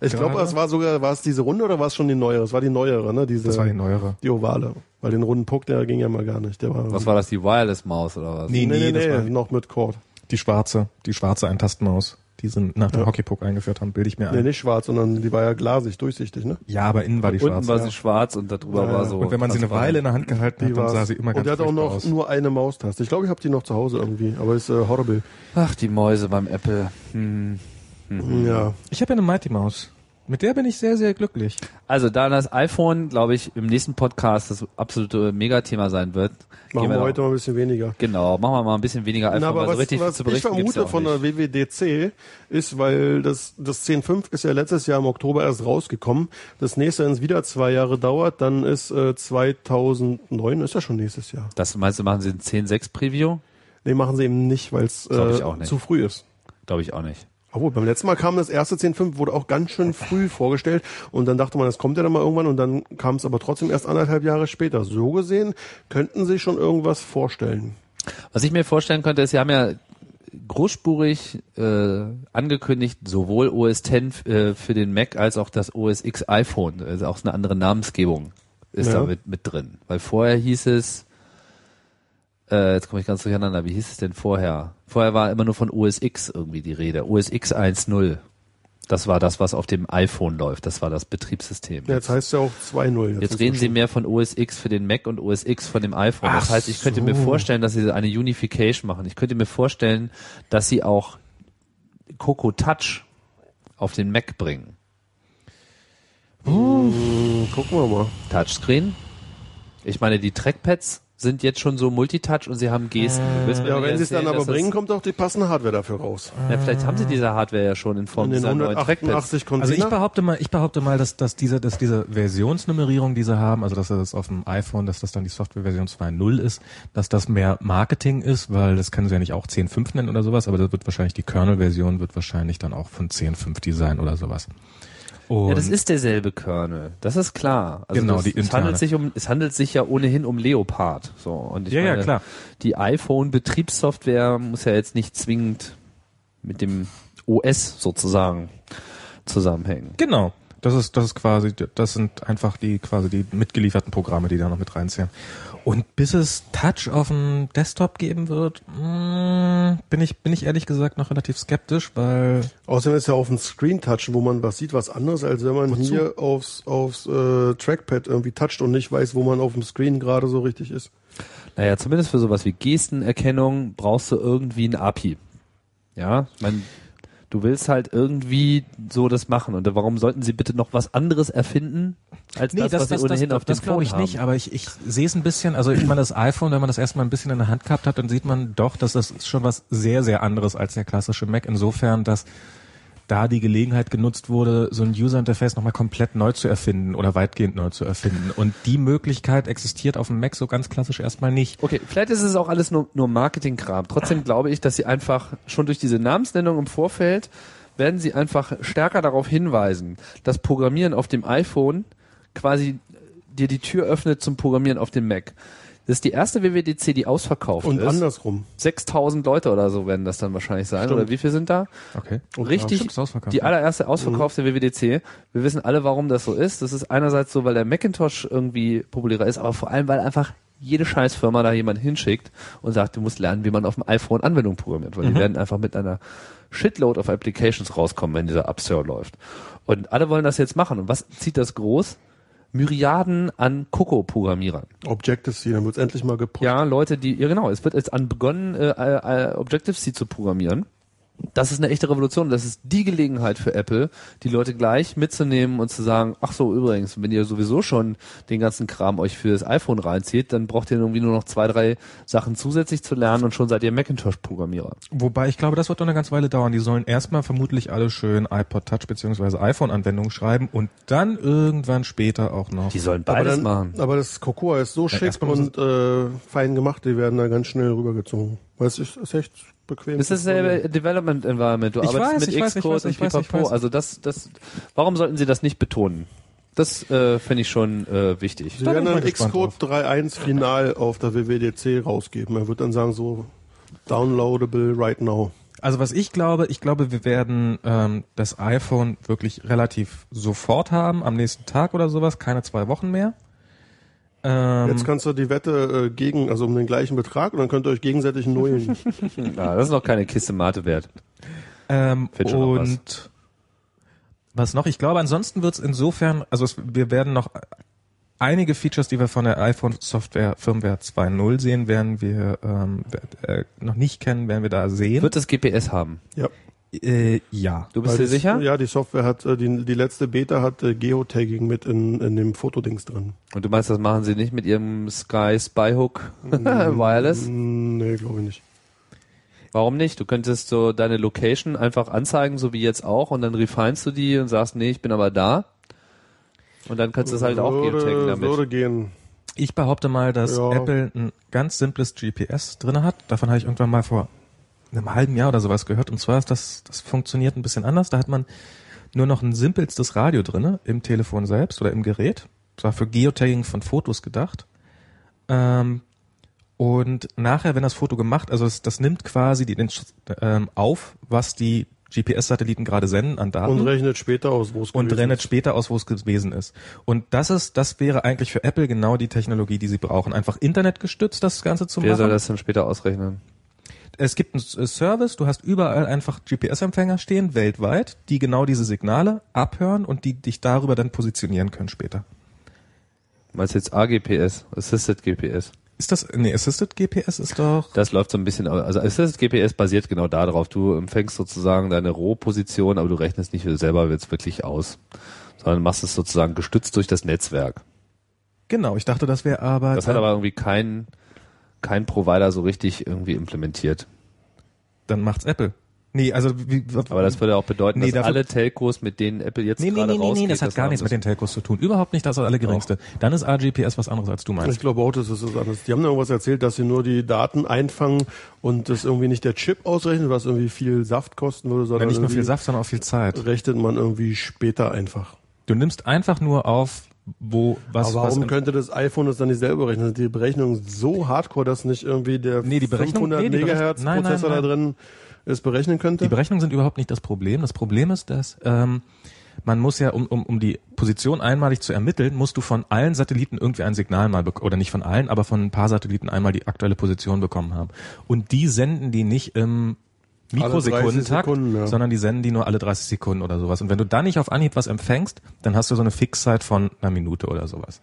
C: Ich glaube, es war sogar, war es diese Runde oder war es schon die neuere? Es war die neuere, ne? Diese,
B: Das war die neuere.
C: die ovale. Weil den runden Puck, der ging ja mal gar nicht. Der war,
A: Was war das, die Wireless Maus oder was?
B: Nee,
C: nee, nee,
B: das
C: nee,
B: war-
C: noch mit Cord.
B: Die schwarze, die schwarze Eintastenmaus, die sie nach dem Hockeypuck eingeführt haben, bilde ich mir ein.
C: Nee, nicht schwarz, sondern die war ja glasig, durchsichtig, ne?
B: Ja, aber innen war die
A: Unten
B: schwarze.
A: war sie schwarz und darüber
C: Ja,
A: war
C: ja.
A: so.
B: und wenn man sie eine
A: transparent.
B: Weile in der Hand gehalten
C: Die
B: hat, dann
C: war's.
B: sah sie immer
C: Und
B: ganz
C: der hat auch
B: furchtbar
C: noch
B: aus.
C: nur eine Maustaste. Ich glaube, ich habe die noch zu Hause irgendwie, aber ist äh, horrible.
A: Ach, die Mäuse beim Apple. Hm.
C: Ja.
B: Ich habe ja eine Mighty Maus. Mit der bin ich sehr, sehr glücklich.
A: Also, da das iPhone, glaube ich, im nächsten Podcast das absolute Megathema sein wird.
C: Machen
A: gehen
C: wir
A: da-
C: heute mal ein bisschen weniger.
A: Genau, machen wir mal ein bisschen weniger iPhone,
C: Na, aber
A: weil so
C: was,
A: richtig viel
C: was
A: zu
C: ich
A: berichten gibt's ja
C: vermute
A: auch
C: von der
A: nicht.
C: WWDC ist, weil das, das 10.5 ist ja letztes Jahr im Oktober erst rausgekommen. Das nächste, wenn es wieder zwei Jahre dauert, dann ist äh, 2009, ist ja schon nächstes Jahr.
A: Das meinst du, machen sie ein 10.6 Preview?
C: Nee, machen sie eben nicht, weil es
A: Glaub ich
C: äh,
A: auch nicht.
C: zu früh ist.
A: Glaube ich auch nicht.
C: Obwohl, beim letzten Mal kam das erste 10.5, wurde auch
A: <laughs>
C: ganz schön früh vorgestellt und dann dachte man, das kommt ja dann mal irgendwann und dann kam es aber trotzdem erst anderthalb Jahre später. So gesehen könnten sie schon irgendwas vorstellen.
A: Was ich mir vorstellen könnte, ist, sie haben ja großspurig äh, angekündigt, sowohl OS X äh, für den Mac als auch das OS X iPhone, also auch eine andere Namensgebung ist
C: Ja.
A: da mit, mit drin. Weil vorher hieß es, äh, jetzt komme ich ganz durcheinander, wie hieß es denn vorher? Vorher war immer nur von OS X irgendwie die Rede, OS X 1.0. Das war das, was auf dem iPhone läuft. Das war das Betriebssystem.
C: Ja, jetzt heißt es ja auch 2.0.
A: Jetzt reden sie mehr von OS X für den Mac und OS X von dem iPhone. Das
B: Ach
A: heißt, ich könnte mir
B: so.
A: vorstellen, dass sie eine Unification machen. Ich könnte mir vorstellen, dass sie auch Coco Touch auf den Mac bringen.
C: Gucken wir mal.
A: Touchscreen. Ich meine, die Trackpads sind jetzt schon so Multitouch und sie haben Gesten. Du willst mir
C: Ja,
A: mir
C: wenn sie es dann
A: erzählen,
C: aber
A: dass das-
C: bringen, kommt auch die passende Hardware dafür raus.
A: Ja, vielleicht haben sie diese Hardware ja schon in Form
C: In den
A: dieser neuen Trackpads.
C: 188 Container.
B: Also ich behaupte mal, ich behaupte mal, dass, dass diese, dass diese Versionsnummerierung, die sie haben, also dass das auf dem iPhone, dass das dann die Softwareversion 2.0 ist, dass das mehr Marketing ist, weil das können sie ja nicht auch 10.5 nennen oder sowas, aber das wird wahrscheinlich die Kernel-Version wird wahrscheinlich dann auch von 10.5 Design oder sowas. Und
A: Ja, das ist derselbe Kernel. Das ist klar. Also
B: Genau,
A: das,
B: die
A: es handelt
B: interne.
A: sich um, es handelt sich ja ohnehin um Leopard. So und ich
B: Ja, ja,
A: meine,
B: klar.
A: Die iPhone-Betriebssoftware muss ja jetzt nicht zwingend mit dem OS sozusagen zusammenhängen.
B: Genau. Das ist, das ist quasi, das sind einfach die quasi die mitgelieferten Programme, die da noch mit reinzählen. Und bis es Touch auf dem Desktop geben wird, mm, bin ich, bin ich ehrlich gesagt noch relativ skeptisch, weil
C: Außerdem ist ja auf dem Screen touchen, wo man was sieht, was anderes, als wenn man hier aufs, aufs äh, Trackpad irgendwie toucht und nicht weiß, wo man auf dem Screen gerade so richtig ist.
A: Naja, zumindest für sowas wie Gestenerkennung brauchst du irgendwie ein API. Ja, ich mein, du willst halt irgendwie so das machen. Und warum sollten sie bitte noch was anderes erfinden, als das, was sie ohnehin auf dem
B: das glaube
A: Phone
B: ich
A: haben?
B: nicht, aber ich, ich sehe es ein bisschen, also ich meine das iPhone, wenn man das erstmal ein bisschen in der Hand gehabt hat, dann sieht man doch, dass das ist schon was sehr, sehr anderes als der klassische Mac, insofern, dass da die Gelegenheit genutzt wurde, so ein User-Interface nochmal komplett neu zu erfinden oder weitgehend neu zu erfinden. Und die Möglichkeit existiert auf dem Mac so ganz klassisch erstmal nicht.
A: Okay, vielleicht ist es auch alles nur, nur Marketingkram. Trotzdem glaube ich, dass sie einfach schon durch diese Namensnennung im Vorfeld werden sie einfach stärker darauf hinweisen, dass Programmieren auf dem iPhone quasi dir die Tür öffnet zum Programmieren auf dem Mac. Das ist die erste WWDC, die ausverkauft
C: Und
A: ist.
C: andersrum.
A: 6000 Leute oder so werden das dann wahrscheinlich sein. Oder wie viel sind da?
B: Okay.
A: Richtig,
B: stimmt, ist ausverkauft,
A: die
B: ja.
A: allererste ausverkaufte WWDC. Wir wissen alle, warum das so ist. Das ist einerseits so, weil der Macintosh irgendwie populärer ist, aber vor allem, weil einfach jede Scheißfirma da jemand hinschickt und sagt, du musst lernen, wie man auf dem iPhone Anwendungen programmiert, weil die werden einfach mit einer Shitload of Applications rauskommen, wenn dieser Upsell läuft. Und alle wollen das jetzt machen. Und was zieht das groß? Myriaden an Coco-Programmierern.
C: Objective-C, dann wird's endlich mal gepusht.
A: Ja, Leute, die, ja genau, es wird jetzt an begonnen, äh, äh, äh, Objective-C zu programmieren. Das ist eine echte Revolution. Das ist die Gelegenheit für Apple, die Leute gleich mitzunehmen und zu sagen, ach so, übrigens, wenn ihr sowieso schon den ganzen Kram euch für das iPhone reinzieht, dann braucht ihr irgendwie nur noch zwei, drei Sachen zusätzlich zu lernen und schon seid ihr Macintosh-Programmierer.
B: Wobei ich glaube, das wird noch eine ganze Weile dauern. Die sollen erstmal vermutlich alle schön iPod Touch bzw. iPhone-Anwendungen schreiben und dann irgendwann später auch noch.
A: Die sollen
C: aber,
A: beides
C: dann,
A: machen.
C: aber das Cocoa ist so schick
B: erstmal
C: und äh, fein gemacht, die werden da ganz schnell rübergezogen. Weil es ist, ist echt bequem.
A: Das ist dasselbe Development Environment. Du
B: Ich
A: arbeitest
B: weiß,
A: mit
B: ich weiß, ich
A: Xcode
B: weiß,
A: und
B: ich weiß, ich
A: Pipapo.
B: weiß.
A: Also das, das, warum sollten sie das nicht betonen? Das äh, finde ich schon äh, wichtig.
C: Sie
B: Da bin
C: werden
B: ich mal
C: dann
B: gespannt
C: Xcode 3.1 final auf der WWDC rausgeben. Er wird dann sagen so, downloadable right now.
B: Also was ich glaube, ich glaube, wir werden ähm, das iPhone wirklich relativ sofort haben, am nächsten Tag oder sowas, keine zwei Wochen mehr. Ähm,
A: Mhm.
C: Jetzt kannst du die Wette äh, gegen, also um den gleichen Betrag und dann könnt ihr euch
A: <laughs>
C: gegenseitig nullen.
A: Ja, das ist noch keine Kiste Mate wert.
B: Ähm,
A: Fehlt schon noch was.
B: und was noch? Ich glaube, ansonsten wird's insofern, also es, wir werden noch einige Features, die wir von der iPhone Software Firmware 2.0 sehen, werden wir ähm, äh, noch nicht kennen, werden wir da sehen.
A: Wird das GPS haben?
C: ja.
B: äh, ja.
A: Du bist dir
C: Weil die-
A: sicher?
C: Ja, die Software hat, äh, die, die letzte Beta hat äh, Geotagging mit in, in dem Fotodings drin.
A: Und du meinst, das machen sie nicht mit ihrem Sky Spyhook <laughs> Wireless?
C: Mm, Nee, glaube ich nicht.
A: Warum nicht? Du könntest so deine Location einfach anzeigen, so wie jetzt auch, und dann refinest du die und sagst, nee, ich bin aber da. Und dann kannst du es halt auch geotaggen
C: würde,
A: damit.
C: würde gehen.
B: Ich behaupte mal, dass
C: Ja.
B: Apple ein ganz simples GPS drinne hat. Davon habe ich irgendwann mal vor einem halben Jahr oder sowas gehört. Und zwar ist das, das funktioniert ein bisschen anders. Da hat man nur noch ein simpelstes Radio drinne im Telefon selbst oder im Gerät. Das war für Geotagging von Fotos gedacht. Ähm, und nachher, wenn das Foto gemacht, also das, das nimmt quasi die, den, Sch- ähm, auf, was die GPS-Satelliten gerade senden an Daten
C: Und rechnet später aus, wo es
B: und
C: gewesen
B: rennt
C: ist.
B: später aus, wo es gewesen ist. Und das ist, das wäre eigentlich für Apple genau die Technologie, die sie brauchen. Einfach internetgestützt das Ganze zu
A: Wer
B: machen.
A: soll das denn später ausrechnen?
B: Es gibt einen S- äh, Service, du hast überall einfach GPS-Empfänger stehen, weltweit, die genau diese Signale abhören und die dich darüber dann positionieren können später.
A: Du meinst jetzt AGPS, Assisted GPS?
B: Ist das, nee, Assisted GPS ist doch,
A: Das läuft so ein bisschen, also Assisted GPS basiert genau darauf. Du empfängst sozusagen deine Rohposition, aber du rechnest nicht selber jetzt wirklich aus, sondern machst es sozusagen gestützt durch das Netzwerk.
B: genau, ich dachte, das wäre aber,
A: Das hat aber irgendwie kein, kein Provider so richtig irgendwie implementiert.
B: dann macht's Apple. Nee, also, wie,
A: Aber das würde auch bedeuten,
B: Nee,
A: dass
B: dafür-
A: alle Telcos, mit denen Apple jetzt
B: Nee, nee,
A: gerade
B: nee, nee,
A: rausgeht, Oh.
B: nee, das hat gar
A: haben
B: nichts mit den Telcos zu tun. Überhaupt nicht, das ist alle geringste. Dann ist RGPS was anderes, als du meinst.
C: Also Ich glaube auch, das ist was anderes. Die haben da irgendwas erzählt, dass sie nur die Daten einfangen und das irgendwie nicht der Chip ausrechnet, was irgendwie viel Saft kosten würde,
B: Wenn
C: sondern
B: nicht nur viel
C: irgendwie
B: Saft, sondern auch viel Zeit.
C: rechnet man irgendwie später einfach.
B: Du nimmst einfach nur auf, wo was.
C: Aber warum
B: was
C: könnte das iPhone das dann nicht selber berechnen? Sind die Berechnungen so hardcore, dass nicht irgendwie der
B: Nee, die Berechnung-
C: 500
B: nee, die Berech-
C: Megahertz
B: Nein, nein,
C: Prozessor
B: nein.
C: da drin es berechnen könnte?
B: die Berechnungen sind überhaupt nicht das Problem. Das Problem ist, dass ähm, man muss ja, um, um, um die Position einmalig zu ermitteln, musst du von allen Satelliten irgendwie ein Signal mal bekommen. Oder nicht von allen, aber von ein paar Satelliten einmal die aktuelle Position bekommen haben. Und die senden die nicht im
C: Alle 30
B: Mikrosekundentakt,
C: Sekunden, ja.
B: sondern die senden die nur alle 30 Sekunden oder sowas. Und wenn du da nicht auf Anhieb was empfängst, dann hast du so eine Fixzeit von einer Minute oder sowas.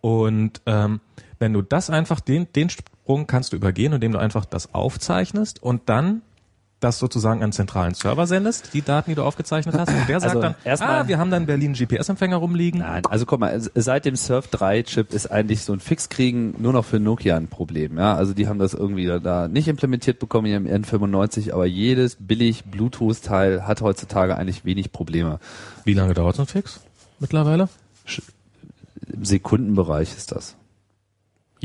B: Und ähm, wenn du das einfach, den, den Sprung kannst du übergehen, indem du einfach das aufzeichnest und dann das sozusagen an einen zentralen Server sendest, die Daten, die du aufgezeichnet hast. Und der sagt
A: Also
B: dann,
A: erstmal-
B: ah, wir haben da in Berlin einen GPS-Empfänger rumliegen.
A: Nein, also guck mal, seit dem Surf 3 Chip ist eigentlich so ein Fixkriegen nur noch für Nokia ein Problem, ja? Also die haben das irgendwie da- da nicht implementiert bekommen in ihrem N95, aber jedes billig Bluetooth Teil hat heutzutage eigentlich wenig Probleme.
B: Wie lange dauert so ein Fix mittlerweile?
A: Im Sekundenbereich ist das.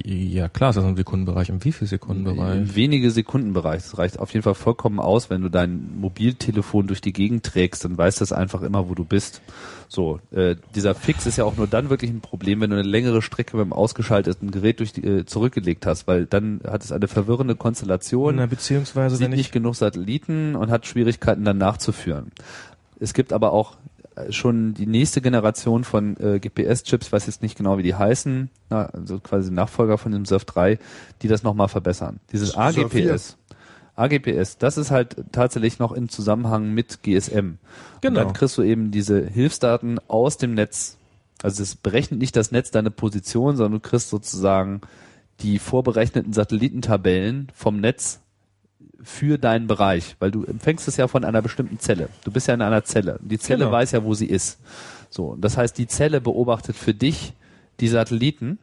B: Ja, klar, ist das im Sekundenbereich. Im wie viel Sekundenbereich?
A: Im wenige Sekundenbereich. Das reicht auf jeden Fall vollkommen aus, wenn du dein Mobiltelefon durch die Gegend trägst, dann weiß das einfach immer, wo du bist. So, äh, dieser Fix ist ja auch nur dann wirklich ein Problem, wenn du eine längere Strecke mit dem ausgeschalteten Gerät durch die, äh, zurückgelegt hast, weil dann hat es eine verwirrende Konstellation
B: Na, beziehungsweise,
A: sieht
B: wenn
A: nicht
B: ich,
A: genug Satelliten und hat Schwierigkeiten dann nachzuführen. Es gibt aber auch äh, schon die nächste Generation von äh, GPS-Chips, weiß jetzt nicht genau, wie die heißen, na, also quasi Nachfolger von dem Surf 3, die das nochmal verbessern. Dieses
C: Surf 4.
A: AGPS. AGPS, das ist halt tatsächlich noch im Zusammenhang mit GSM.
B: Genau.
A: Und dann kriegst du eben diese Hilfsdaten aus dem Netz. Also es berechnet nicht das Netz deine Position, sondern du kriegst sozusagen die vorberechneten Satellitentabellen vom Netz für deinen Bereich, weil du empfängst es ja von einer bestimmten Zelle. Du bist ja in einer Zelle. Die Zelle
B: Genau.
A: weiß ja, wo sie ist. So, und das heißt, die Zelle beobachtet für dich die Satelliten.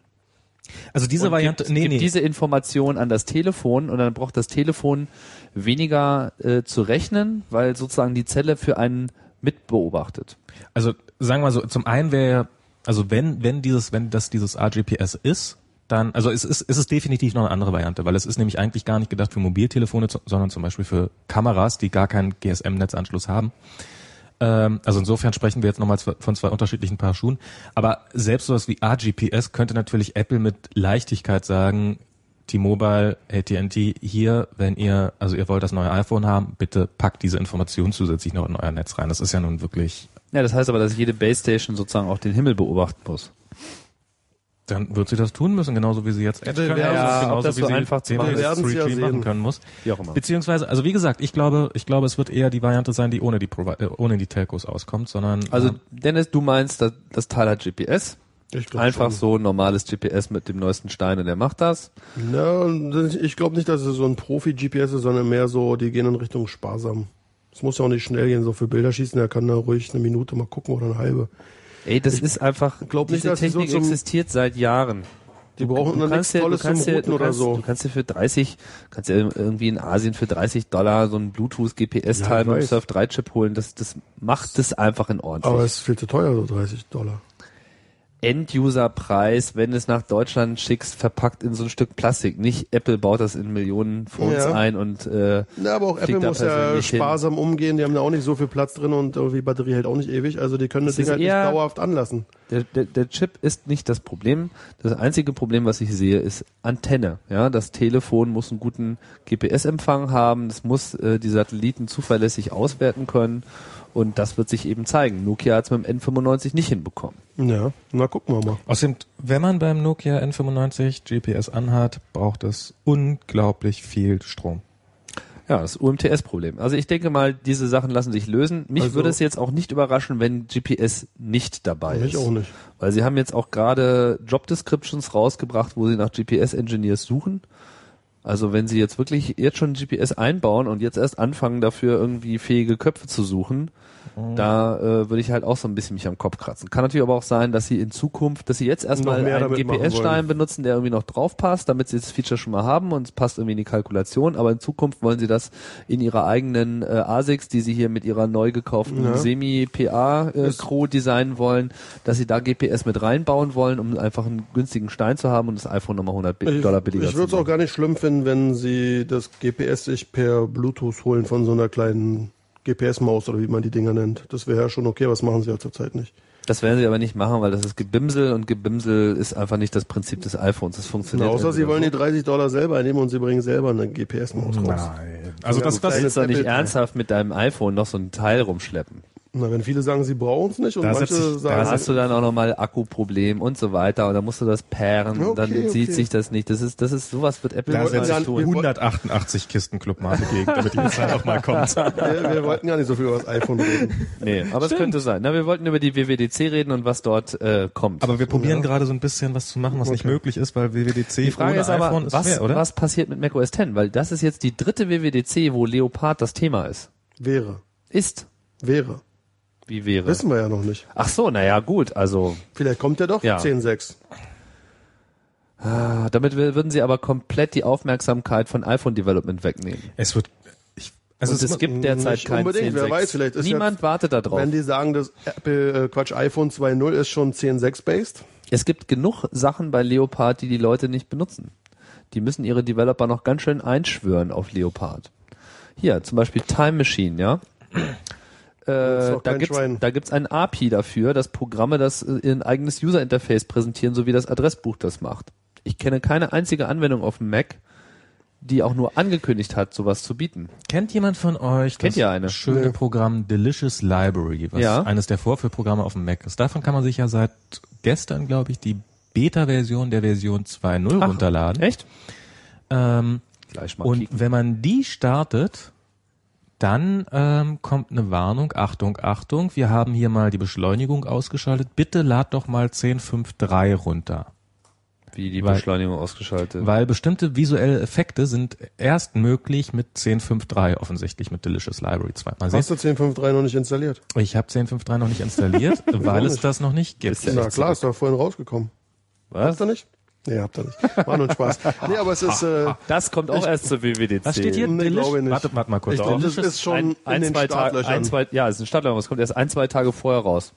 B: also diese
A: und
B: Variante,
A: gibt, gibt diese Information an das Telefon und dann braucht das Telefon weniger äh, zu rechnen, weil sozusagen die Zelle für einen mitbeobachtet.
B: also sagen wir mal so, zum einen wäre ja, also wenn, wenn dieses, wenn das dieses RGPS ist, dann, also es ist, es ist definitiv noch eine andere Variante, weil es ist nämlich eigentlich gar nicht gedacht für Mobiltelefone, zu- sondern zum Beispiel für Kameras, die gar keinen GSM-Netzanschluss haben. Ähm, also insofern sprechen wir jetzt nochmal zwe- von zwei unterschiedlichen Paar Schuhen. Aber selbst sowas wie RGPS könnte natürlich Apple mit Leichtigkeit sagen, T-Mobile, AT&T, hier, wenn ihr, also ihr wollt das neue iPhone haben, bitte packt diese Information zusätzlich noch in euer Netz rein. Das ist ja nun wirklich,
A: Ja, das heißt aber, dass jede Base Station sozusagen auch den Himmel beobachten muss.
B: dann wird sie das tun müssen, genauso wie sie jetzt Edge
C: werden
B: also
A: es- ob
B: genauso
A: das so einfach zu
B: den
A: machen
C: ist.
B: Street
C: Werden's ja
B: Dream machen
C: sehen.
B: können muss.
A: Wie auch immer.
B: Beziehungsweise, also wie gesagt, ich glaube, ich glaube, es wird eher die Variante sein, die ohne die Provi äh, ohne die Telcos auskommt, sondern
A: Also,
B: ähm,
A: Dennis, du meinst, das, das Teil hat GPS.
C: Ich glaub
A: Einfach
C: schon.
A: so ein normales GPS mit dem neuesten Stein und der macht das.
C: Na, ich glaube nicht, dass es so ein Profi-GPS ist, sondern mehr so, die gehen in Richtung sparsam. Es muss ja auch nicht schnell gehen, so für Bilder schießen, er kann da ruhig eine Minute mal gucken oder eine halbe.
A: Ey, das ist einfach,
C: glaub nicht,
A: diese
C: dass die so
A: Technik
C: zum-
A: existiert seit Jahren.
C: Die brauchen dann nichts
A: dir-
C: Tolles zum
A: dir-
C: Routen
A: du
C: oder
A: kannst,
C: so.
A: Du kannst dir für 30, kannst dir irgendwie in Asien für 30 Dollar so ein
C: Ja,
A: Bluetooth-GPS-Teil
C: ich
A: mit einem
C: weiß.
A: Surf 3-Chip holen. Das, das macht es einfach in Ordnung.
C: Aber es ist viel zu teuer, so 30 Dollar.
A: End-User-Preis, wenn du es nach Deutschland schickst, verpackt in so ein Stück Plastik. Nicht Apple baut das in Millionen Phones
C: Ja.
A: ein und äh,
C: Na, aber auch
A: fliegt
C: Apple
A: da
C: muss ja
A: persönlich hin.
C: sparsam umgehen, die haben da auch nicht so viel Platz drin und irgendwie Batterie hält auch nicht ewig, also die können das,
A: Es
C: Ding
A: ist
C: halt nicht
A: eher-
C: dauerhaft anlassen.
A: Der, der, der Chip ist nicht das Problem. Das einzige Problem, was ich sehe, ist Antenne. Ja, das Telefon muss einen guten GPS-Empfang haben. Es muss äh, die Satelliten zuverlässig auswerten können. Und das wird sich eben zeigen. Nokia hat es mit dem N95 nicht hinbekommen.
C: Ja, na gucken wir mal.
B: Außerdem, wenn man beim Nokia N95 GPS anhat, braucht es unglaublich viel Strom.
A: Ja, das UMTS-Problem. Also ich denke mal, diese Sachen lassen sich lösen. Mich
C: Also-
A: würde es jetzt auch nicht überraschen, wenn GPS nicht dabei ist.
C: Ich auch nicht.
A: Weil sie haben jetzt auch gerade Job Descriptions rausgebracht, wo sie nach GPS-Engineers suchen. Also wenn sie jetzt wirklich jetzt schon GPS einbauen und jetzt erst anfangen, dafür irgendwie fähige Köpfe zu suchen,
C: Mhm.
A: da äh, würde ich halt auch so ein bisschen mich am Kopf kratzen. Kann natürlich aber auch sein, dass sie in Zukunft, dass sie jetzt erstmal
C: Noch mehr
A: einen
C: damit machen
A: GPS-Stein
C: wollen.
A: benutzen, der irgendwie noch drauf passt, damit sie das Feature schon mal haben und es passt irgendwie in die Kalkulation, aber in Zukunft wollen sie das in ihrer eigenen äh, ASICs, die sie hier mit ihrer neu gekauften
C: Ja.
A: Semi-PA äh,
C: Ist-
A: Pro designen wollen, dass sie da GPS mit reinbauen wollen, um einfach einen günstigen Stein zu haben und das iPhone nochmal 100 Bi-
C: Ich,
A: Dollar billiger
C: ich würde es
A: zu
C: auch
A: machen.
C: gar nicht schlimm finden, wenn sie das GPS sich per Bluetooth holen von so einer kleinen GPS-Maus oder wie man die Dinger nennt. Das wäre ja schon okay, was machen sie ja zurzeit nicht.
A: Das werden sie aber nicht machen, weil das ist Gebimsel und Gebimsel ist einfach nicht das Prinzip des iPhones. Das
C: Na,
A: funktioniert.
C: außer sie
A: entweder
C: wollen
A: so.
C: die 30 Dollar selber nehmen und sie bringen selber eine GPS-Maus raus.
B: Nein. Also
C: Ja,
B: das,
C: gut,
A: Du
B: das,
A: willst doch nicht
C: Apple-
A: ernsthaft mit deinem iPhone noch so ein Teil rumschleppen.
C: Na, wenn viele sagen, sie brauchen es nicht und
B: Da setzt
C: manche
B: sich- da
A: Da
C: sagen,
A: hast du dann auch nochmal Akkuproblem und so weiter und dann musst du das paaren,
C: Okay,
A: dann
C: okay.
A: sieht sich das nicht. Das ist, das ist, sowas wird Apple
B: da
C: Wir
A: niemals
C: wollten
B: setzt
C: ja-
B: sich
A: nicht
C: dann-
A: tun.
B: 188 Kisten Club Mate gegen, damit die Zahl auch mal
A: <laughs>
B: kommt.
C: wir, Äh, wir wollten gar nicht so viel über das iPhone reden.
A: Nee, aber es könnte sein. Na, wir wollten über die WWDC reden und was dort äh, kommt.
B: Aber wir probieren gerade so ein bisschen was zu machen, was nicht möglich ist, weil WWDC
A: Die Frage
B: ohne
A: ist aber,
B: iPhone ist
A: was,
B: schwer, oder?
A: was passiert mit macOS 10? Weil das ist jetzt die dritte WWDC, wo Leopard das Thema ist.
C: Wäre.
A: Ist.
C: Wäre.
A: Wie wäre?
C: Wissen wir ja noch nicht.
A: Ach so, naja, gut, also,
C: Vielleicht kommt ja doch
A: Ja.
C: 10.6.
A: ah, damit wir- würden sie aber komplett die Aufmerksamkeit von iPhone-Development wegnehmen.
B: Es wird, ich, also
A: Und es
B: mu-
A: gibt derzeit
C: nicht
A: kein
C: unbedingt,
A: 10.6.
C: wer weiß, vielleicht ist
A: Niemand wartet da drauf.
C: Wenn die sagen, das Apple, äh, Quatsch, iPhone 2.0 ist schon 10.6 based.
A: Es gibt genug Sachen bei Leopard, die die Leute nicht benutzen. Die müssen ihre Developer noch ganz schön einschwören auf Leopard. Hier, zum Beispiel Time Machine, ja.
C: ist
A: Äh,
C: doch
A: da
C: kein
A: gibt's
C: Schwein.
A: da gibt's ein API dafür, dass Programme das äh, ihr eigenes User-Interface präsentieren, so wie das Adressbuch das macht. Ich kenne keine einzige Anwendung auf dem Mac, die auch nur angekündigt hat, sowas zu bieten.
B: Kennt jemand von euch
A: Kennt
B: das
A: ihr eine?
B: schöne Programm Delicious Library, was
A: Ja.
B: eines der Vorführprogramme auf dem Mac ist? Davon kann man sich ja seit gestern, glaube ich, die Beta-Version der Version 2.0
A: Ach,
B: runterladen.
A: Echt?
B: Ähm,
A: Gleich mal
B: und
A: kicken.
B: wenn man die startet, dann ähm, kommt eine Warnung, Achtung, Achtung, wir haben hier mal die Beschleunigung ausgeschaltet, bitte lad doch mal 10.5.3 runter.
A: wie die
B: weil-
A: Beschleunigung ausgeschaltet.
B: Weil bestimmte visuelle Effekte sind erst möglich mit 10.5.3 offensichtlich, mit Delicious Library 2. Man sieht,
C: Hast du 10.5.3 noch nicht installiert?
B: ich habe 10.5.3 noch nicht installiert,
C: <laughs>
B: weil es das noch nicht gibt.
C: Na klar, ist doch vorhin rausgekommen.
A: Was?
C: Habt ihr nicht? Nee, habt ihr nicht. War nur
A: <laughs>
C: ein Spaß. Nee, aber es ist, äh,
A: Das kommt auch erst zur WWDC.
B: Was steht hier?
C: Nee, glaube ich nicht.
B: Warte, warte mal kurz.
C: ich glaube, das ist schon in den
A: Tage, ein,
C: Startlöchern.
A: zwei, ja, es ist ein Startlöcher, es kommt erst ein, zwei Tage vorher raus.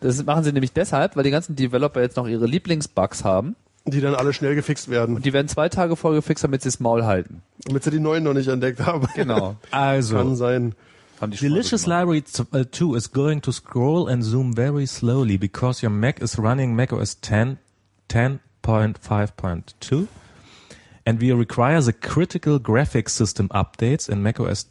A: Das machen sie nämlich deshalb, weil die ganzen Developer jetzt noch ihre Lieblingsbugs haben.
C: Die dann alle schnell gefixt werden.
A: Und die werden zwei Tage vorher gefixt, damit sie das Maul halten.
C: Damit sie die neuen noch nicht entdeckt haben.
A: Genau.
C: <laughs> Kann
B: Also,
C: sein.
A: <laughs> Haben die schon mal so
B: Delicious
A: gemacht.
B: Library 2 is going to scroll and zoom very slowly because your Mac is running macOS 10, 10.5.2 and we require the critical graphics system updates in macOS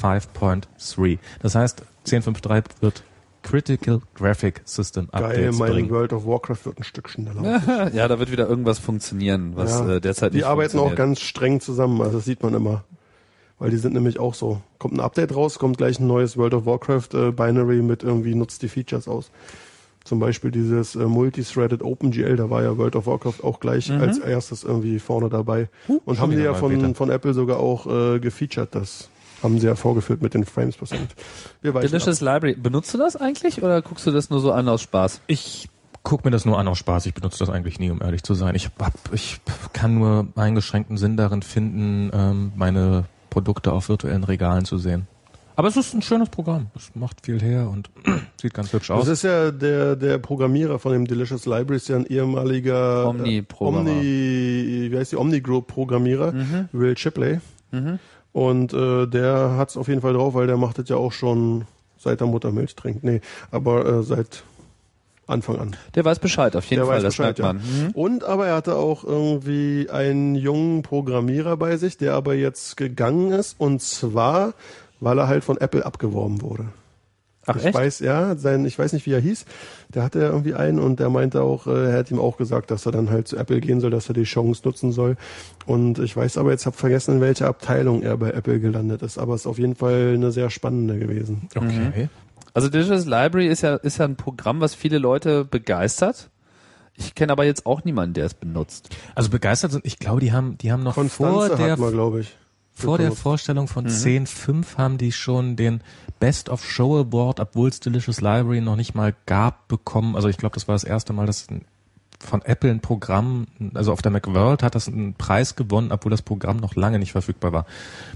B: 10.5.3. Das heißt, 10.5.3 wird critical graphic system
C: Geil,
B: updates
C: mein
B: bringen.
C: World of Warcraft wird ein
A: <laughs>
C: Stück schneller.
A: Ja, da wird wieder irgendwas funktionieren, was
C: Ja.
A: äh, derzeit
C: die
A: nicht
C: arbeiten auch
A: funktioniert.
C: ganz streng zusammen, also das sieht man immer. Weil die sind nämlich auch so. Kommt ein Update raus, kommt gleich ein neues World of Warcraft äh, Binary mit irgendwie nutzt die Features aus. Zum Beispiel dieses äh, Multithreaded OpenGL, da war ja World of Warcraft auch gleich
A: Mhm.
C: als erstes irgendwie vorne dabei. Und haben die
B: wieder
C: ja
B: mal
C: von,
B: Beta.
C: von Apple sogar auch äh, gefeatured, das haben sie ja vorgeführt mit den Frames Prozent. Wir weichen ab.
A: Delicious Library, benutzt du das eigentlich oder guckst du das nur so an aus Spaß?
B: Ich guck mir das nur an aus Spaß. Ich benutze das eigentlich nie, um ehrlich zu sein. Ich, hab, ich kann nur eingeschränkten Sinn darin finden, ähm, meine Produkte auf virtuellen Regalen zu sehen. Aber es ist ein schönes Programm. Es macht viel her und <clears throat> sieht ganz hübsch aus.
C: Das ist ja der, der Programmierer von dem Delicious Library, ist ja ein ehemaliger
A: Omni-Programmer. Mhm.
C: Äh, Omni, wie heißt die Omni Group Programmierer, Will Shipley. Und äh, der hat's auf jeden Fall drauf, weil der macht das ja auch schon seit der Mutter Milch trinkt. Nee, aber äh, seit Anfang an.
A: Der weiß Bescheid, auf jeden
C: Der
A: Fall,
C: weiß
A: das
C: Bescheid, ja.
A: merkt man. Mhm.
C: Und aber er hatte auch irgendwie einen jungen Programmierer bei sich, der aber jetzt gegangen ist und zwar, weil er halt von Apple abgeworben wurde.
A: Ach,
C: ich
A: echt?
C: weiß, ja, sein, ich weiß nicht, wie er hieß. Der hatte ja irgendwie einen und der meinte auch, äh, er hat ihm auch gesagt, dass er dann halt zu Apple gehen soll, dass er die Chance nutzen soll. Und ich weiß aber, jetzt habe vergessen, in welcher Abteilung er bei Apple gelandet ist. Aber es ist auf jeden Fall eine sehr spannende gewesen. Mhm.
B: Okay.
A: Also Delicious Library ist ja, ist ja ein Programm, was viele Leute begeistert. Ich kenne aber jetzt auch niemanden, der es benutzt.
B: Also begeistert sind, ich glaube, die haben, die haben noch
C: Konstanze
B: vor der
C: hat man, glaube ich.
B: Vor der
C: Gekommen.
B: Vorstellung von 10.5 haben die schon den Best of Show Award, obwohl es Delicious Library noch nicht mal gab, bekommen. Also ich glaube, das war das erste Mal, dass ein- von Apple ein Programm, also auf der Macworld hat das einen Preis gewonnen, obwohl das Programm noch lange nicht verfügbar war.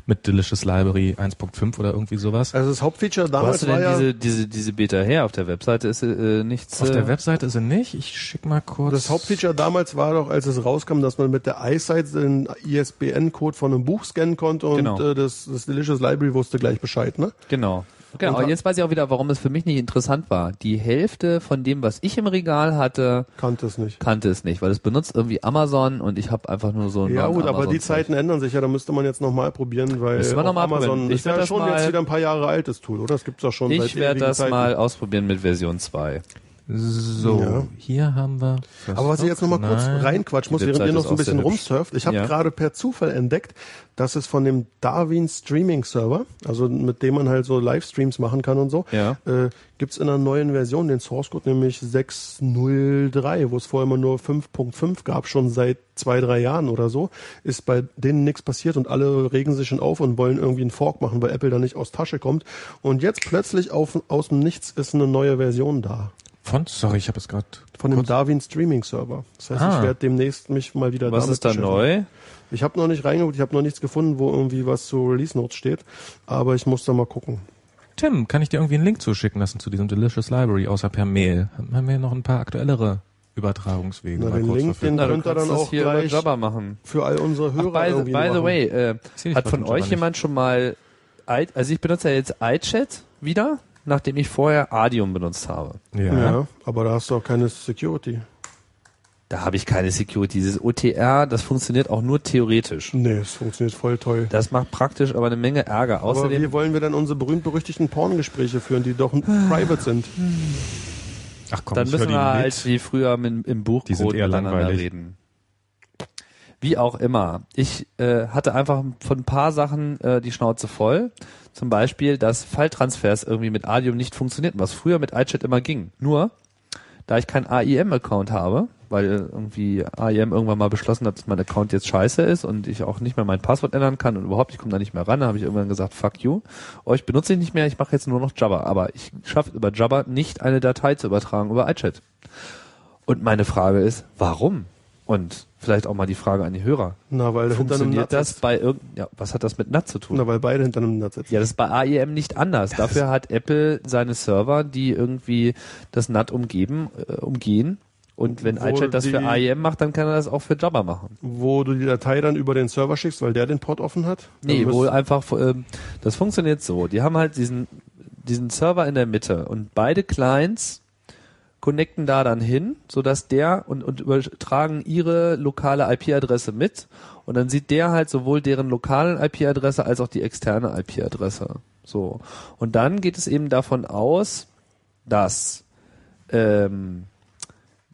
B: Mit Delicious Library 1.5 oder irgendwie sowas.
C: Also das Hauptfeature
A: Wo hast
C: damals
A: du denn
C: war ja,
A: diese, diese, diese Beta her? Auf der Webseite ist äh, nichts.
B: auf der
A: äh,
B: Webseite ist sie nicht. Ich schick mal kurz.
C: Das Hauptfeature damals war doch, als es rauskam, dass man mit der EyeSight den ISBN-Code von einem Buch scannen konnte und
A: Genau.
C: äh, das, das Delicious Library wusste gleich Bescheid, ne?
A: Genau. Genau,
C: Und-
A: jetzt weiß ich auch wieder, warum es für mich nicht interessant war. Die Hälfte von dem, was ich im Regal hatte,
C: Kannte es nicht.
A: kannte es nicht, weil es benutzt irgendwie Amazon und ich habe einfach nur so einen
C: Ja
A: neuen
C: gut, aber die
A: Amazon-Zeug.
C: Zeiten ändern sich ja, da müsste man jetzt nochmal probieren, weil
A: Müssen wir noch
C: auch
A: mal
C: Amazon
A: probieren. Ich
C: ist
A: werd
C: ja
A: das
C: schon
A: mal-
C: jetzt wieder ein paar Jahre altes Tool, oder? Das gibt's ja schon seit
A: Ich werde
C: ewigen
A: das
C: Zeiten.
A: mal ausprobieren mit Version 2.
B: So,
C: Ja.
B: hier haben wir.
C: Aber was ich jetzt nochmal kurz
B: Nein.
C: reinquatschen muss,
A: Die
C: während
A: Website
C: ihr noch
A: ist
C: so ein
A: auch sehr
C: bisschen
A: hübsch.
C: rumsurft, ich habe
A: Ja.
C: gerade per Zufall entdeckt, dass es von dem Darwin Streaming Server, also mit dem man halt so Livestreams machen kann und so,
A: Ja.
C: äh, gibt's in einer neuen Version den Source Code, nämlich 6.03, wo es vorher immer nur 5.5 gab, schon seit zwei, drei Jahren oder so, ist bei denen nichts passiert und alle regen sich schon auf und wollen irgendwie einen Fork machen, weil Apple da nicht aus Tasche kommt. Und jetzt plötzlich auf, aus dem Nichts ist eine neue Version da.
B: Von, sorry, ich habe es gerade.
C: Von dem Darwin Streaming Server. Das heißt, ich
B: Ah.
C: werde demnächst mich mal wieder
A: Was
C: damit
A: ist da
C: beschäftigen.
A: neu?
C: Ich habe noch nicht reingeguckt, ich habe noch nichts gefunden, wo irgendwie was zu Release Notes steht, aber ich muss da mal gucken.
B: Tim, kann ich dir irgendwie einen Link zuschicken lassen zu diesem Delicious Library, außer per Mail? Haben wir hier noch ein paar aktuellere Übertragungswege?
C: Na,
B: mal
C: den
B: kurz
C: Link,
B: verfügbar?
C: den
A: Na, du
C: könnt ihr
A: kannst
C: dann
A: das
C: auch
A: hier über
C: gleich
A: Jabber machen.
C: für all unsere Hörer
A: By, the-
C: irgendwie
A: by the
C: machen.
A: way, äh,
B: Erzähl ich
A: hat
B: doch
A: von euch
B: bitte mal nicht.
A: jemand schon mal, I, also ich benutze ja jetzt iChat wieder, nachdem ich vorher Adium benutzt habe.
C: Ja.
B: ja.
C: aber da hast du auch keine Security.
A: Da habe ich keine Security. Dieses OTR, das funktioniert auch nur theoretisch.
C: Nee, es funktioniert voll toll.
A: Das macht praktisch aber eine Menge Ärger.
C: aber
A: Außerdem,
C: wie wollen wir dann unsere berühmt-berüchtigten Porngespräche führen, die doch private sind?
B: Ach komm,
A: dann
B: ich hör
A: müssen
B: die
A: wir
B: mit.
A: halt wie früher mit, im Buch
B: Die sind eher langweilig.
A: reden. Wie auch immer. Ich äh, hatte einfach von ein paar Sachen äh, die Schnauze voll. Zum Beispiel, dass Falltransfers irgendwie mit Adium nicht funktionierten, was früher mit iChat immer ging. Nur, da ich keinen AIM-Account habe, weil äh, irgendwie AIM irgendwann mal beschlossen hat, dass mein Account jetzt scheiße ist und ich auch nicht mehr mein Passwort ändern kann und überhaupt, ich komme da nicht mehr ran, da habe ich irgendwann gesagt, fuck you, euch benutze ich nicht mehr, ich mache jetzt nur noch Jabber. Aber ich schaffe über Jabber nicht eine Datei zu übertragen über iChat. Und meine Frage ist, warum? Und vielleicht auch mal die Frage an die Hörer.
C: Na, weil du hinter einem
A: Funktioniert
C: Nut
A: das
C: sitzt.
A: bei irgendeinem, ja, was hat das mit NAT zu tun?
C: Na, weil beide hinter einem Nut sitzen.
A: Ja, das ist bei AIM nicht anders. Dafür hat Apple seine Server, die irgendwie das NAT umgeben, äh, umgehen. Und wenn
C: Wo
A: iChat das für
C: die-
A: AIM macht, dann kann er das auch für Jabber machen.
C: Wo du die Datei dann über den Server schickst, weil der den Port offen hat? Dann
A: Nee,
C: müsst-
A: wohl einfach, ähm, das funktioniert so. Die haben halt diesen, diesen Server in der Mitte und beide Clients connecten da dann hin, sodass der und, und übertragen ihre lokale IP-Adresse mit und dann sieht der halt sowohl deren lokalen IP-Adresse als auch die externe IP-Adresse. So. Und dann geht es eben davon aus, dass ähm, <laughs>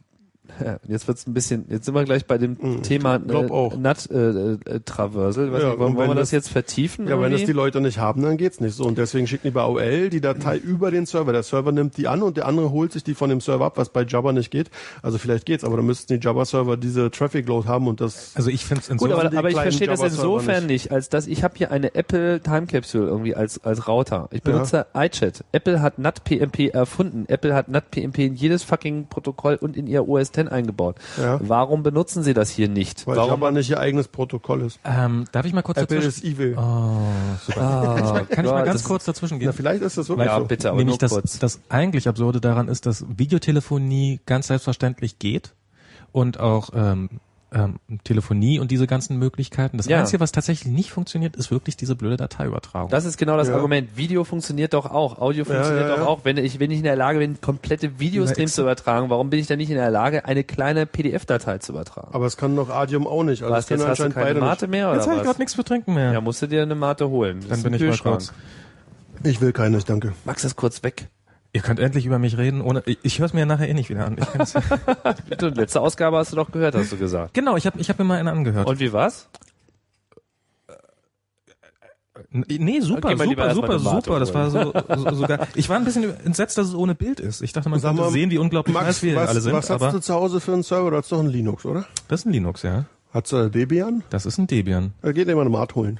A: jetzt wird's ein bisschen, jetzt sind wir gleich bei dem Thema
C: Mhm. glaub auch.
A: Nut äh, äh, Traversal. Ich weiß
C: Ja,
A: nicht, wollen, wollen
C: und
A: wir
C: wenn
A: das,
C: das-
A: jetzt vertiefen?
C: Ja, wenn das
A: irgendwie?
C: die Leute nicht haben, dann geht's nicht so. Und deswegen schicken die bei AOL die Datei über den Server. Der Server nimmt die an und der andere holt sich die von dem Server ab, was bei Jabber nicht geht. Also vielleicht geht's, aber dann müssten die Jabber-Server diese Traffic Load haben und das.
B: Also ich finde es
A: Gut,
C: So
B: insofern,
C: haben
A: aber,
C: die
A: aber ich
C: kleinen
A: verstehe das
C: Java-Server
A: insofern nicht, als dass ich habe hier eine Apple Time Capsule irgendwie als als Router. Ich benutze iChat. Apple hat NatPMP erfunden. Apple hat NatPMP in jedes fucking Protokoll und in ihr OS 10 eingebaut.
C: Ja.
A: Warum benutzen sie das hier nicht?
C: Weil
A: Warum?
C: Jabber nicht ihr eigenes Protokoll ist.
B: ähm, darf ich mal kurz
C: Apple
B: dazwischen...
C: ist evil. <laughs>
B: Ah, kann ich mal
A: Gott,
B: ganz
A: das-
B: kurz dazwischen gehen?
C: Na, vielleicht ist das wirklich
A: Ja,
C: so.
A: bitte, aber
B: Nämlich
A: nur
B: das,
A: kurz.
B: das eigentlich Absurde daran ist, dass Videotelefonie ganz selbstverständlich geht und auch ähm, ähm, Telefonie und diese ganzen Möglichkeiten. Das
A: Ja.
B: Einzige, was tatsächlich nicht funktioniert, ist wirklich diese blöde Dateiübertragung.
A: Das ist genau das
C: Ja.
A: Argument. Video funktioniert doch auch, Audio
C: Ja,
A: funktioniert
C: ja,
A: doch
C: ja.
A: auch. Wenn ich, wenn ich in der Lage bin, komplette Videostreams
B: Ja,
A: zu übertragen, warum bin ich dann nicht in der Lage, eine kleine PDF-Datei zu übertragen?
C: Aber es kann doch Adium auch nicht. Also
A: Was,
C: es können
A: jetzt hast du
C: anscheinend
A: keine
C: beide
A: Mate mehr
B: Jetzt habe ich
A: oder was?
B: gerade nichts zu trinken mehr.
A: Ja, musst du dir eine Mate holen. Das
B: Dann
A: ist
B: bin
A: ein
B: ich mal
A: Kühlschrank.
B: kurz.
C: nicht. Ich will keine, ich danke.
A: Max ist kurz weg.
B: Ihr könnt endlich über mich reden, ohne. Ich, ich höre es mir ja nachher eh nicht wieder an. Ich
A: <laughs>
B: kann's-
A: Bitte, letzte Ausgabe hast du doch gehört, hast du gesagt.
B: genau, ich habe ich hab mir mal einen angehört.
A: Und wie war's?
B: N- nee, super,
A: Geh mal lieber
B: super,
A: erst mal eine
B: super,
A: Mate
B: super. Das war so, so, sogar. Ich war ein bisschen entsetzt, dass es ohne Bild ist. Ich dachte, man
C: Sag
B: könnte
C: mal,
B: sehen, wie unglaublich nice
C: Max,
B: wir
C: was,
B: alle sind.
C: was hast
B: aber
C: du zu Hause für einen Server? Du hast doch einen Linux, oder?
B: das ist ein Linux, ja.
C: Hast du da Debian?
B: Das ist ein Debian.
C: Da geht immer eine Mart holen.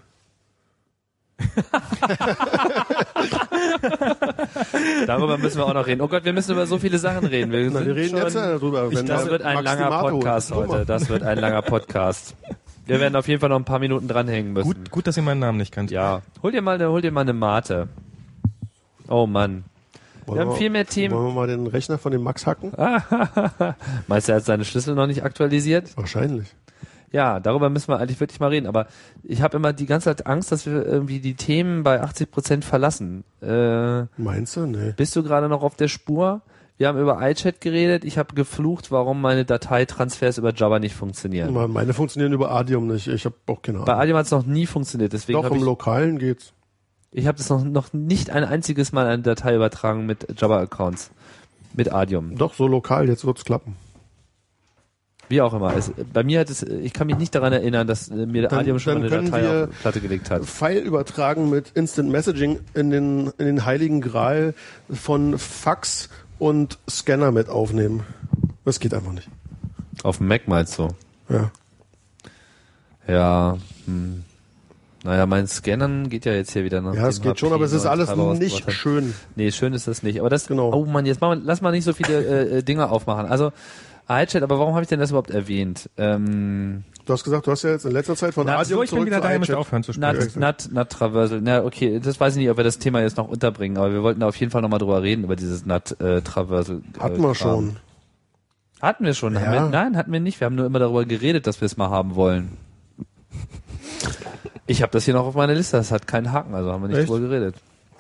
A: Darüber müssen wir auch noch reden. Oh Gott, wir müssen über so viele Sachen reden. Wir,
C: Na,
A: sind
C: wir reden
A: schon,
C: jetzt ja darüber.
A: Ich,
C: wenn
A: das
C: Max
A: wird ein
C: die
A: langer
C: Mate holt.
A: Podcast
C: Guck mal.
A: heute. Das wird ein langer Podcast. Wir werden auf jeden Fall noch ein paar Minuten dranhängen müssen.
C: Mhm.
B: Gut, gut, dass ihr meinen Namen nicht kennt.
A: Ja. Hol dir mal, eine- hol dir mal eine Mate. Oh Mann. <laughs>
C: Wollen
A: haben viel mehr Themen.
C: Wollen wir mal den Rechner von dem Max hacken?
A: Meinst du, er hat seine Schlüssel noch nicht aktualisiert?
C: Wahrscheinlich.
A: Ja, darüber müssen wir eigentlich wirklich mal reden. Aber ich habe immer die ganze Zeit Angst, dass wir irgendwie die Themen bei 80 Prozent verlassen. Äh,
C: Meinst du? Nee.
A: Bist du gerade noch auf der Spur? Wir haben über iChat geredet. Ich habe geflucht, warum meine Dateitransfers über Jabber nicht funktionieren.
C: Me- Meine funktionieren über Adium nicht. Ich habe auch keine
A: Bei
C: Ahnung.
A: Adium hat es noch nie funktioniert. Deswegen
C: Doch,
A: habe
C: im
A: ich,
C: Lokalen geht's.
A: ich habe das noch, noch nicht ein einziges Mal eine Datei übertragen mit Jabber-Accounts. Mit Adium.
C: Doch, so lokal, jetzt wird's klappen.
A: Wie auch immer. Es, bei mir hat es, ich kann mich nicht daran erinnern, dass äh, mir
C: Dann-
A: Adium schon mal
C: dann
A: eine
C: können
A: Datei
C: wir-
A: auf die Platte gelegt hat.
C: File übertragen mit Instant Messaging in den, in den heiligen Gral von Fax und Scanner mit aufnehmen. Das geht einfach nicht.
A: Auf dem Mac meinst du?
C: Ja.
A: Ja. Hm. Naja, mein Scannern geht ja jetzt hier wieder nach.
C: Ja, es
A: dem
C: geht schon,
A: HP
C: aber es ist
A: neuen
C: alles
A: Treiber
C: nicht
A: rausgebracht hat.
C: schön.
A: Nee, schön ist das nicht. Aber das,
C: Genau.
A: oh Mann, jetzt mach mal, lass mal nicht so viele äh, äh, Dinge aufmachen. Also, iChat, aber warum habe ich denn das überhaupt erwähnt? Ähm,
C: Du hast gesagt, du hast ja jetzt in letzter Zeit von
B: Na, so,
C: Adium
B: ich bin
C: zurück
B: wieder
C: zu
B: da, ihr müsst
C: iChat.
B: aufhören zu spielen.
A: Nut, Nut, Nut Traversal. Na, okay, das weiß ich nicht, ob wir das Thema jetzt noch unterbringen, aber wir wollten da auf jeden Fall nochmal drüber reden, über dieses Nut äh, Traversal. äh,
C: Hatten wir
A: Kram.
C: schon.
A: Hatten wir schon. Haben
C: Ja.
A: wir, nein, hatten wir nicht. Wir haben nur immer darüber geredet, dass wir es mal haben wollen. Ich habe das hier noch auf meiner Liste, das hat keinen Haken, also haben wir nicht
C: Echt?
A: drüber geredet.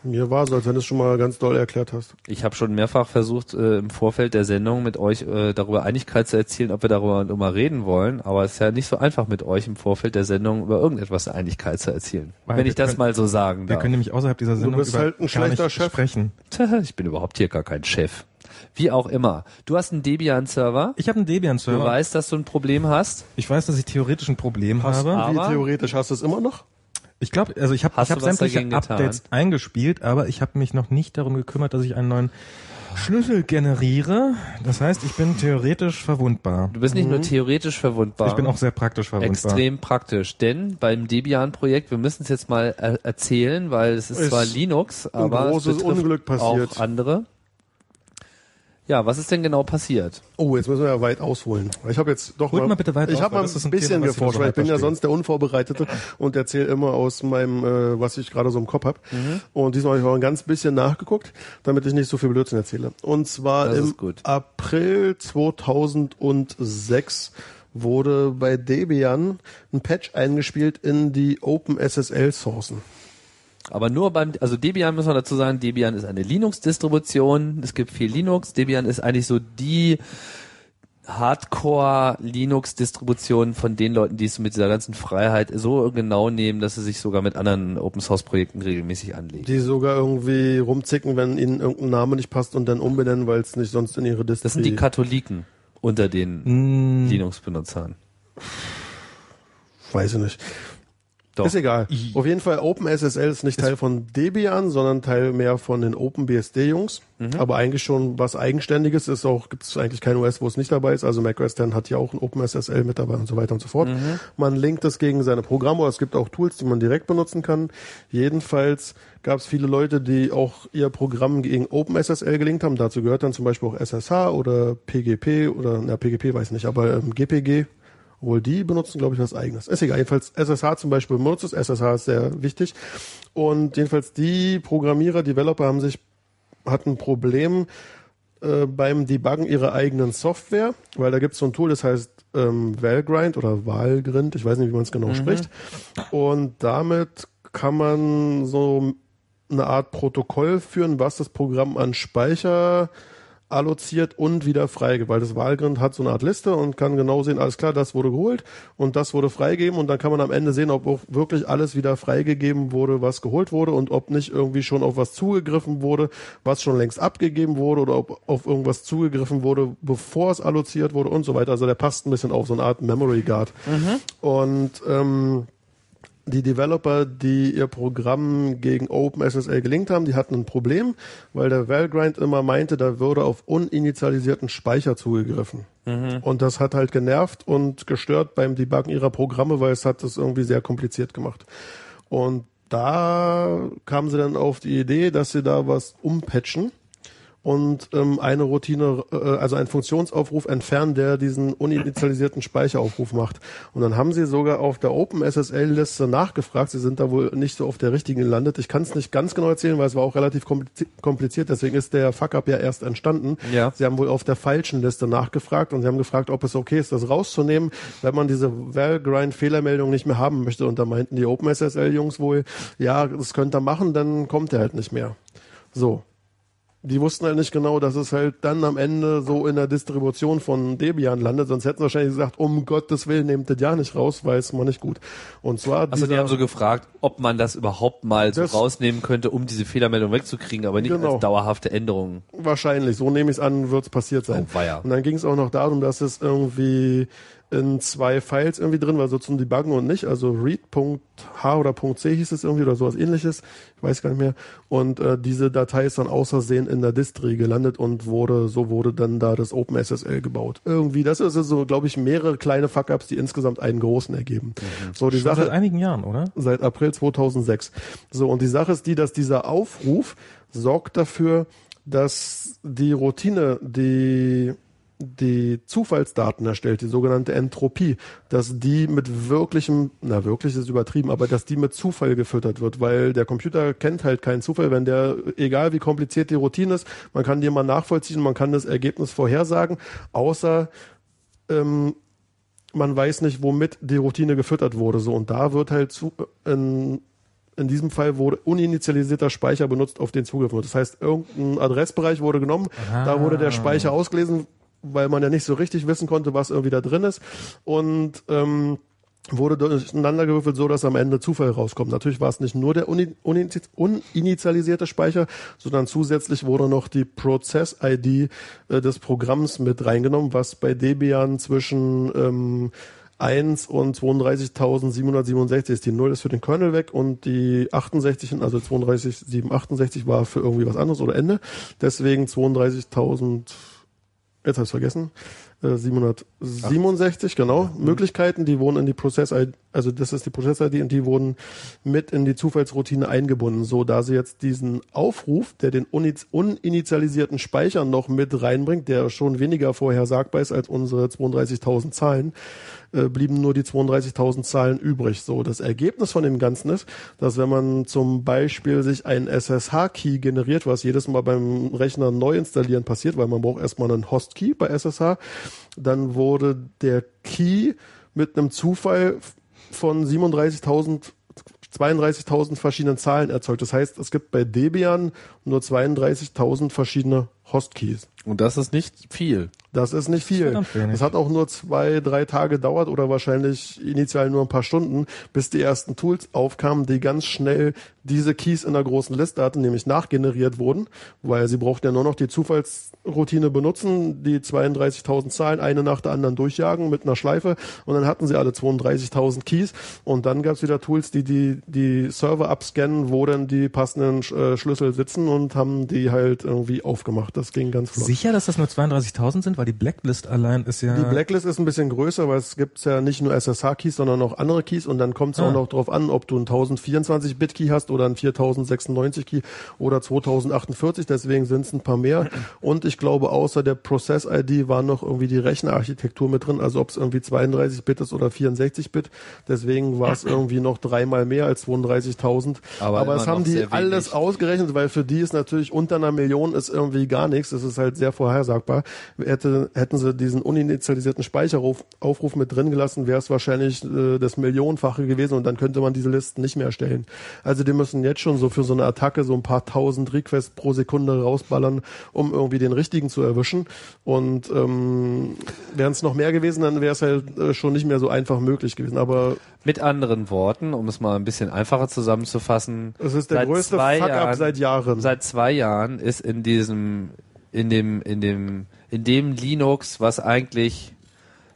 C: Mir war so, als wenn du es schon mal ganz doll erklärt hast.
A: Ich habe schon mehrfach versucht, äh, im Vorfeld der Sendung mit euch äh, darüber Einigkeit zu erzielen, ob wir darüber nochmal reden wollen. Aber es ist ja nicht so einfach, mit euch im Vorfeld der Sendung über irgendetwas Einigkeit zu erzielen.
B: Weil
A: wenn
B: wir
A: ich das
B: können-
A: mal so sagen
B: Wir
A: darf.
B: können nämlich außerhalb dieser Sendung
C: bist
B: über
C: halt ein
B: gar
C: schlechter
B: nicht
C: Chef.
B: sprechen.
A: Tja, ich bin überhaupt hier gar kein Chef. Wie auch immer. Du hast einen Debian-Server.
B: Ich habe einen
A: Du
B: Debian-Server.
A: weißt, dass du ein Problem hast.
B: Ich weiß, dass ich theoretisch ein Problem habe.
A: Aber-
C: Wie theoretisch hast du es immer noch?
B: Ich glaube, also ich habe
A: Hast
B: ich hab
A: du was
B: sämtliche
A: dagegen getan?
B: Updates eingespielt, aber ich habe mich noch nicht darum gekümmert, dass ich einen neuen Schlüssel generiere. Das heißt, ich bin theoretisch verwundbar.
A: Du bist nicht nur theoretisch verwundbar.
B: Mhm. Ich bin auch sehr praktisch verwundbar.
A: extrem praktisch. Denn beim Debian-Projekt, wir müssen es jetzt mal er erzählen, weil es ist,
C: Ist
A: zwar Linux, aber
C: großes
A: es betrifft
C: Unglück passiert.
A: auch andere. Ja, was ist denn genau passiert?
C: Oh, jetzt müssen wir ja weit ausholen. Ich habe jetzt doch
B: Holt
C: mal,
B: mal bitte weit
C: ich
B: aus,
C: habe
B: weil
C: mal
B: das ist
C: ein
B: ein
C: bisschen
B: Thema, was
C: geforscht,
B: hier
C: weil ich
B: so
C: bin ja
B: halb
C: sonst der Unvorbereitete und erzähle immer aus meinem, äh, was ich gerade so im Kopf habe.
B: Mhm.
C: Und diesmal habe ich auch ein ganz bisschen nachgeguckt, damit ich nicht so viel Blödsinn erzähle. Und zwar
A: Das ist
C: im
A: gut.
C: April 2006 wurde bei Debian ein Patch eingespielt in die OpenSSL-Sourcen.
A: Aber nur beim, also Debian muss man dazu sagen, Debian ist eine Linux-Distribution, es gibt viel Linux, Debian ist eigentlich so die Hardcore-Linux-Distribution von den Leuten, die es mit dieser ganzen Freiheit so genau nehmen, dass sie sich sogar mit anderen Open-Source-Projekten regelmäßig anlegen.
C: Die sogar irgendwie rumzicken, wenn ihnen irgendein Name nicht passt und dann umbenennen, weil es nicht sonst in ihre Distri...
A: Das sind die Katholiken unter den Linux-Benutzern.
C: Weiß ich nicht.
A: Doch.
C: Ist egal. Auf jeden Fall OpenSSL ist nicht Teil von Debian, sondern Teil mehr von den OpenBSD-Jungs. Aber eigentlich schon was Eigenständiges ist auch, gibt es eigentlich kein OS, wo es nicht dabei ist. Also Mac OS X hat ja auch ein OpenSSL mit dabei und so weiter und so fort. Man linkt es gegen seine Programme, aber es gibt auch Tools, die man direkt benutzen kann. Jedenfalls gab es viele Leute, die auch ihr Programm gegen OpenSSL gelinkt haben. Dazu gehört dann zum Beispiel auch SSH oder PGP oder, na, PGP weiß nicht, aber ähm, GPG. Obwohl die benutzen, glaube ich, was eigenes. Ist egal. Jedenfalls SSH zum Beispiel benutzt es. SSH ist sehr wichtig. Und jedenfalls die Programmierer, Developer haben sich, hatten ein Problem äh, beim Debuggen ihrer eigenen Software, weil da gibt es so ein Tool, das heißt ähm, Valgrind oder Valgrind, ich weiß nicht, wie man es genau spricht. Und damit kann man so eine Art Protokoll führen, was das Programm an Speicher alloziert und wieder freigegeben, weil das Wahlgrund hat so eine Art Liste und kann genau sehen, alles klar, das wurde geholt und das wurde freigegeben und dann kann man am Ende sehen, ob auch wirklich alles wieder freigegeben wurde, was geholt wurde und ob nicht irgendwie schon auf was zugegriffen wurde, was schon längst abgegeben wurde oder ob auf irgendwas zugegriffen wurde, bevor es alloziert wurde und so weiter. Also der passt ein bisschen auf so eine Art Memory Guard. Und ähm, die Developer, die ihr Programm gegen OpenSSL gelinkt haben, die hatten ein Problem, weil der Valgrind immer meinte, da würde auf uninitialisierten Speicher zugegriffen. Und das hat halt genervt und gestört beim Debuggen ihrer Programme, weil es hat das irgendwie sehr kompliziert gemacht. Und da kamen sie dann auf die Idee, dass sie da was umpatchen und ähm, eine Routine, äh, also einen Funktionsaufruf entfernen, der diesen uninitialisierten Speicheraufruf macht. Und dann haben sie sogar auf der OpenSSL-Liste nachgefragt. Sie sind da wohl nicht so auf der richtigen gelandet. Ich kann es nicht ganz genau erzählen, weil es war auch relativ komplizi- kompliziert. Deswegen ist der Fuck-Up ja erst entstanden.
A: Ja.
C: Sie haben wohl auf der falschen Liste nachgefragt und sie haben gefragt, ob es okay ist, das rauszunehmen, wenn man diese Valgrind-Fehlermeldung nicht mehr haben möchte. Und da meinten die OpenSSL-Jungs wohl, ja, das könnt ihr machen, dann kommt er halt nicht mehr. So die wussten halt nicht genau, dass es halt dann am Ende so in der Distribution von Debian landet, sonst hätten sie wahrscheinlich gesagt, um Gottes Willen, nehmt das ja nicht raus, weil es mal nicht gut. Und zwar
A: Also die
C: dieser-
A: haben so gefragt, ob man das überhaupt mal so
C: Das-
A: rausnehmen könnte, um diese Fehlermeldung wegzukriegen, aber nicht
C: Genau.
A: als dauerhafte Änderung.
C: wahrscheinlich, so nehme ich es an, wird es passiert sein.
A: Oh, weia.
C: Und dann ging es auch noch darum, dass es irgendwie in zwei Files irgendwie drin war, so zum Debuggen und nicht, also read.h oder .c hieß es irgendwie oder sowas ähnliches, ich weiß gar nicht mehr. Und äh, diese Datei ist dann außersehen in der Distri gelandet und wurde, so wurde dann da das OpenSSL gebaut. Irgendwie, das ist so, glaube ich, mehrere kleine Fuck-Ups, die insgesamt einen großen ergeben.
A: Mhm.
C: So, die
B: Schon
C: Sache
B: seit einigen Jahren, oder?
C: seit April 2006. So, und die Sache ist die, dass dieser Aufruf sorgt dafür, dass die Routine, die die Zufallsdaten erstellt, die sogenannte Entropie, dass die mit wirklichem, na wirklich ist übertrieben, aber dass die mit Zufall gefüttert wird, weil der Computer kennt halt keinen Zufall, wenn der, egal wie kompliziert die Routine ist, man kann die immer nachvollziehen, man kann das Ergebnis vorhersagen, außer Ähm, man weiß nicht, womit die Routine gefüttert wurde. So, und da wird halt zu, in, in diesem Fall wurde uninitialisierter Speicher benutzt, auf den zugegriffen wird. Das heißt, irgendein Adressbereich wurde genommen, da wurde der Speicher ausgelesen, weil man ja nicht so richtig wissen konnte, was irgendwie da drin ist. Und ähm, wurde durcheinander gewürfelt, so dass am Ende Zufall rauskommt. Natürlich war es nicht nur der uni- uni- uninitialisierte Speicher, sondern zusätzlich wurde noch die Prozess-ID äh, des Programms mit reingenommen, was bei Debian zwischen ähm, 1 und 32.767 ist. Die 0 ist für den Kernel weg und die 68, hin, also 32.768 war für irgendwie was anderes oder Ende. Deswegen 32.000 jetzt habe ich vergessen, äh, 767, genau, Möglichkeiten, die wurden in die Prozess-ID, also das ist die Prozess-ID und die wurden mit in die Zufallsroutine eingebunden, so da sie jetzt diesen Aufruf, der den uniz- uninitialisierten Speicher noch mit reinbringt, der schon weniger vorhersagbar ist als unsere 32.000 Zahlen, äh, blieben nur die 32.000 Zahlen übrig. So, das Ergebnis von dem Ganzen ist, dass wenn man zum Beispiel sich einen SSH-Key generiert, was jedes Mal beim Rechner neu installieren passiert, weil man braucht erstmal einen Host-Key bei SSH, dann wurde der Key mit einem Zufall von 37.000 32.000 verschiedenen Zahlen erzeugt. Das heißt, es gibt bei Debian nur 32.000 verschiedene Hostkeys.
A: Und das ist nicht viel.
C: Das ist nicht viel.
B: verdammt wenig.
C: Das hat auch nur zwei, drei Tage gedauert oder wahrscheinlich initial nur ein paar Stunden, bis die ersten Tools aufkamen, die ganz schnell diese Keys in der großen Liste hatten, nämlich nachgeneriert wurden, weil sie brauchten ja nur noch die Zufallsroutine benutzen, die 32.000 Zahlen eine nach der anderen durchjagen mit einer Schleife und dann hatten sie alle 32.000 Keys und dann gab es wieder Tools, die die, die Server abscannen, wo dann die passenden äh, Schlüssel sitzen und haben die halt irgendwie aufgemacht. Das ging ganz flott.
B: Sicher, dass das nur 32.000 sind, weil die Blacklist allein ist ja.
C: Die Blacklist ist ein bisschen größer, weil es gibt ja nicht nur SSH-Keys, sondern auch andere Keys und dann kommt es
B: Ah.
C: auch noch drauf an, ob du einen 1024-Bit-Key hast oder einen 4096-Key oder 2048, deswegen sind es ein paar mehr. Und ich glaube, außer der Process-ID war noch irgendwie die Rechnerarchitektur mit drin, also ob es irgendwie 32-Bit ist oder 64-Bit, deswegen war es irgendwie noch dreimal mehr als 32.000.
A: Aber
C: Aber,
A: immer
C: es
A: noch
C: haben
A: sehr
C: die
A: wenig.
C: alles ausgerechnet, weil für die ist natürlich unter einer Million ist irgendwie gar nichts. Das ist halt sehr vorhersagbar. Hätte, hätten sie diesen uninitialisierten Speicheraufruf Aufruf mit drin gelassen, wäre es wahrscheinlich äh, das Millionenfache gewesen und dann könnte man diese Listen nicht mehr erstellen. Also die müssen jetzt schon so für so eine Attacke so ein paar tausend Requests pro Sekunde rausballern, um irgendwie den richtigen zu erwischen. Und ähm, wären es noch mehr gewesen, dann wäre es halt äh, schon nicht mehr so einfach möglich gewesen. Aber
A: Mit anderen Worten, um es mal ein bisschen einfacher zusammenzufassen,
C: es ist der
A: seit
C: größte
A: zwei
C: Fuck-up
A: Jahren-
C: seit Jahren.
A: Seit zwei Jahren ist in diesem, in dem, in dem, in dem Linux, was eigentlich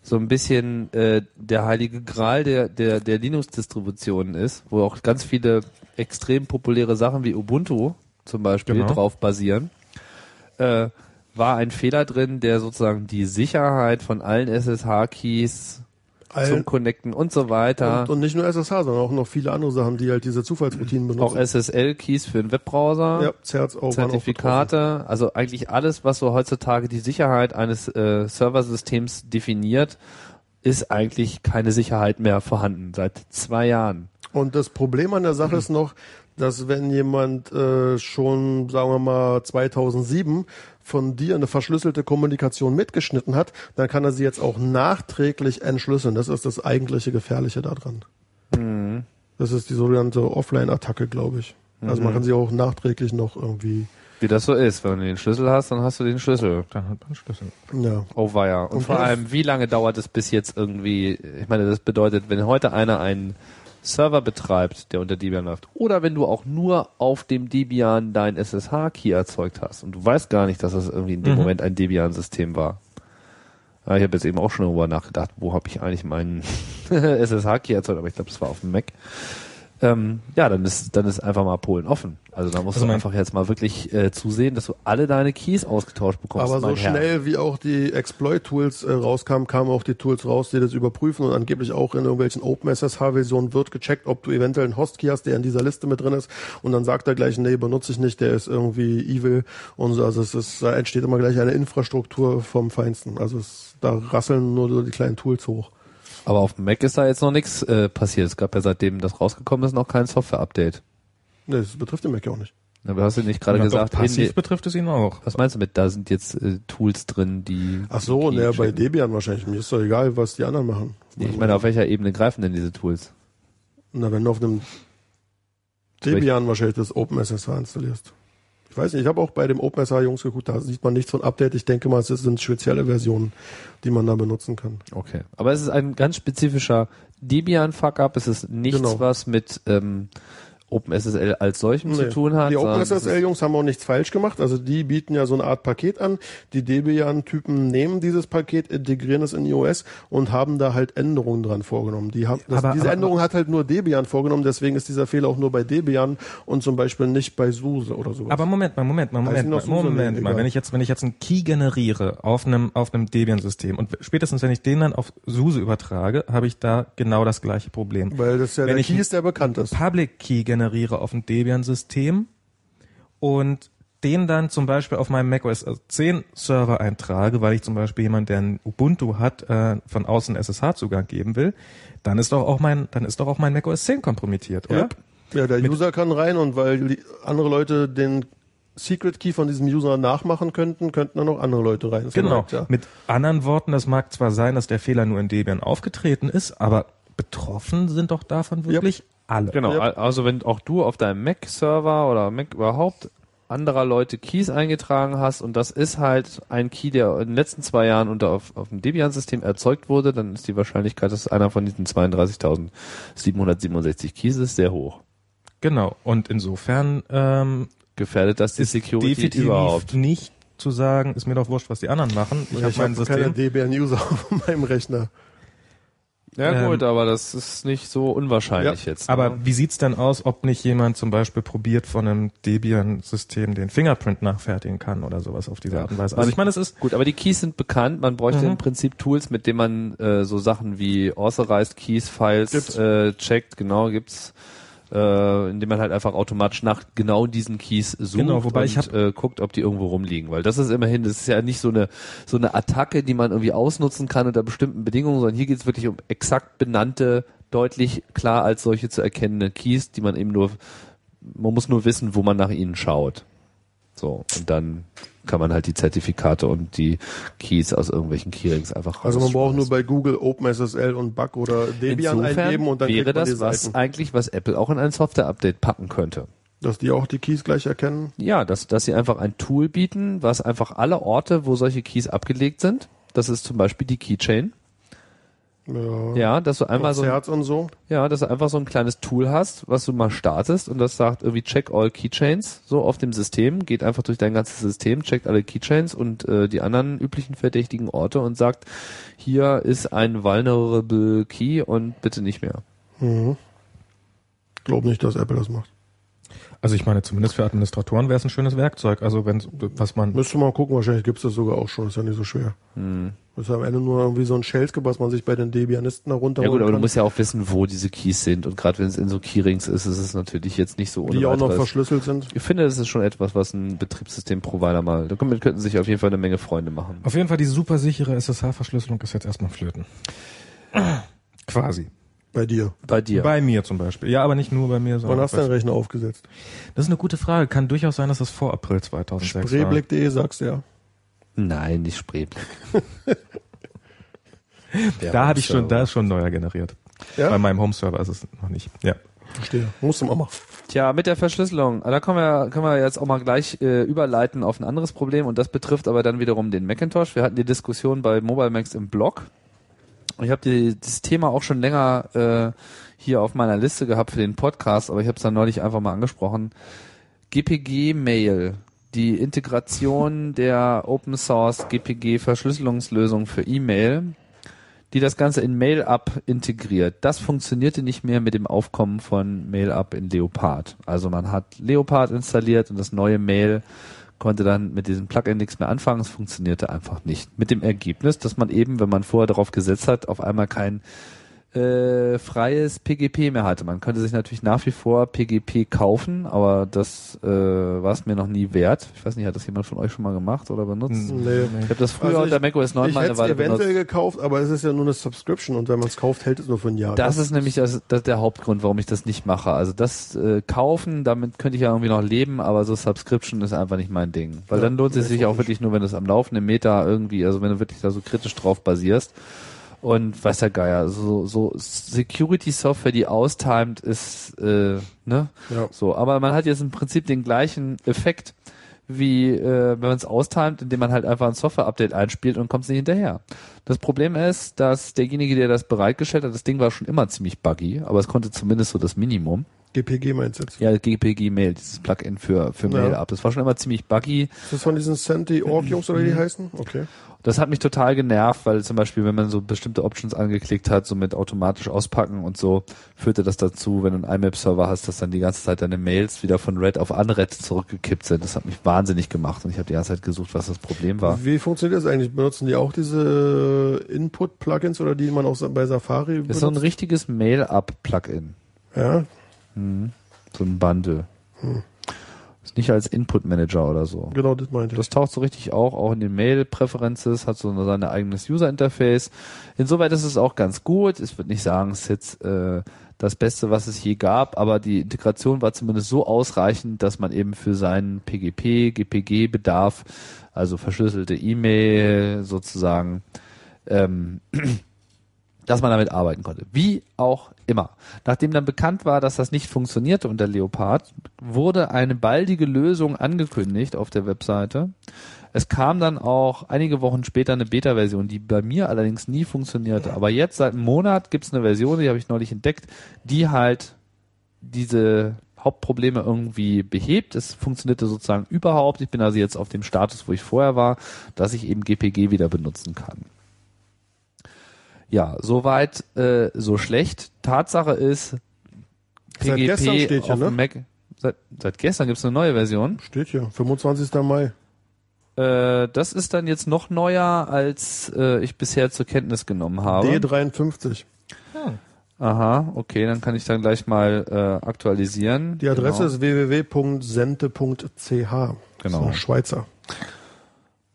A: so ein bisschen äh, der heilige Gral der, der, der Linux-Distributionen ist, wo auch ganz viele extrem populäre Sachen wie Ubuntu zum Beispiel
B: Genau.
A: drauf basieren, äh, war ein Fehler drin, der sozusagen die Sicherheit von allen SSH-Keys
C: Allen-
A: zum Connecten und so weiter.
C: Und, und nicht nur SSH, sondern auch noch viele andere Sachen, die halt diese Zufallsroutinen
A: auch
C: benutzen.
A: SSL-Keys für den Webbrowser.
C: ja, Zerts auch waren auch
A: Zertifikate, also eigentlich alles, was so heutzutage die Sicherheit eines äh, Serversystems definiert, ist eigentlich keine Sicherheit mehr vorhanden seit zwei Jahren.
C: betroffen. Und das Problem an der Sache ist noch, dass wenn jemand äh, schon, sagen wir mal, 2007 von dir eine verschlüsselte Kommunikation mitgeschnitten hat, dann kann er sie jetzt auch nachträglich entschlüsseln. Das ist das eigentliche Gefährliche daran.
A: Mhm.
C: Das ist die sogenannte Offline-Attacke, glaube ich. Also
A: Mhm.
C: man kann sie auch nachträglich noch irgendwie,
A: Wie das so ist, wenn du den Schlüssel hast, dann hast du den Schlüssel.
B: Dann hat man Schlüssel.
C: ja.
A: Oh weia. Und, vor
C: das-
A: allem, wie lange dauert es bis jetzt irgendwie, ich meine, das bedeutet, wenn heute einer einen Server betreibt, der unter Debian läuft, oder wenn du auch nur auf dem Debian dein SSH-Key erzeugt hast und du weißt gar nicht, dass das irgendwie in dem
C: Mhm.
A: Moment ein Debian-System war. Ja, Ich habe jetzt eben auch schon darüber nachgedacht, wo habe ich eigentlich meinen <laughs> SSH-Key erzeugt, aber ich glaube, das war auf dem Mac. Ähm, ja, dann ist dann ist einfach mal Polen offen. Also da musst
B: Also
A: du
B: mein-
A: einfach jetzt mal wirklich äh, zusehen, dass du alle deine Keys ausgetauscht bekommst.
C: Aber so
A: mein Herr.
C: schnell wie auch die Exploit-Tools äh, rauskamen, kamen auch die Tools raus, die das überprüfen und angeblich auch in irgendwelchen OpenSSH-Versionen wird gecheckt, ob du eventuell einen Host-Key hast, der in dieser Liste mit drin ist und dann sagt er gleich, nee, benutze ich nicht, der ist irgendwie evil und so. Also es ist, da entsteht immer gleich eine Infrastruktur vom Feinsten. Also es, da rasseln nur so die kleinen Tools hoch.
A: Aber auf dem Mac ist da jetzt noch nichts äh, passiert. Es gab ja seitdem das rausgekommen ist noch kein Software-Update.
C: Nee, das betrifft den Mac ja auch nicht.
A: Aber hast du nicht gerade
B: Na,
A: gesagt,
B: doch, passiv
A: in-
B: betrifft es ihn auch.
A: was meinst du mit, da sind jetzt äh, Tools drin, die.
C: Ach so,
A: die
C: nee, bei
A: checken?
C: Debian wahrscheinlich. Mir ist doch egal, was die anderen machen.
A: Nee, ich meine, auf welcher Ebene greifen denn diese Tools?
C: Na, wenn du auf einem Debian wahrscheinlich das OpenSSH installierst. Ich weiß nicht, ich habe auch bei dem OpenSSH-Jungs geguckt, da sieht man nichts von Update. Ich denke mal, es sind spezielle Versionen, die man da benutzen kann.
A: Okay. Aber es ist ein ganz spezifischer Debian-Fuck-Up. Es ist nichts,
C: Genau.
A: was mit ähm, OpenSSL als solchem zu
C: Nee.
A: tun hat.
C: Die
A: sondern es ist-
C: OpenSSL-Jungs haben auch nichts falsch gemacht. Also die bieten ja so eine Art Paket an. Die Debian-Typen nehmen dieses Paket, integrieren es in iOS und haben da halt Änderungen dran vorgenommen. Die haben, das,
B: Aber-
C: diese
B: aber-
C: Änderung hat halt nur Debian vorgenommen, deswegen ist dieser Fehler auch nur bei Debian und zum Beispiel nicht bei SUSE oder sowas.
B: Aber Moment mal, Moment mal,
C: Heißt
B: Moment
C: ihn
B: mal,
C: doch Susan,
B: Moment mal.
C: egal.
B: Wenn ich jetzt, wenn ich jetzt einen Key generiere auf einem, auf einem Debian-System und spätestens wenn ich den dann auf SUSE übertrage, habe ich da genau das gleiche Problem.
C: Weil das ja
B: Wenn
C: der
B: ich-
C: Key ist, der bekannt ist.
B: Public Key generiere auf einem Debian-System und den dann zum Beispiel auf meinem macOS 10 Server eintrage, weil ich zum Beispiel jemand, der ein Ubuntu hat, äh, von außen SSH-Zugang geben will, dann ist doch auch mein, dann ist doch auch mein macOS 10 kompromittiert, oder?
C: Ja, ja der User kann rein und weil die andere Leute den Secret Key von diesem User nachmachen könnten, könnten dann auch andere Leute rein. Das
B: Genau.
C: ist korrekt, ja.
B: Mit anderen Worten, das mag zwar sein, dass der Fehler nur in Debian aufgetreten ist, aber betroffen sind doch davon wirklich alle.
A: Genau, al- also wenn auch du auf deinem Mac-Server oder Mac überhaupt anderer Leute Keys eingetragen hast und das ist halt ein Key, der in den letzten zwei Jahren unter auf, auf dem Debian-System erzeugt wurde, dann ist die Wahrscheinlichkeit, dass es einer von diesen 32.767 Keys ist, sehr hoch.
B: Genau. Und insofern ähm,
A: Gefährdet das die
B: ist
A: Security
B: definitiv
A: überhaupt?
B: nicht zu sagen, ist mir doch wurscht, was die anderen machen. Ich
C: Ich,
B: habe
C: ich
B: mein
C: habe keine
B: System.
C: Debian-User <laughs> auf meinem Rechner.
A: Ja
B: Ähm,
A: gut, aber das ist nicht so unwahrscheinlich jetzt.
B: Aber
A: ne?
B: wie sieht's denn aus, ob nicht jemand zum Beispiel probiert, von einem Debian-System den Fingerprint nachfertigen kann oder sowas auf diese
A: Ja.
B: Art und Weise? Also ich meine, es ist
A: Gut, aber die Keys sind bekannt. Man bräuchte
B: Mhm.
A: im Prinzip Tools, mit denen man äh, so Sachen wie Authorized Keys, Files
C: Gibt's.
A: äh, checkt. Genau, gibt's. Äh, indem man halt einfach automatisch nach genau diesen Keys sucht
B: Genau, wobei
A: und
B: ich hab-
A: äh, guckt, ob die irgendwo rumliegen. Weil das ist immerhin, das ist ja nicht so eine so eine Attacke, die man irgendwie ausnutzen kann unter bestimmten Bedingungen, sondern hier geht's wirklich um exakt benannte, deutlich klar als solche zu erkennende Keys, die man eben nur, man muss nur wissen, wo man nach ihnen schaut. So, und dann kann man halt die Zertifikate und die Keys aus irgendwelchen Keyrings einfach
C: Also man braucht
A: rausschmeißen.
C: nur bei Google OpenSSL und Bug oder Debian eingeben und dann
A: wäre
C: kriegt man die
A: das was
C: Seiten.
A: eigentlich, was Apple auch in ein Software-Update packen könnte.
C: Dass die auch die Keys gleich erkennen.
A: Ja, dass, dass sie einfach ein Tool bieten, was einfach alle Orte, wo solche Keys abgelegt sind, das ist zum Beispiel die Keychain.
C: Ja.
A: Ja, dass du einmal so,
C: Konzerts und so.
A: ja, dass du einfach so ein kleines Tool hast, was du mal startest und das sagt irgendwie check all Keychains so auf dem System, geht einfach durch dein ganzes System, checkt alle Keychains und äh, die anderen üblichen verdächtigen Orte und sagt, hier ist ein vulnerable Key und bitte nicht mehr.
C: Mhm. Glaub nicht, dass Apple das macht.
B: Also ich meine, zumindest für Administratoren wäre es ein schönes Werkzeug. Also wenn was man
C: Müsste mal gucken, wahrscheinlich gibt's das sogar auch schon, ist ja nicht so schwer.
A: Hm.
C: Ist ja am Ende nur irgendwie so ein Shell-Skript, was man sich bei den Debianisten herunter
A: Ja gut, aber du musst ja auch wissen, wo diese Keys sind und gerade wenn es in so Keyrings ist, ist es natürlich jetzt nicht so ohne
C: die auch noch
A: weiteres.
C: verschlüsselt sind.
A: Ich finde, das ist schon etwas, was ein Betriebssystem-Provider mal, damit könnten sich auf jeden Fall eine Menge Freunde machen.
B: auf jeden Fall die super sichere SSH-Verschlüsselung ist jetzt erstmal flöten. <clears throat> Quasi.
C: Bei dir.
A: Bei dir.
B: Bei mir zum Beispiel. Ja, aber nicht nur bei mir,
C: Wann
B: sondern
C: hast du deinen Rechner aufgesetzt?
B: das ist eine gute Frage. Kann durchaus sein, dass das vor April 2006 war.
C: Spreeblick.de sagst du ja.
A: Nein, nicht
B: <laughs>
A: Spreeblick. Der
B: Da habe ich schon,
A: Home-Server.
B: da ist schon neuer generiert.
C: Ja?
B: Bei meinem Home-Server ist es noch nicht. Ja.
C: Verstehe. Musst du mal machen.
A: Tja, mit der Verschlüsselung. Ah, Da können wir, können wir jetzt auch mal gleich äh, überleiten auf ein anderes Problem und das betrifft aber dann wiederum den Macintosh. Wir hatten die Diskussion bei Mobile Max im Blog. Ich habe das Thema auch schon länger äh, hier auf meiner Liste gehabt für den Podcast, aber ich habe es dann neulich einfach mal angesprochen. GPG-Mail, die Integration der Open Source GPG-Verschlüsselungslösung für E-Mail, die das Ganze in MailUp integriert. Das funktionierte nicht mehr mit dem Aufkommen von MailUp in Leopard. Also man hat Leopard installiert und das neue Mail konnte dann mit diesem Plugin nichts mehr anfangen. Es funktionierte einfach nicht. Mit dem Ergebnis, dass man eben, wenn man vorher darauf gesetzt hat, auf einmal kein äh, freies PGP mehr hatte. Man könnte sich natürlich nach wie vor PGP kaufen, aber das äh, war es mir noch nie wert. Ich weiß nicht, hat das jemand von euch schon mal gemacht oder benutzt?
B: Mhm.
C: Nee.
A: Ich habe das früher
C: Hm. Also ich-
A: unter macOS 9
C: ich
A: mal
C: hätte
A: eine
C: es
A: Weile
C: eventuell
A: benutzt.
C: gekauft, aber es ist ja nur eine Subscription und wenn man es kauft, hält es nur für ein Jahr.
A: Das ist nämlich das, das der Hauptgrund, warum ich das nicht mache. Also das äh, kaufen, damit könnte ich ja irgendwie noch leben, aber so Subscription ist einfach nicht mein Ding. Weil
C: Ja,
A: dann lohnt es
C: nee,
A: sich auch wirklich nur, wenn du es am laufenden Meter irgendwie, also wenn du wirklich da so kritisch drauf basierst. Und weiß der Geier, so, so Security-Software, die austimed, ist, äh, ne?
C: ja.
A: So, aber man hat jetzt im Prinzip den gleichen Effekt wie äh, wenn man es austimet, indem man halt einfach ein Software-Update einspielt und kommt nicht hinterher. Das Problem ist, dass derjenige, der das bereitgestellt hat, das Ding war schon immer ziemlich buggy, aber es konnte zumindest so das Minimum.
C: GPG meinst du jetzt?
A: Ja, GPG Mail, dieses Plugin für, für
C: Ja.
A: Mail ab. Das war schon immer ziemlich buggy.
C: Ist das von diesen Santi Org Jungs oder wie die
A: Mhm.
C: heißen? Okay.
A: Das hat mich total genervt, weil zum Beispiel, wenn man so bestimmte Options angeklickt hat, so mit automatisch auspacken und so, führte das dazu, wenn du einen IMAP-Server hast, dass dann die ganze Zeit deine Mails wieder von Red auf Unred zurückgekippt sind. Das hat mich wahnsinnig gemacht und ich habe die ganze Zeit gesucht, was das Problem war.
C: Wie funktioniert das eigentlich? Benutzen die auch diese äh, Input-Plugins oder die man auch bei Safari
A: Das ist so ein richtiges Mail-Up-Plugin,
C: ja,
A: so ein Bundle. Ist nicht als Input-Manager oder so.
C: genau, das meinte ich.
A: Das taucht so richtig auch, auch in den Mail-Preferences, hat so sein eigenes User-Interface. Insoweit ist es auch ganz gut. Ich würde nicht sagen, es ist jetzt äh, das Beste, was es je gab, aber die Integration war zumindest so ausreichend, dass man eben für seinen PGP, GPG-Bedarf, also verschlüsselte E-Mail sozusagen, ähm, dass man damit arbeiten konnte. Wie auch immer. Nachdem dann bekannt war, dass das nicht funktionierte unter Leopard, wurde eine baldige Lösung angekündigt auf der Webseite. Es kam dann auch einige Wochen später eine Beta-Version, die bei mir allerdings nie funktionierte. Aber jetzt seit einem Monat gibt's eine Version, die habe ich neulich entdeckt, die halt diese Hauptprobleme irgendwie behebt. Es funktionierte sozusagen überhaupt. Ich bin also jetzt auf dem Status, wo ich vorher war, dass ich eben GPG wieder benutzen kann. Ja, soweit äh, so schlecht. Tatsache ist,
C: Seit gestern steht hier,
A: auf dem
C: ne?
A: Mac. Seit, seit gestern gibt's eine neue Version.
C: Steht hier, 25. Mai.
A: Äh, das ist dann jetzt noch neuer, als äh, ich bisher zur Kenntnis genommen habe.
C: D53.
A: Aha, okay, dann kann ich dann gleich mal äh, aktualisieren.
C: Die Adresse
A: genau.
C: ist www.sente.ch.
A: Genau.
C: So, Schweizer.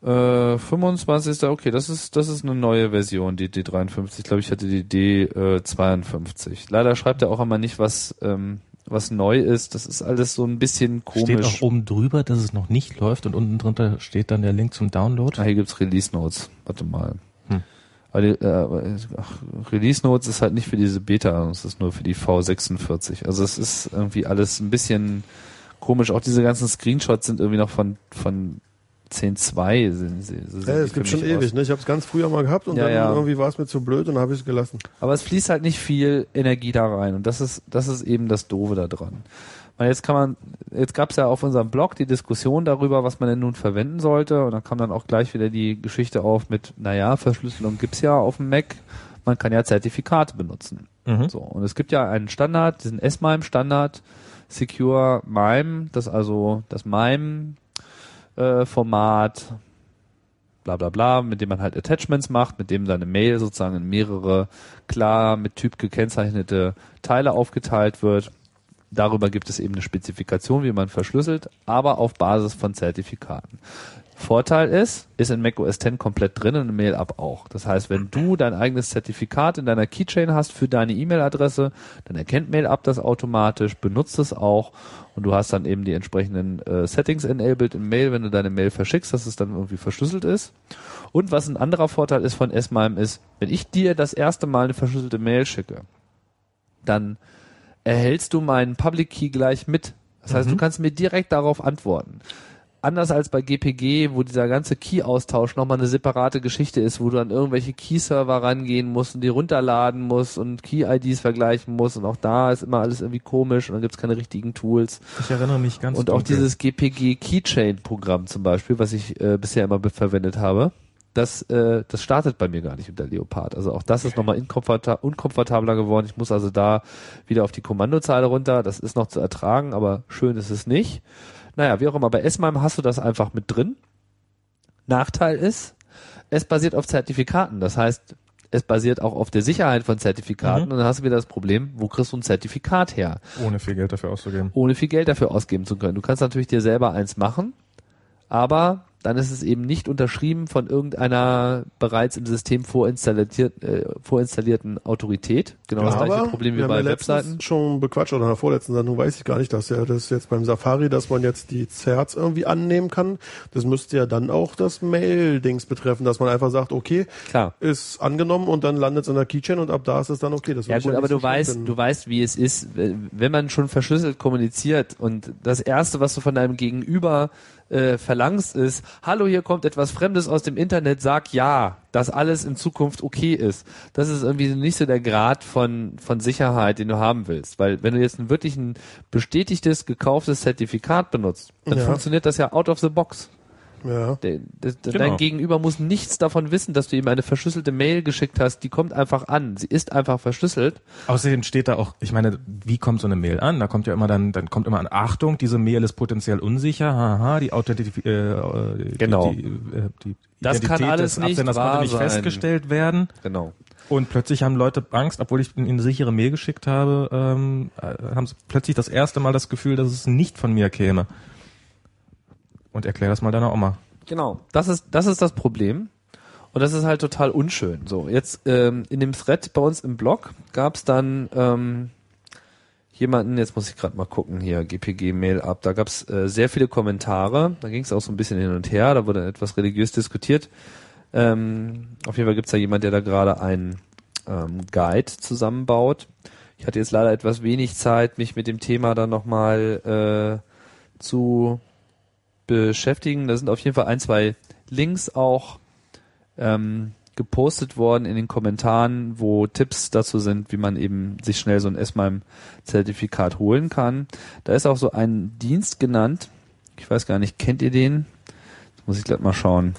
A: Äh, 25. Okay, das ist das ist eine neue Version, die D53. Ich glaube, ich hatte die D52. Leider schreibt er auch immer nicht, was ähm, was neu ist. Das ist alles so ein bisschen
B: Steht auch
A: komisch.
B: oben drüber, dass es noch nicht läuft und unten drunter steht dann der Link zum Download.
A: Ah, hier gibt's Release Notes. Warte mal.
B: Hm.
A: Aber die, äh, aber, ach, Release Notes ist halt nicht für diese Beta, es ist nur für die V46. Also es ist irgendwie alles ein bisschen komisch. Auch diese ganzen Screenshots sind irgendwie noch von von 10.2 sind sie. so sehen
C: Ey,
A: die
C: es gibt
A: für mich
C: schon
A: aus.
C: ewig, ne? Ich habe es ganz früher mal gehabt und
A: Ja,
C: dann
A: ja.
C: irgendwie war es mir zu blöd und dann habe ich es gelassen.
A: Aber es fließt halt nicht viel Energie da rein. Und das ist, das ist eben das Doofe da dran. Weil jetzt kann man, jetzt gab es ja auf unserem Blog die Diskussion darüber, was man denn nun verwenden sollte. Und dann kam dann auch gleich wieder die Geschichte auf mit, naja, Verschlüsselung gibt's ja auf dem Mac. Man kann ja Zertifikate benutzen.
B: Mhm.
A: So. Und es gibt ja einen Standard, diesen S-MIME-Standard, Secure MIME, das also das MIME-Format, bla bla bla, mit dem man halt Attachments macht, mit dem seine Mail sozusagen in mehrere klar mit Typ gekennzeichnete Teile aufgeteilt wird. Darüber gibt es eben eine Spezifikation, wie man verschlüsselt, aber auf Basis von Zertifikaten. Vorteil ist, ist in macOS 10 komplett drin und in MailUp auch. Das heißt, wenn du dein eigenes Zertifikat in deiner Keychain hast für deine E-Mail-Adresse, dann erkennt MailUp das automatisch, benutzt es auch und du hast dann eben die entsprechenden äh, Settings enabled in Mail, wenn du deine Mail verschickst, dass es dann irgendwie verschlüsselt ist. Und was ein anderer Vorteil ist von S-MIME ist, wenn ich dir das erste Mal eine verschlüsselte Mail schicke, dann erhältst du meinen Public Key gleich mit. Das heißt, du kannst mir direkt darauf antworten. Anders als bei GPG, wo dieser ganze Key-Austausch nochmal eine separate Geschichte ist, wo du an irgendwelche Key-Server rangehen musst und die runterladen musst und Key-IDs vergleichen musst und auch da ist immer alles irgendwie komisch und dann gibt's keine richtigen Tools.
B: Ich erinnere mich ganz
A: Und auch
B: dunkel.
A: dieses GPG Keychain Programm zum Beispiel, was ich äh, bisher immer be- verwendet habe, das, äh, das startet bei mir gar nicht unter Leopard. Also auch das ist nochmal inkomforta- unkomfortabler geworden. Ich muss also da wieder auf die Kommandozeile runter. Das ist noch zu ertragen, aber schön ist es nicht. Naja, wie auch immer, bei S-MIME hast du das einfach mit drin. Nachteil ist, es basiert auf Zertifikaten. Das heißt, es basiert auch auf der Sicherheit von Zertifikaten.
B: Mhm.
A: Und dann hast du wieder das Problem, wo kriegst du ein Zertifikat her?
B: ohne viel Geld dafür auszugeben.
A: ohne viel Geld dafür ausgeben zu können. Du kannst natürlich dir selber eins machen, aber dann ist es eben nicht unterschrieben von irgendeiner bereits im System vorinstallierten, äh, vorinstallierten Autorität. Genau das gleiche Problem wie
C: wir haben
A: bei
C: ja letztens
A: Webseiten.
C: schon bequatscht oder in der vorletzten Sendung weiß ich gar nicht, dass ja das jetzt beim Safari, dass man jetzt die Zerts irgendwie annehmen kann. Das müsste ja dann auch das Mail-Dings betreffen, dass man einfach sagt, okay,
A: Klar.
C: ist angenommen und dann landet es in der Keychain und ab da ist es dann okay. Das
A: Ja
C: würde ich
A: gut, aber
C: nicht ne? so
A: du
C: schlimm
A: weißt,
C: finden.
A: du weißt, wie es ist, wenn man schon verschlüsselt kommuniziert und das erste, was du von deinem Gegenüber äh, verlangst, ist: Hallo, hier kommt etwas Fremdes aus dem Internet. Sag ja, dass alles in Zukunft okay ist. Das ist irgendwie nicht so der Grad von von Sicherheit, den du haben willst, weil wenn du jetzt ein wirklich ein bestätigtes gekauftes Zertifikat benutzt, dann
C: Ja.
A: funktioniert das ja out of the box.
C: ja.
A: Der, der, der-
B: Genau.
A: Dein Gegenüber muss nichts davon wissen, dass du ihm eine verschlüsselte Mail geschickt hast. Die kommt einfach an. Sie ist einfach verschlüsselt.
B: Außerdem steht da auch, ich meine, wie kommt so eine Mail an? Da kommt ja immer dann, dann kommt immer an, Achtung, diese Mail ist potenziell unsicher, haha, die Authentif äh, äh,
A: Genau.
B: die, äh, die
A: Das kann
B: Identität
A: alles
B: des
A: nicht
B: Absenders konnte
A: wahr
B: nicht
A: sein.
B: festgestellt werden.
A: Genau.
B: Und plötzlich haben Leute Angst, obwohl ich ihnen eine sichere Mail geschickt habe, ähm, äh, haben sie plötzlich das erste Mal das Gefühl, dass es nicht von mir käme. Und erklär das mal deiner Oma.
A: Genau. Das ist, das ist das Problem. Und das ist halt total unschön. So, jetzt ähm, in dem Thread bei uns im Blog gab es dann ähm, jemanden, jetzt muss ich gerade mal gucken hier, GPG-Mail ab, da gab es äh, sehr viele Kommentare, da ging es auch so ein bisschen hin und her, da wurde etwas religiös diskutiert. Ähm, auf jeden Fall gibt es da jemand, der da gerade ein ähm, Guide zusammenbaut. Ich hatte jetzt leider etwas wenig Zeit, mich mit dem Thema dann nochmal äh, zu beschäftigen. Da sind auf jeden Fall ein, zwei Links auch ähm, gepostet worden in den Kommentaren, wo Tipps dazu sind, wie man eben sich schnell so ein S-MIME-Zertifikat holen kann. Da ist auch so ein Dienst genannt. Ich weiß gar nicht, kennt ihr den? Jetzt muss ich gleich mal schauen,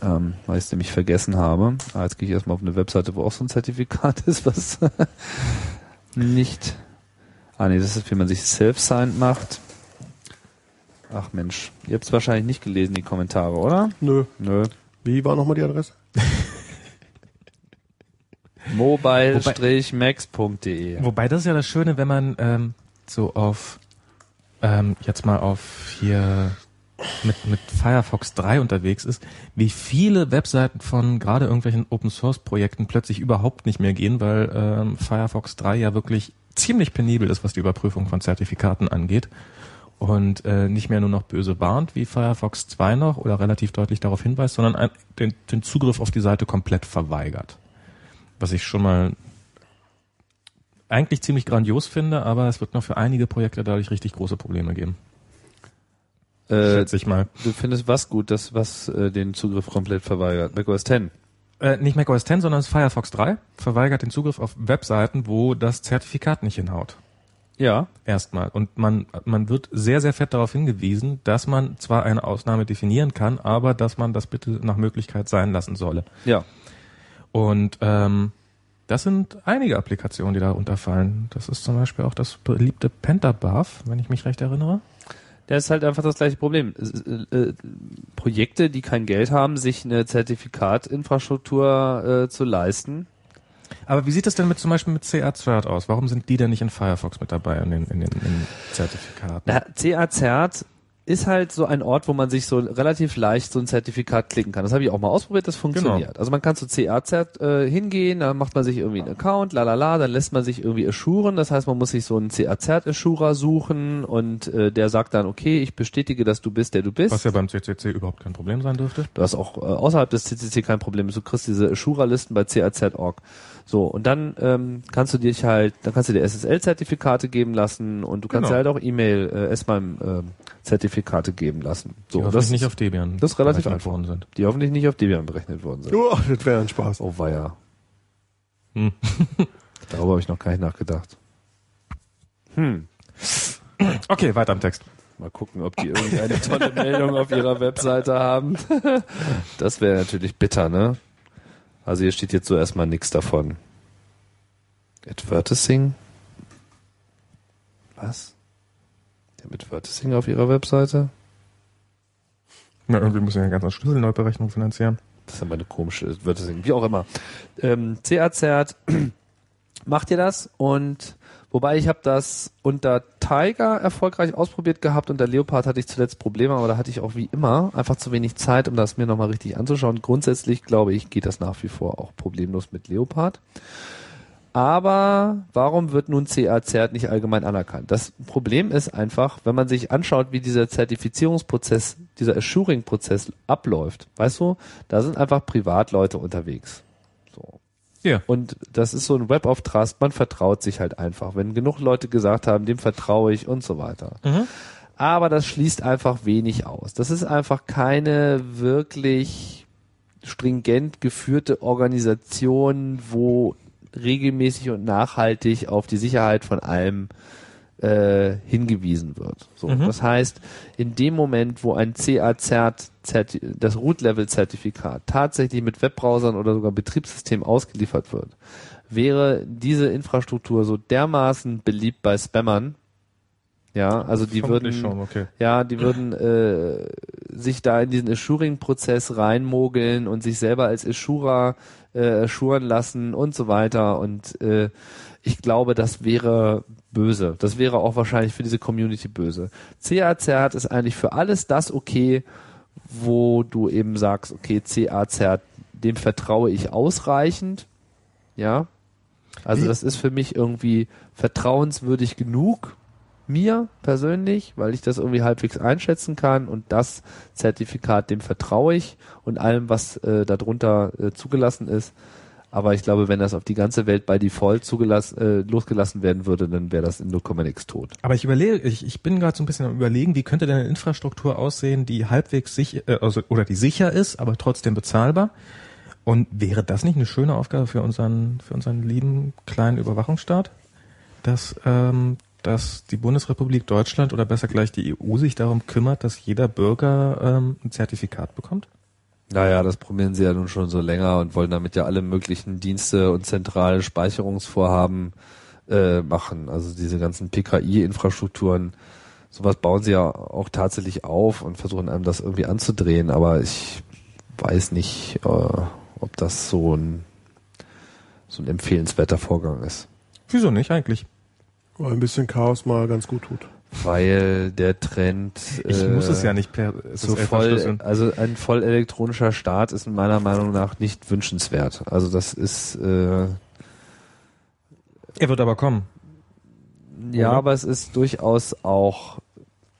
A: ähm, weil ich es nämlich vergessen habe. Ah, jetzt gehe ich erstmal auf eine Webseite, wo auch so ein Zertifikat <laughs> ist, was nicht. Ah nee, das ist, wie man sich self-signed macht. Ach Mensch, ihr habt es wahrscheinlich nicht gelesen, die Kommentare, oder?
C: Nö.
A: Nö.
C: Wie war nochmal die Adresse?
A: mobile-max.de.
B: Wobei das ist ja das Schöne, wenn man ähm, so auf ähm, jetzt mal auf hier mit, mit Firefox 3 unterwegs ist, wie viele Webseiten von gerade irgendwelchen Open Source Projekten plötzlich überhaupt nicht mehr gehen, weil ähm, Firefox 3 ja wirklich ziemlich penibel ist, was die Überprüfung von Zertifikaten angeht und äh, nicht mehr nur noch böse warnt, wie Firefox 2 noch oder relativ deutlich darauf hinweist, sondern ein, den, den Zugriff auf die Seite komplett verweigert. Was ich schon mal eigentlich ziemlich grandios finde, aber es wird noch für einige Projekte dadurch richtig große Probleme geben.
A: Äh,
B: Schätze ich mal.
A: du findest was gut, das was äh, den Zugriff komplett verweigert. macOS 10.
B: Äh, nicht macOS 10, sondern es ist Firefox 3 verweigert den Zugriff auf Webseiten, wo das Zertifikat nicht hinhaut.
A: Ja.
B: Erstmal. Und man, man wird sehr, sehr fett darauf hingewiesen, dass man zwar eine Ausnahme definieren kann, aber dass man das bitte nach Möglichkeit sein lassen solle.
A: Ja.
B: Und ähm, das sind einige Applikationen, die da unterfallen. Das ist zum Beispiel auch das beliebte Pentabuff, wenn ich mich recht erinnere.
A: Das ist halt einfach das gleiche Problem. Es ist, äh, äh, Projekte, die kein Geld haben, sich eine Zertifikatinfrastruktur äh, zu leisten.
B: Aber wie sieht das denn mit zum Beispiel mit CA Thread aus? Warum sind die denn nicht in Firefox mit dabei in den, in den, in den Zertifikaten?
A: Na, CA Zert ist halt so ein Ort, wo man sich so relativ leicht so ein Zertifikat klicken kann. Das habe ich auch mal ausprobiert, das funktioniert. Also man kann zu CA Zert äh, hingehen, dann macht man sich irgendwie einen Account, lalala, dann lässt man sich irgendwie assuren. Das heißt, man muss sich so einen CA Zert Assurer suchen und äh, der sagt dann, okay, ich bestätige, dass du bist, der du bist.
B: Was ja beim CCC überhaupt kein Problem sein dürfte.
A: Du hast auch äh, außerhalb des CCC kein Problem. Du kriegst diese Ashura-Listen bei CAZ.org. So, und dann ähm, kannst du dich halt, dann kannst du dir SSL-Zertifikate geben lassen und du kannst
B: Genau.
A: dir halt auch E-Mail, äh, S-MIME-Zertifikate geben lassen. So,
B: die
A: und
B: hoffentlich
A: das
B: nicht
A: ist-
B: auf Debian.
A: das ist relativ
B: berechnet worden sind.
A: die hoffentlich nicht auf Debian berechnet worden sind.
C: Oh, das wäre ein Spaß.
A: Oh weia.
B: Hm. <laughs>
A: Darüber habe ich noch gar nicht nachgedacht. Hm.
B: Okay, weiter im Text.
A: Mal gucken, ob die irgendeine tolle Meldung auf ihrer Webseite haben. Das wäre natürlich bitter, ne? Also hier steht jetzt so erstmal nichts davon. Advertising? Was? Die haben Advertising auf ihrer Webseite?
B: Na, irgendwie müssen wir eine ganze Schlüsselneuberechnung finanzieren.
A: Das ist aber eine komische Advertising, wie auch immer. Ähm, CAZ, <clears throat> macht ihr das? Und wobei ich habe das unter Tiger erfolgreich ausprobiert gehabt, unter Leopard hatte ich zuletzt Probleme, aber da hatte ich auch wie immer einfach zu wenig Zeit, um das mir nochmal richtig anzuschauen. Grundsätzlich glaube ich, geht das nach wie vor auch problemlos mit Leopard. Aber warum wird nun CA-Zert nicht allgemein anerkannt? Das Problem ist einfach, wenn man sich anschaut, wie dieser Zertifizierungsprozess, dieser Assuring-Prozess abläuft, weißt du, da sind einfach Privatleute unterwegs. So.
B: Ja.
A: Und das ist so ein Web of Trust, man vertraut sich halt einfach. Wenn genug Leute gesagt haben, dem vertraue ich und so weiter. Aber das schließt einfach wenig aus. Das ist einfach keine wirklich stringent geführte Organisation, wo regelmäßig und nachhaltig auf die Sicherheit von allem äh, hingewiesen wird. So,
B: Mhm.
A: Das heißt, in dem Moment, wo ein CA-Zert, Zerti- das Root-Level-Zertifikat tatsächlich mit Webbrowsern oder sogar Betriebssystemen ausgeliefert wird, wäre diese Infrastruktur so dermaßen beliebt bei Spammern, ja, also die würden,
B: Vermutlich schon, okay.
A: ja, die würden äh, sich da in diesen Assuring-Prozess reinmogeln und sich selber als Assurer äh, assuren lassen und so weiter. Und äh, ich glaube, das wäre böse. Das wäre auch wahrscheinlich für diese Community böse. CA-Zert ist eigentlich für alles das okay, wo du eben sagst, okay, CA-Zert, dem vertraue ich ausreichend. Ja. Also
B: Wie-
A: das ist für mich irgendwie vertrauenswürdig genug, mir persönlich, weil ich das irgendwie halbwegs einschätzen kann und das Zertifikat, dem vertraue ich und allem, was äh, darunter äh, zugelassen ist. Aber ich glaube, wenn das auf die ganze Welt bei Default zugelassen, äh, losgelassen werden würde, dann wäre das in 0,x tot.
B: Aber ich überlege, ich, ich bin gerade so ein bisschen am überlegen, wie könnte denn eine Infrastruktur aussehen, die halbwegs sicher, äh, also, oder die sicher ist, aber trotzdem bezahlbar. Und wäre das nicht eine schöne Aufgabe für unseren, für unseren lieben kleinen Überwachungsstaat, dass, ähm, dass die Bundesrepublik Deutschland oder besser gleich die EU sich darum kümmert, dass jeder Bürger ähm, ein Zertifikat bekommt?
A: Naja, das probieren sie ja nun schon so länger und wollen damit ja alle möglichen Dienste und zentrale Speicherungsvorhaben äh, machen. Also diese ganzen PKI-Infrastrukturen, sowas bauen sie ja auch tatsächlich auf und versuchen einem das irgendwie anzudrehen. Aber ich weiß nicht, äh, ob das so ein, so ein empfehlenswerter Vorgang ist.
B: Wieso nicht eigentlich?
C: Weil ein bisschen Chaos mal ganz gut tut.
A: Weil der Trend
B: Ich muss es ja nicht per
A: Äh, so
B: SSL
A: voll,
B: verschlüsseln.
A: also ein voll elektronischer Staat ist meiner Meinung nach nicht wünschenswert. Also das ist äh,
B: Er wird aber kommen.
A: Ja,
B: Oder?
A: aber es ist durchaus auch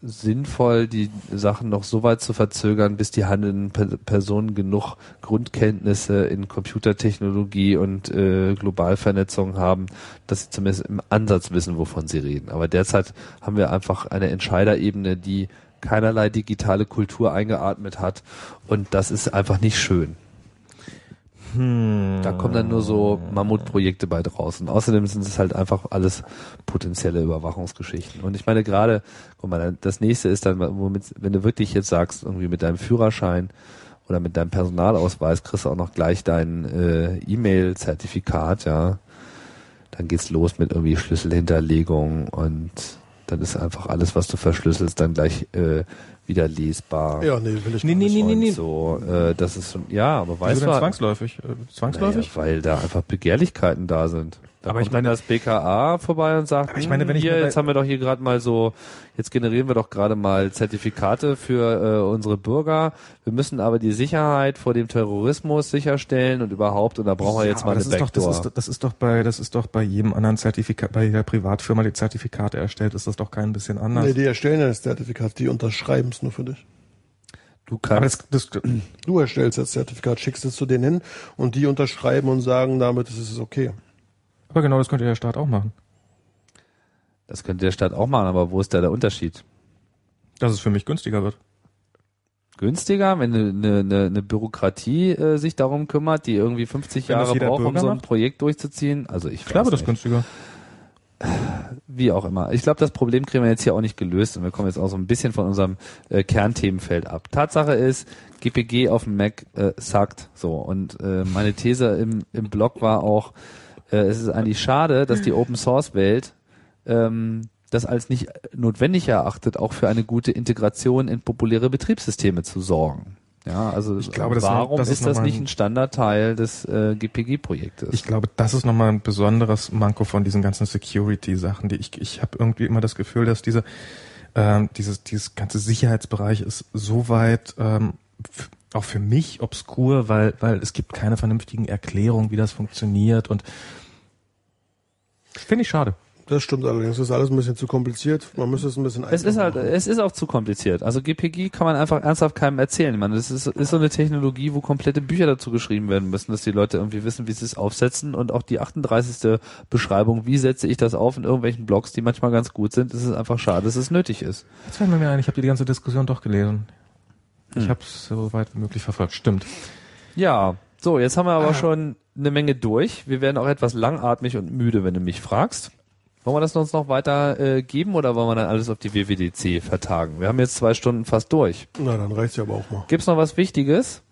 A: sinnvoll, die Sachen noch so weit zu verzögern, bis die handelnden Per- Personen genug Grundkenntnisse in Computertechnologie und äh, Globalvernetzung haben, dass sie zumindest im Ansatz wissen, wovon sie reden. Aber derzeit haben wir einfach eine Entscheiderebene, die keinerlei digitale Kultur eingeatmet hat und das ist einfach nicht schön. Da kommen dann nur so Mammutprojekte bei draußen. Außerdem sind es halt einfach alles potenzielle Überwachungsgeschichten. Und ich meine gerade, guck mal, das nächste ist dann, womit, wenn du wirklich jetzt sagst, irgendwie mit deinem Führerschein oder mit deinem Personalausweis kriegst du auch noch gleich dein äh, E-Mail-Zertifikat, ja. Dann geht's los mit irgendwie Schlüsselhinterlegung und dann ist einfach alles, was du verschlüsselst, dann gleich äh, wieder lesbar.
C: Ja, nee, will ich
B: Nee,
C: gar
B: nee,
C: nicht.
B: nee, nee,
A: Und
B: nee.
A: so, äh, das ist schon, ja, aber
B: Wieso
A: weißt
B: denn
A: du,
B: zwangsläufig? Äh, zwangsläufig?
A: naja, weil da einfach Begehrlichkeiten da sind. Da
B: Aber ich
A: kommt dann
B: meine-
A: das BKA vorbei und sagt, "Hm,
B: Aber ich meine, wenn ich
A: hier,
B: mir bei-
A: jetzt haben wir doch hier gerade mal so, jetzt generieren wir doch gerade mal Zertifikate für äh, unsere Bürger. Wir müssen aber die Sicherheit vor dem Terrorismus sicherstellen und überhaupt, und da brauchen wir
B: Ja,
A: jetzt
B: aber
A: mal
B: das
A: eine
B: ist doch, das
A: Backdoor.
B: ist, das ist doch bei, das ist doch bei jedem anderen Zertifikat, bei jeder Privatfirma, die Zertifikate erstellt, ist das doch kein bisschen anders.
C: Nee, die erstellen ja das Zertifikat, die unterschreiben es nur für dich.
A: du
B: aber
A: kannst,
B: das, das,
C: Du erstellst das Zertifikat, schickst es zu denen hin und die unterschreiben und sagen damit, es ist okay.
B: aber genau das könnte der Staat auch machen.
A: das könnte der Staat auch machen, aber wo ist da der Unterschied?
B: Dass es für mich günstiger wird.
A: Günstiger, wenn eine, eine, eine- eine Bürokratie äh, sich darum kümmert, die irgendwie 50
B: Wenn das
A: Jahre
B: jeder
A: braucht, um
B: Bürger
A: so ein
B: macht?
A: Projekt durchzuziehen. Also ich
B: Klar
A: weiß
B: wird das
A: nicht.
B: günstiger.
A: wie auch immer. Ich glaube, das Problem kriegen wir jetzt hier auch nicht gelöst und wir kommen jetzt auch so ein bisschen von unserem äh, Kernthemenfeld ab. Tatsache ist, GPG auf dem Mac äh, sagt so und äh, meine These im, im Blog war auch, äh, es ist eigentlich schade, dass die Open Source Welt ähm, das als nicht notwendig erachtet, auch für eine gute Integration in populäre Betriebssysteme zu sorgen. Ja, also
B: Ich glaube, das ist noch-
A: warum
B: das ist
A: ist das
B: nochmal
A: nicht
B: ein-
A: ein Standardteil des äh, GPG-Projektes?
B: Ich glaube, das ist nochmal ein besonderes Manko von diesen ganzen Security-Sachen, die ich, ich habe irgendwie immer das Gefühl, dass diese, ähm, dieses, dieses ganze Sicherheitsbereich ist so weit, ähm, f- auch für mich obskur, weil, weil es gibt keine vernünftigen Erklärungen, wie das funktioniert und finde ich schade.
C: Das stimmt allerdings, das ist alles ein bisschen zu kompliziert. Man müsste es ein bisschen
A: Es ist
C: einfacher
A: halt,
C: machen.
A: es ist auch zu kompliziert. Also GPG kann man einfach ernsthaft keinem erzählen. Man, das ist, ist so eine Technologie, wo komplette Bücher dazu geschrieben werden müssen, dass die Leute irgendwie wissen, wie sie es aufsetzen und auch die 38. Beschreibung, wie setze ich das auf in irgendwelchen Blogs, die manchmal ganz gut sind. Es ist einfach schade, dass es nötig ist.
B: Jetzt fällt mir mir ein, ich habe die ganze Diskussion doch gelesen. Ich habe es so weit wie möglich verfolgt. Stimmt.
A: Ja, so, jetzt haben wir aber schon eine Menge durch. Wir werden auch etwas langatmig und müde, wenn du mich fragst. Wollen wir das uns noch weiter äh, geben oder wollen wir dann alles auf die WWDC vertagen? Wir haben jetzt zwei Stunden fast durch.
C: Na, dann reicht's ja aber auch mal.
A: Gibt's noch was Wichtiges?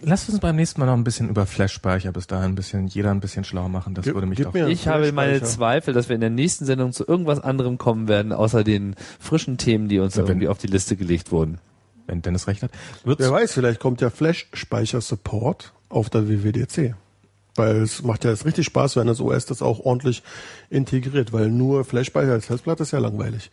B: Lass uns beim nächsten Mal noch ein bisschen über Flash-Speicher bis dahin ein bisschen, jeder ein bisschen schlau machen. Das
C: Gib-
B: würde mich
C: gib
B: doch
C: mir- Ja,
A: ich habe meine
C: Speicher.
A: Zweifel, dass wir in der nächsten Sendung zu irgendwas anderem kommen werden, außer den frischen Themen, die uns
B: Ja, wenn-
A: irgendwie auf die Liste gelegt wurden.
B: wenn Dennis recht hat, wird's
C: Wer weiß, vielleicht kommt ja Flash-Speicher-Support auf der WWDC. Weil es macht ja jetzt richtig Spaß, wenn das OS das auch ordentlich integriert, weil nur Flash-Speicher als Festplatte ist ja langweilig.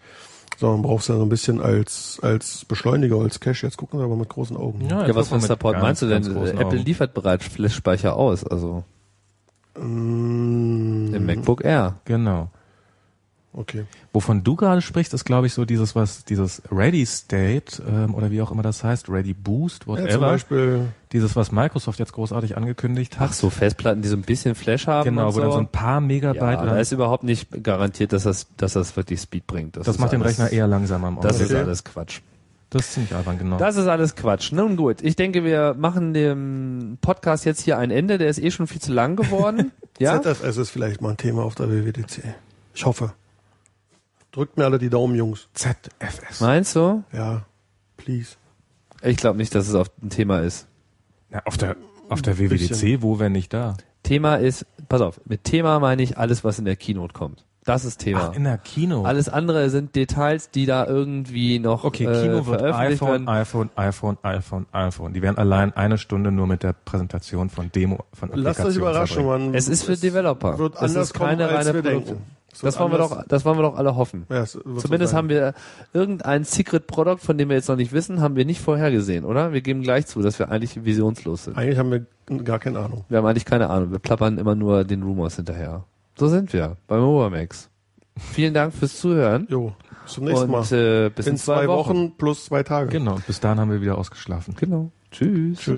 C: Sondern man braucht es ja so ein bisschen als, als Beschleuniger, als Cache. Jetzt gucken wir aber mit großen Augen.
B: jetzt
A: Ja, was für
B: gucken
A: ein
B: wir mit
A: Support
B: ganz,
A: meinst du denn?
B: ganz großen
A: Apple
B: Augen.
A: liefert bereits Flash-Speicher aus, also
C: Mm,
B: Mhm.
A: im MacBook Air.
B: Genau.
C: Okay.
B: Wovon du gerade sprichst, ist glaube ich so dieses was dieses Ready State ähm, oder wie auch immer das heißt, Ready Boost,
C: Ja,
B: whatever.
C: zum Beispiel
B: dieses was Microsoft jetzt großartig angekündigt hat.
A: Ach so, Festplatten, die so ein bisschen Flash haben.
B: genau, wo
A: und so.
B: dann so ein paar Megabyte
A: ja,
B: oder
A: da ist überhaupt nicht garantiert, dass das, dass das wirklich Speed bringt.
B: das
A: ist
B: macht den
A: alles-
B: Rechner eher langsamer am
A: Das
B: Auge.
A: ist alles Quatsch.
B: Das ist ziemlich albern, genau.
A: Das ist alles Quatsch. Nun gut, ich denke, wir machen dem Podcast jetzt hier ein Ende. Der ist eh schon viel zu lang
B: <laughs>
A: geworden. ja?
C: ZFS ist vielleicht mal ein Thema auf der WWDC. Ich hoffe. Drückt mir alle die Daumen, Jungs.
B: ZFS.
A: Meinst du?
C: Ja, please.
A: Ich glaube nicht, dass es auf ein Thema ist.
B: Na, auf der auf der
C: Bisschen.
B: WWDC, wo wenn nicht da?
A: Thema ist, pass auf, mit Thema meine ich alles, was in der Keynote kommt. Das ist Thema.
B: Ach, in der Kino.
A: alles andere sind Details, die da irgendwie noch
B: Okay,
A: äh,
B: Kino wird
A: veröffentlicht
B: iPhone,
A: werden.
B: iPhone, iPhone, iPhone, iPhone. Die werden allein eine Stunde nur mit der Präsentation von Demo von
C: Lasst euch
B: Applikationen
C: überraschen,
B: verbringen.
C: Mann.
A: Es ist für Developer.
C: Wird
A: es
C: anders
A: ist keine
C: kommen, als
A: reine
C: wir
A: Produkte.
C: denken. Es wird
A: Das wollen, wir
C: anders-
A: doch, das wollen wir doch alle hoffen.
C: Ja, es wird
A: Zumindest
C: so sein.
A: haben wir irgendein Secret Product, von dem wir jetzt noch nicht wissen, haben wir nicht vorhergesehen, oder? Wir geben gleich zu, dass wir eigentlich visionslos sind.
C: Eigentlich haben wir gar keine Ahnung.
A: Wir haben eigentlich keine Ahnung. Wir plappern immer nur den Rumors hinterher. So sind wir beim Obermax. Vielen Dank fürs Zuhören
C: Jo, bis zum nächsten
A: und
C: Mal.
A: äh, bis
C: In zwei Wochen plus zwei Tage.
B: Genau, bis dahin Genau, haben wir wieder ausgeschlafen.
A: Genau. Tschüss.
C: Tschüss.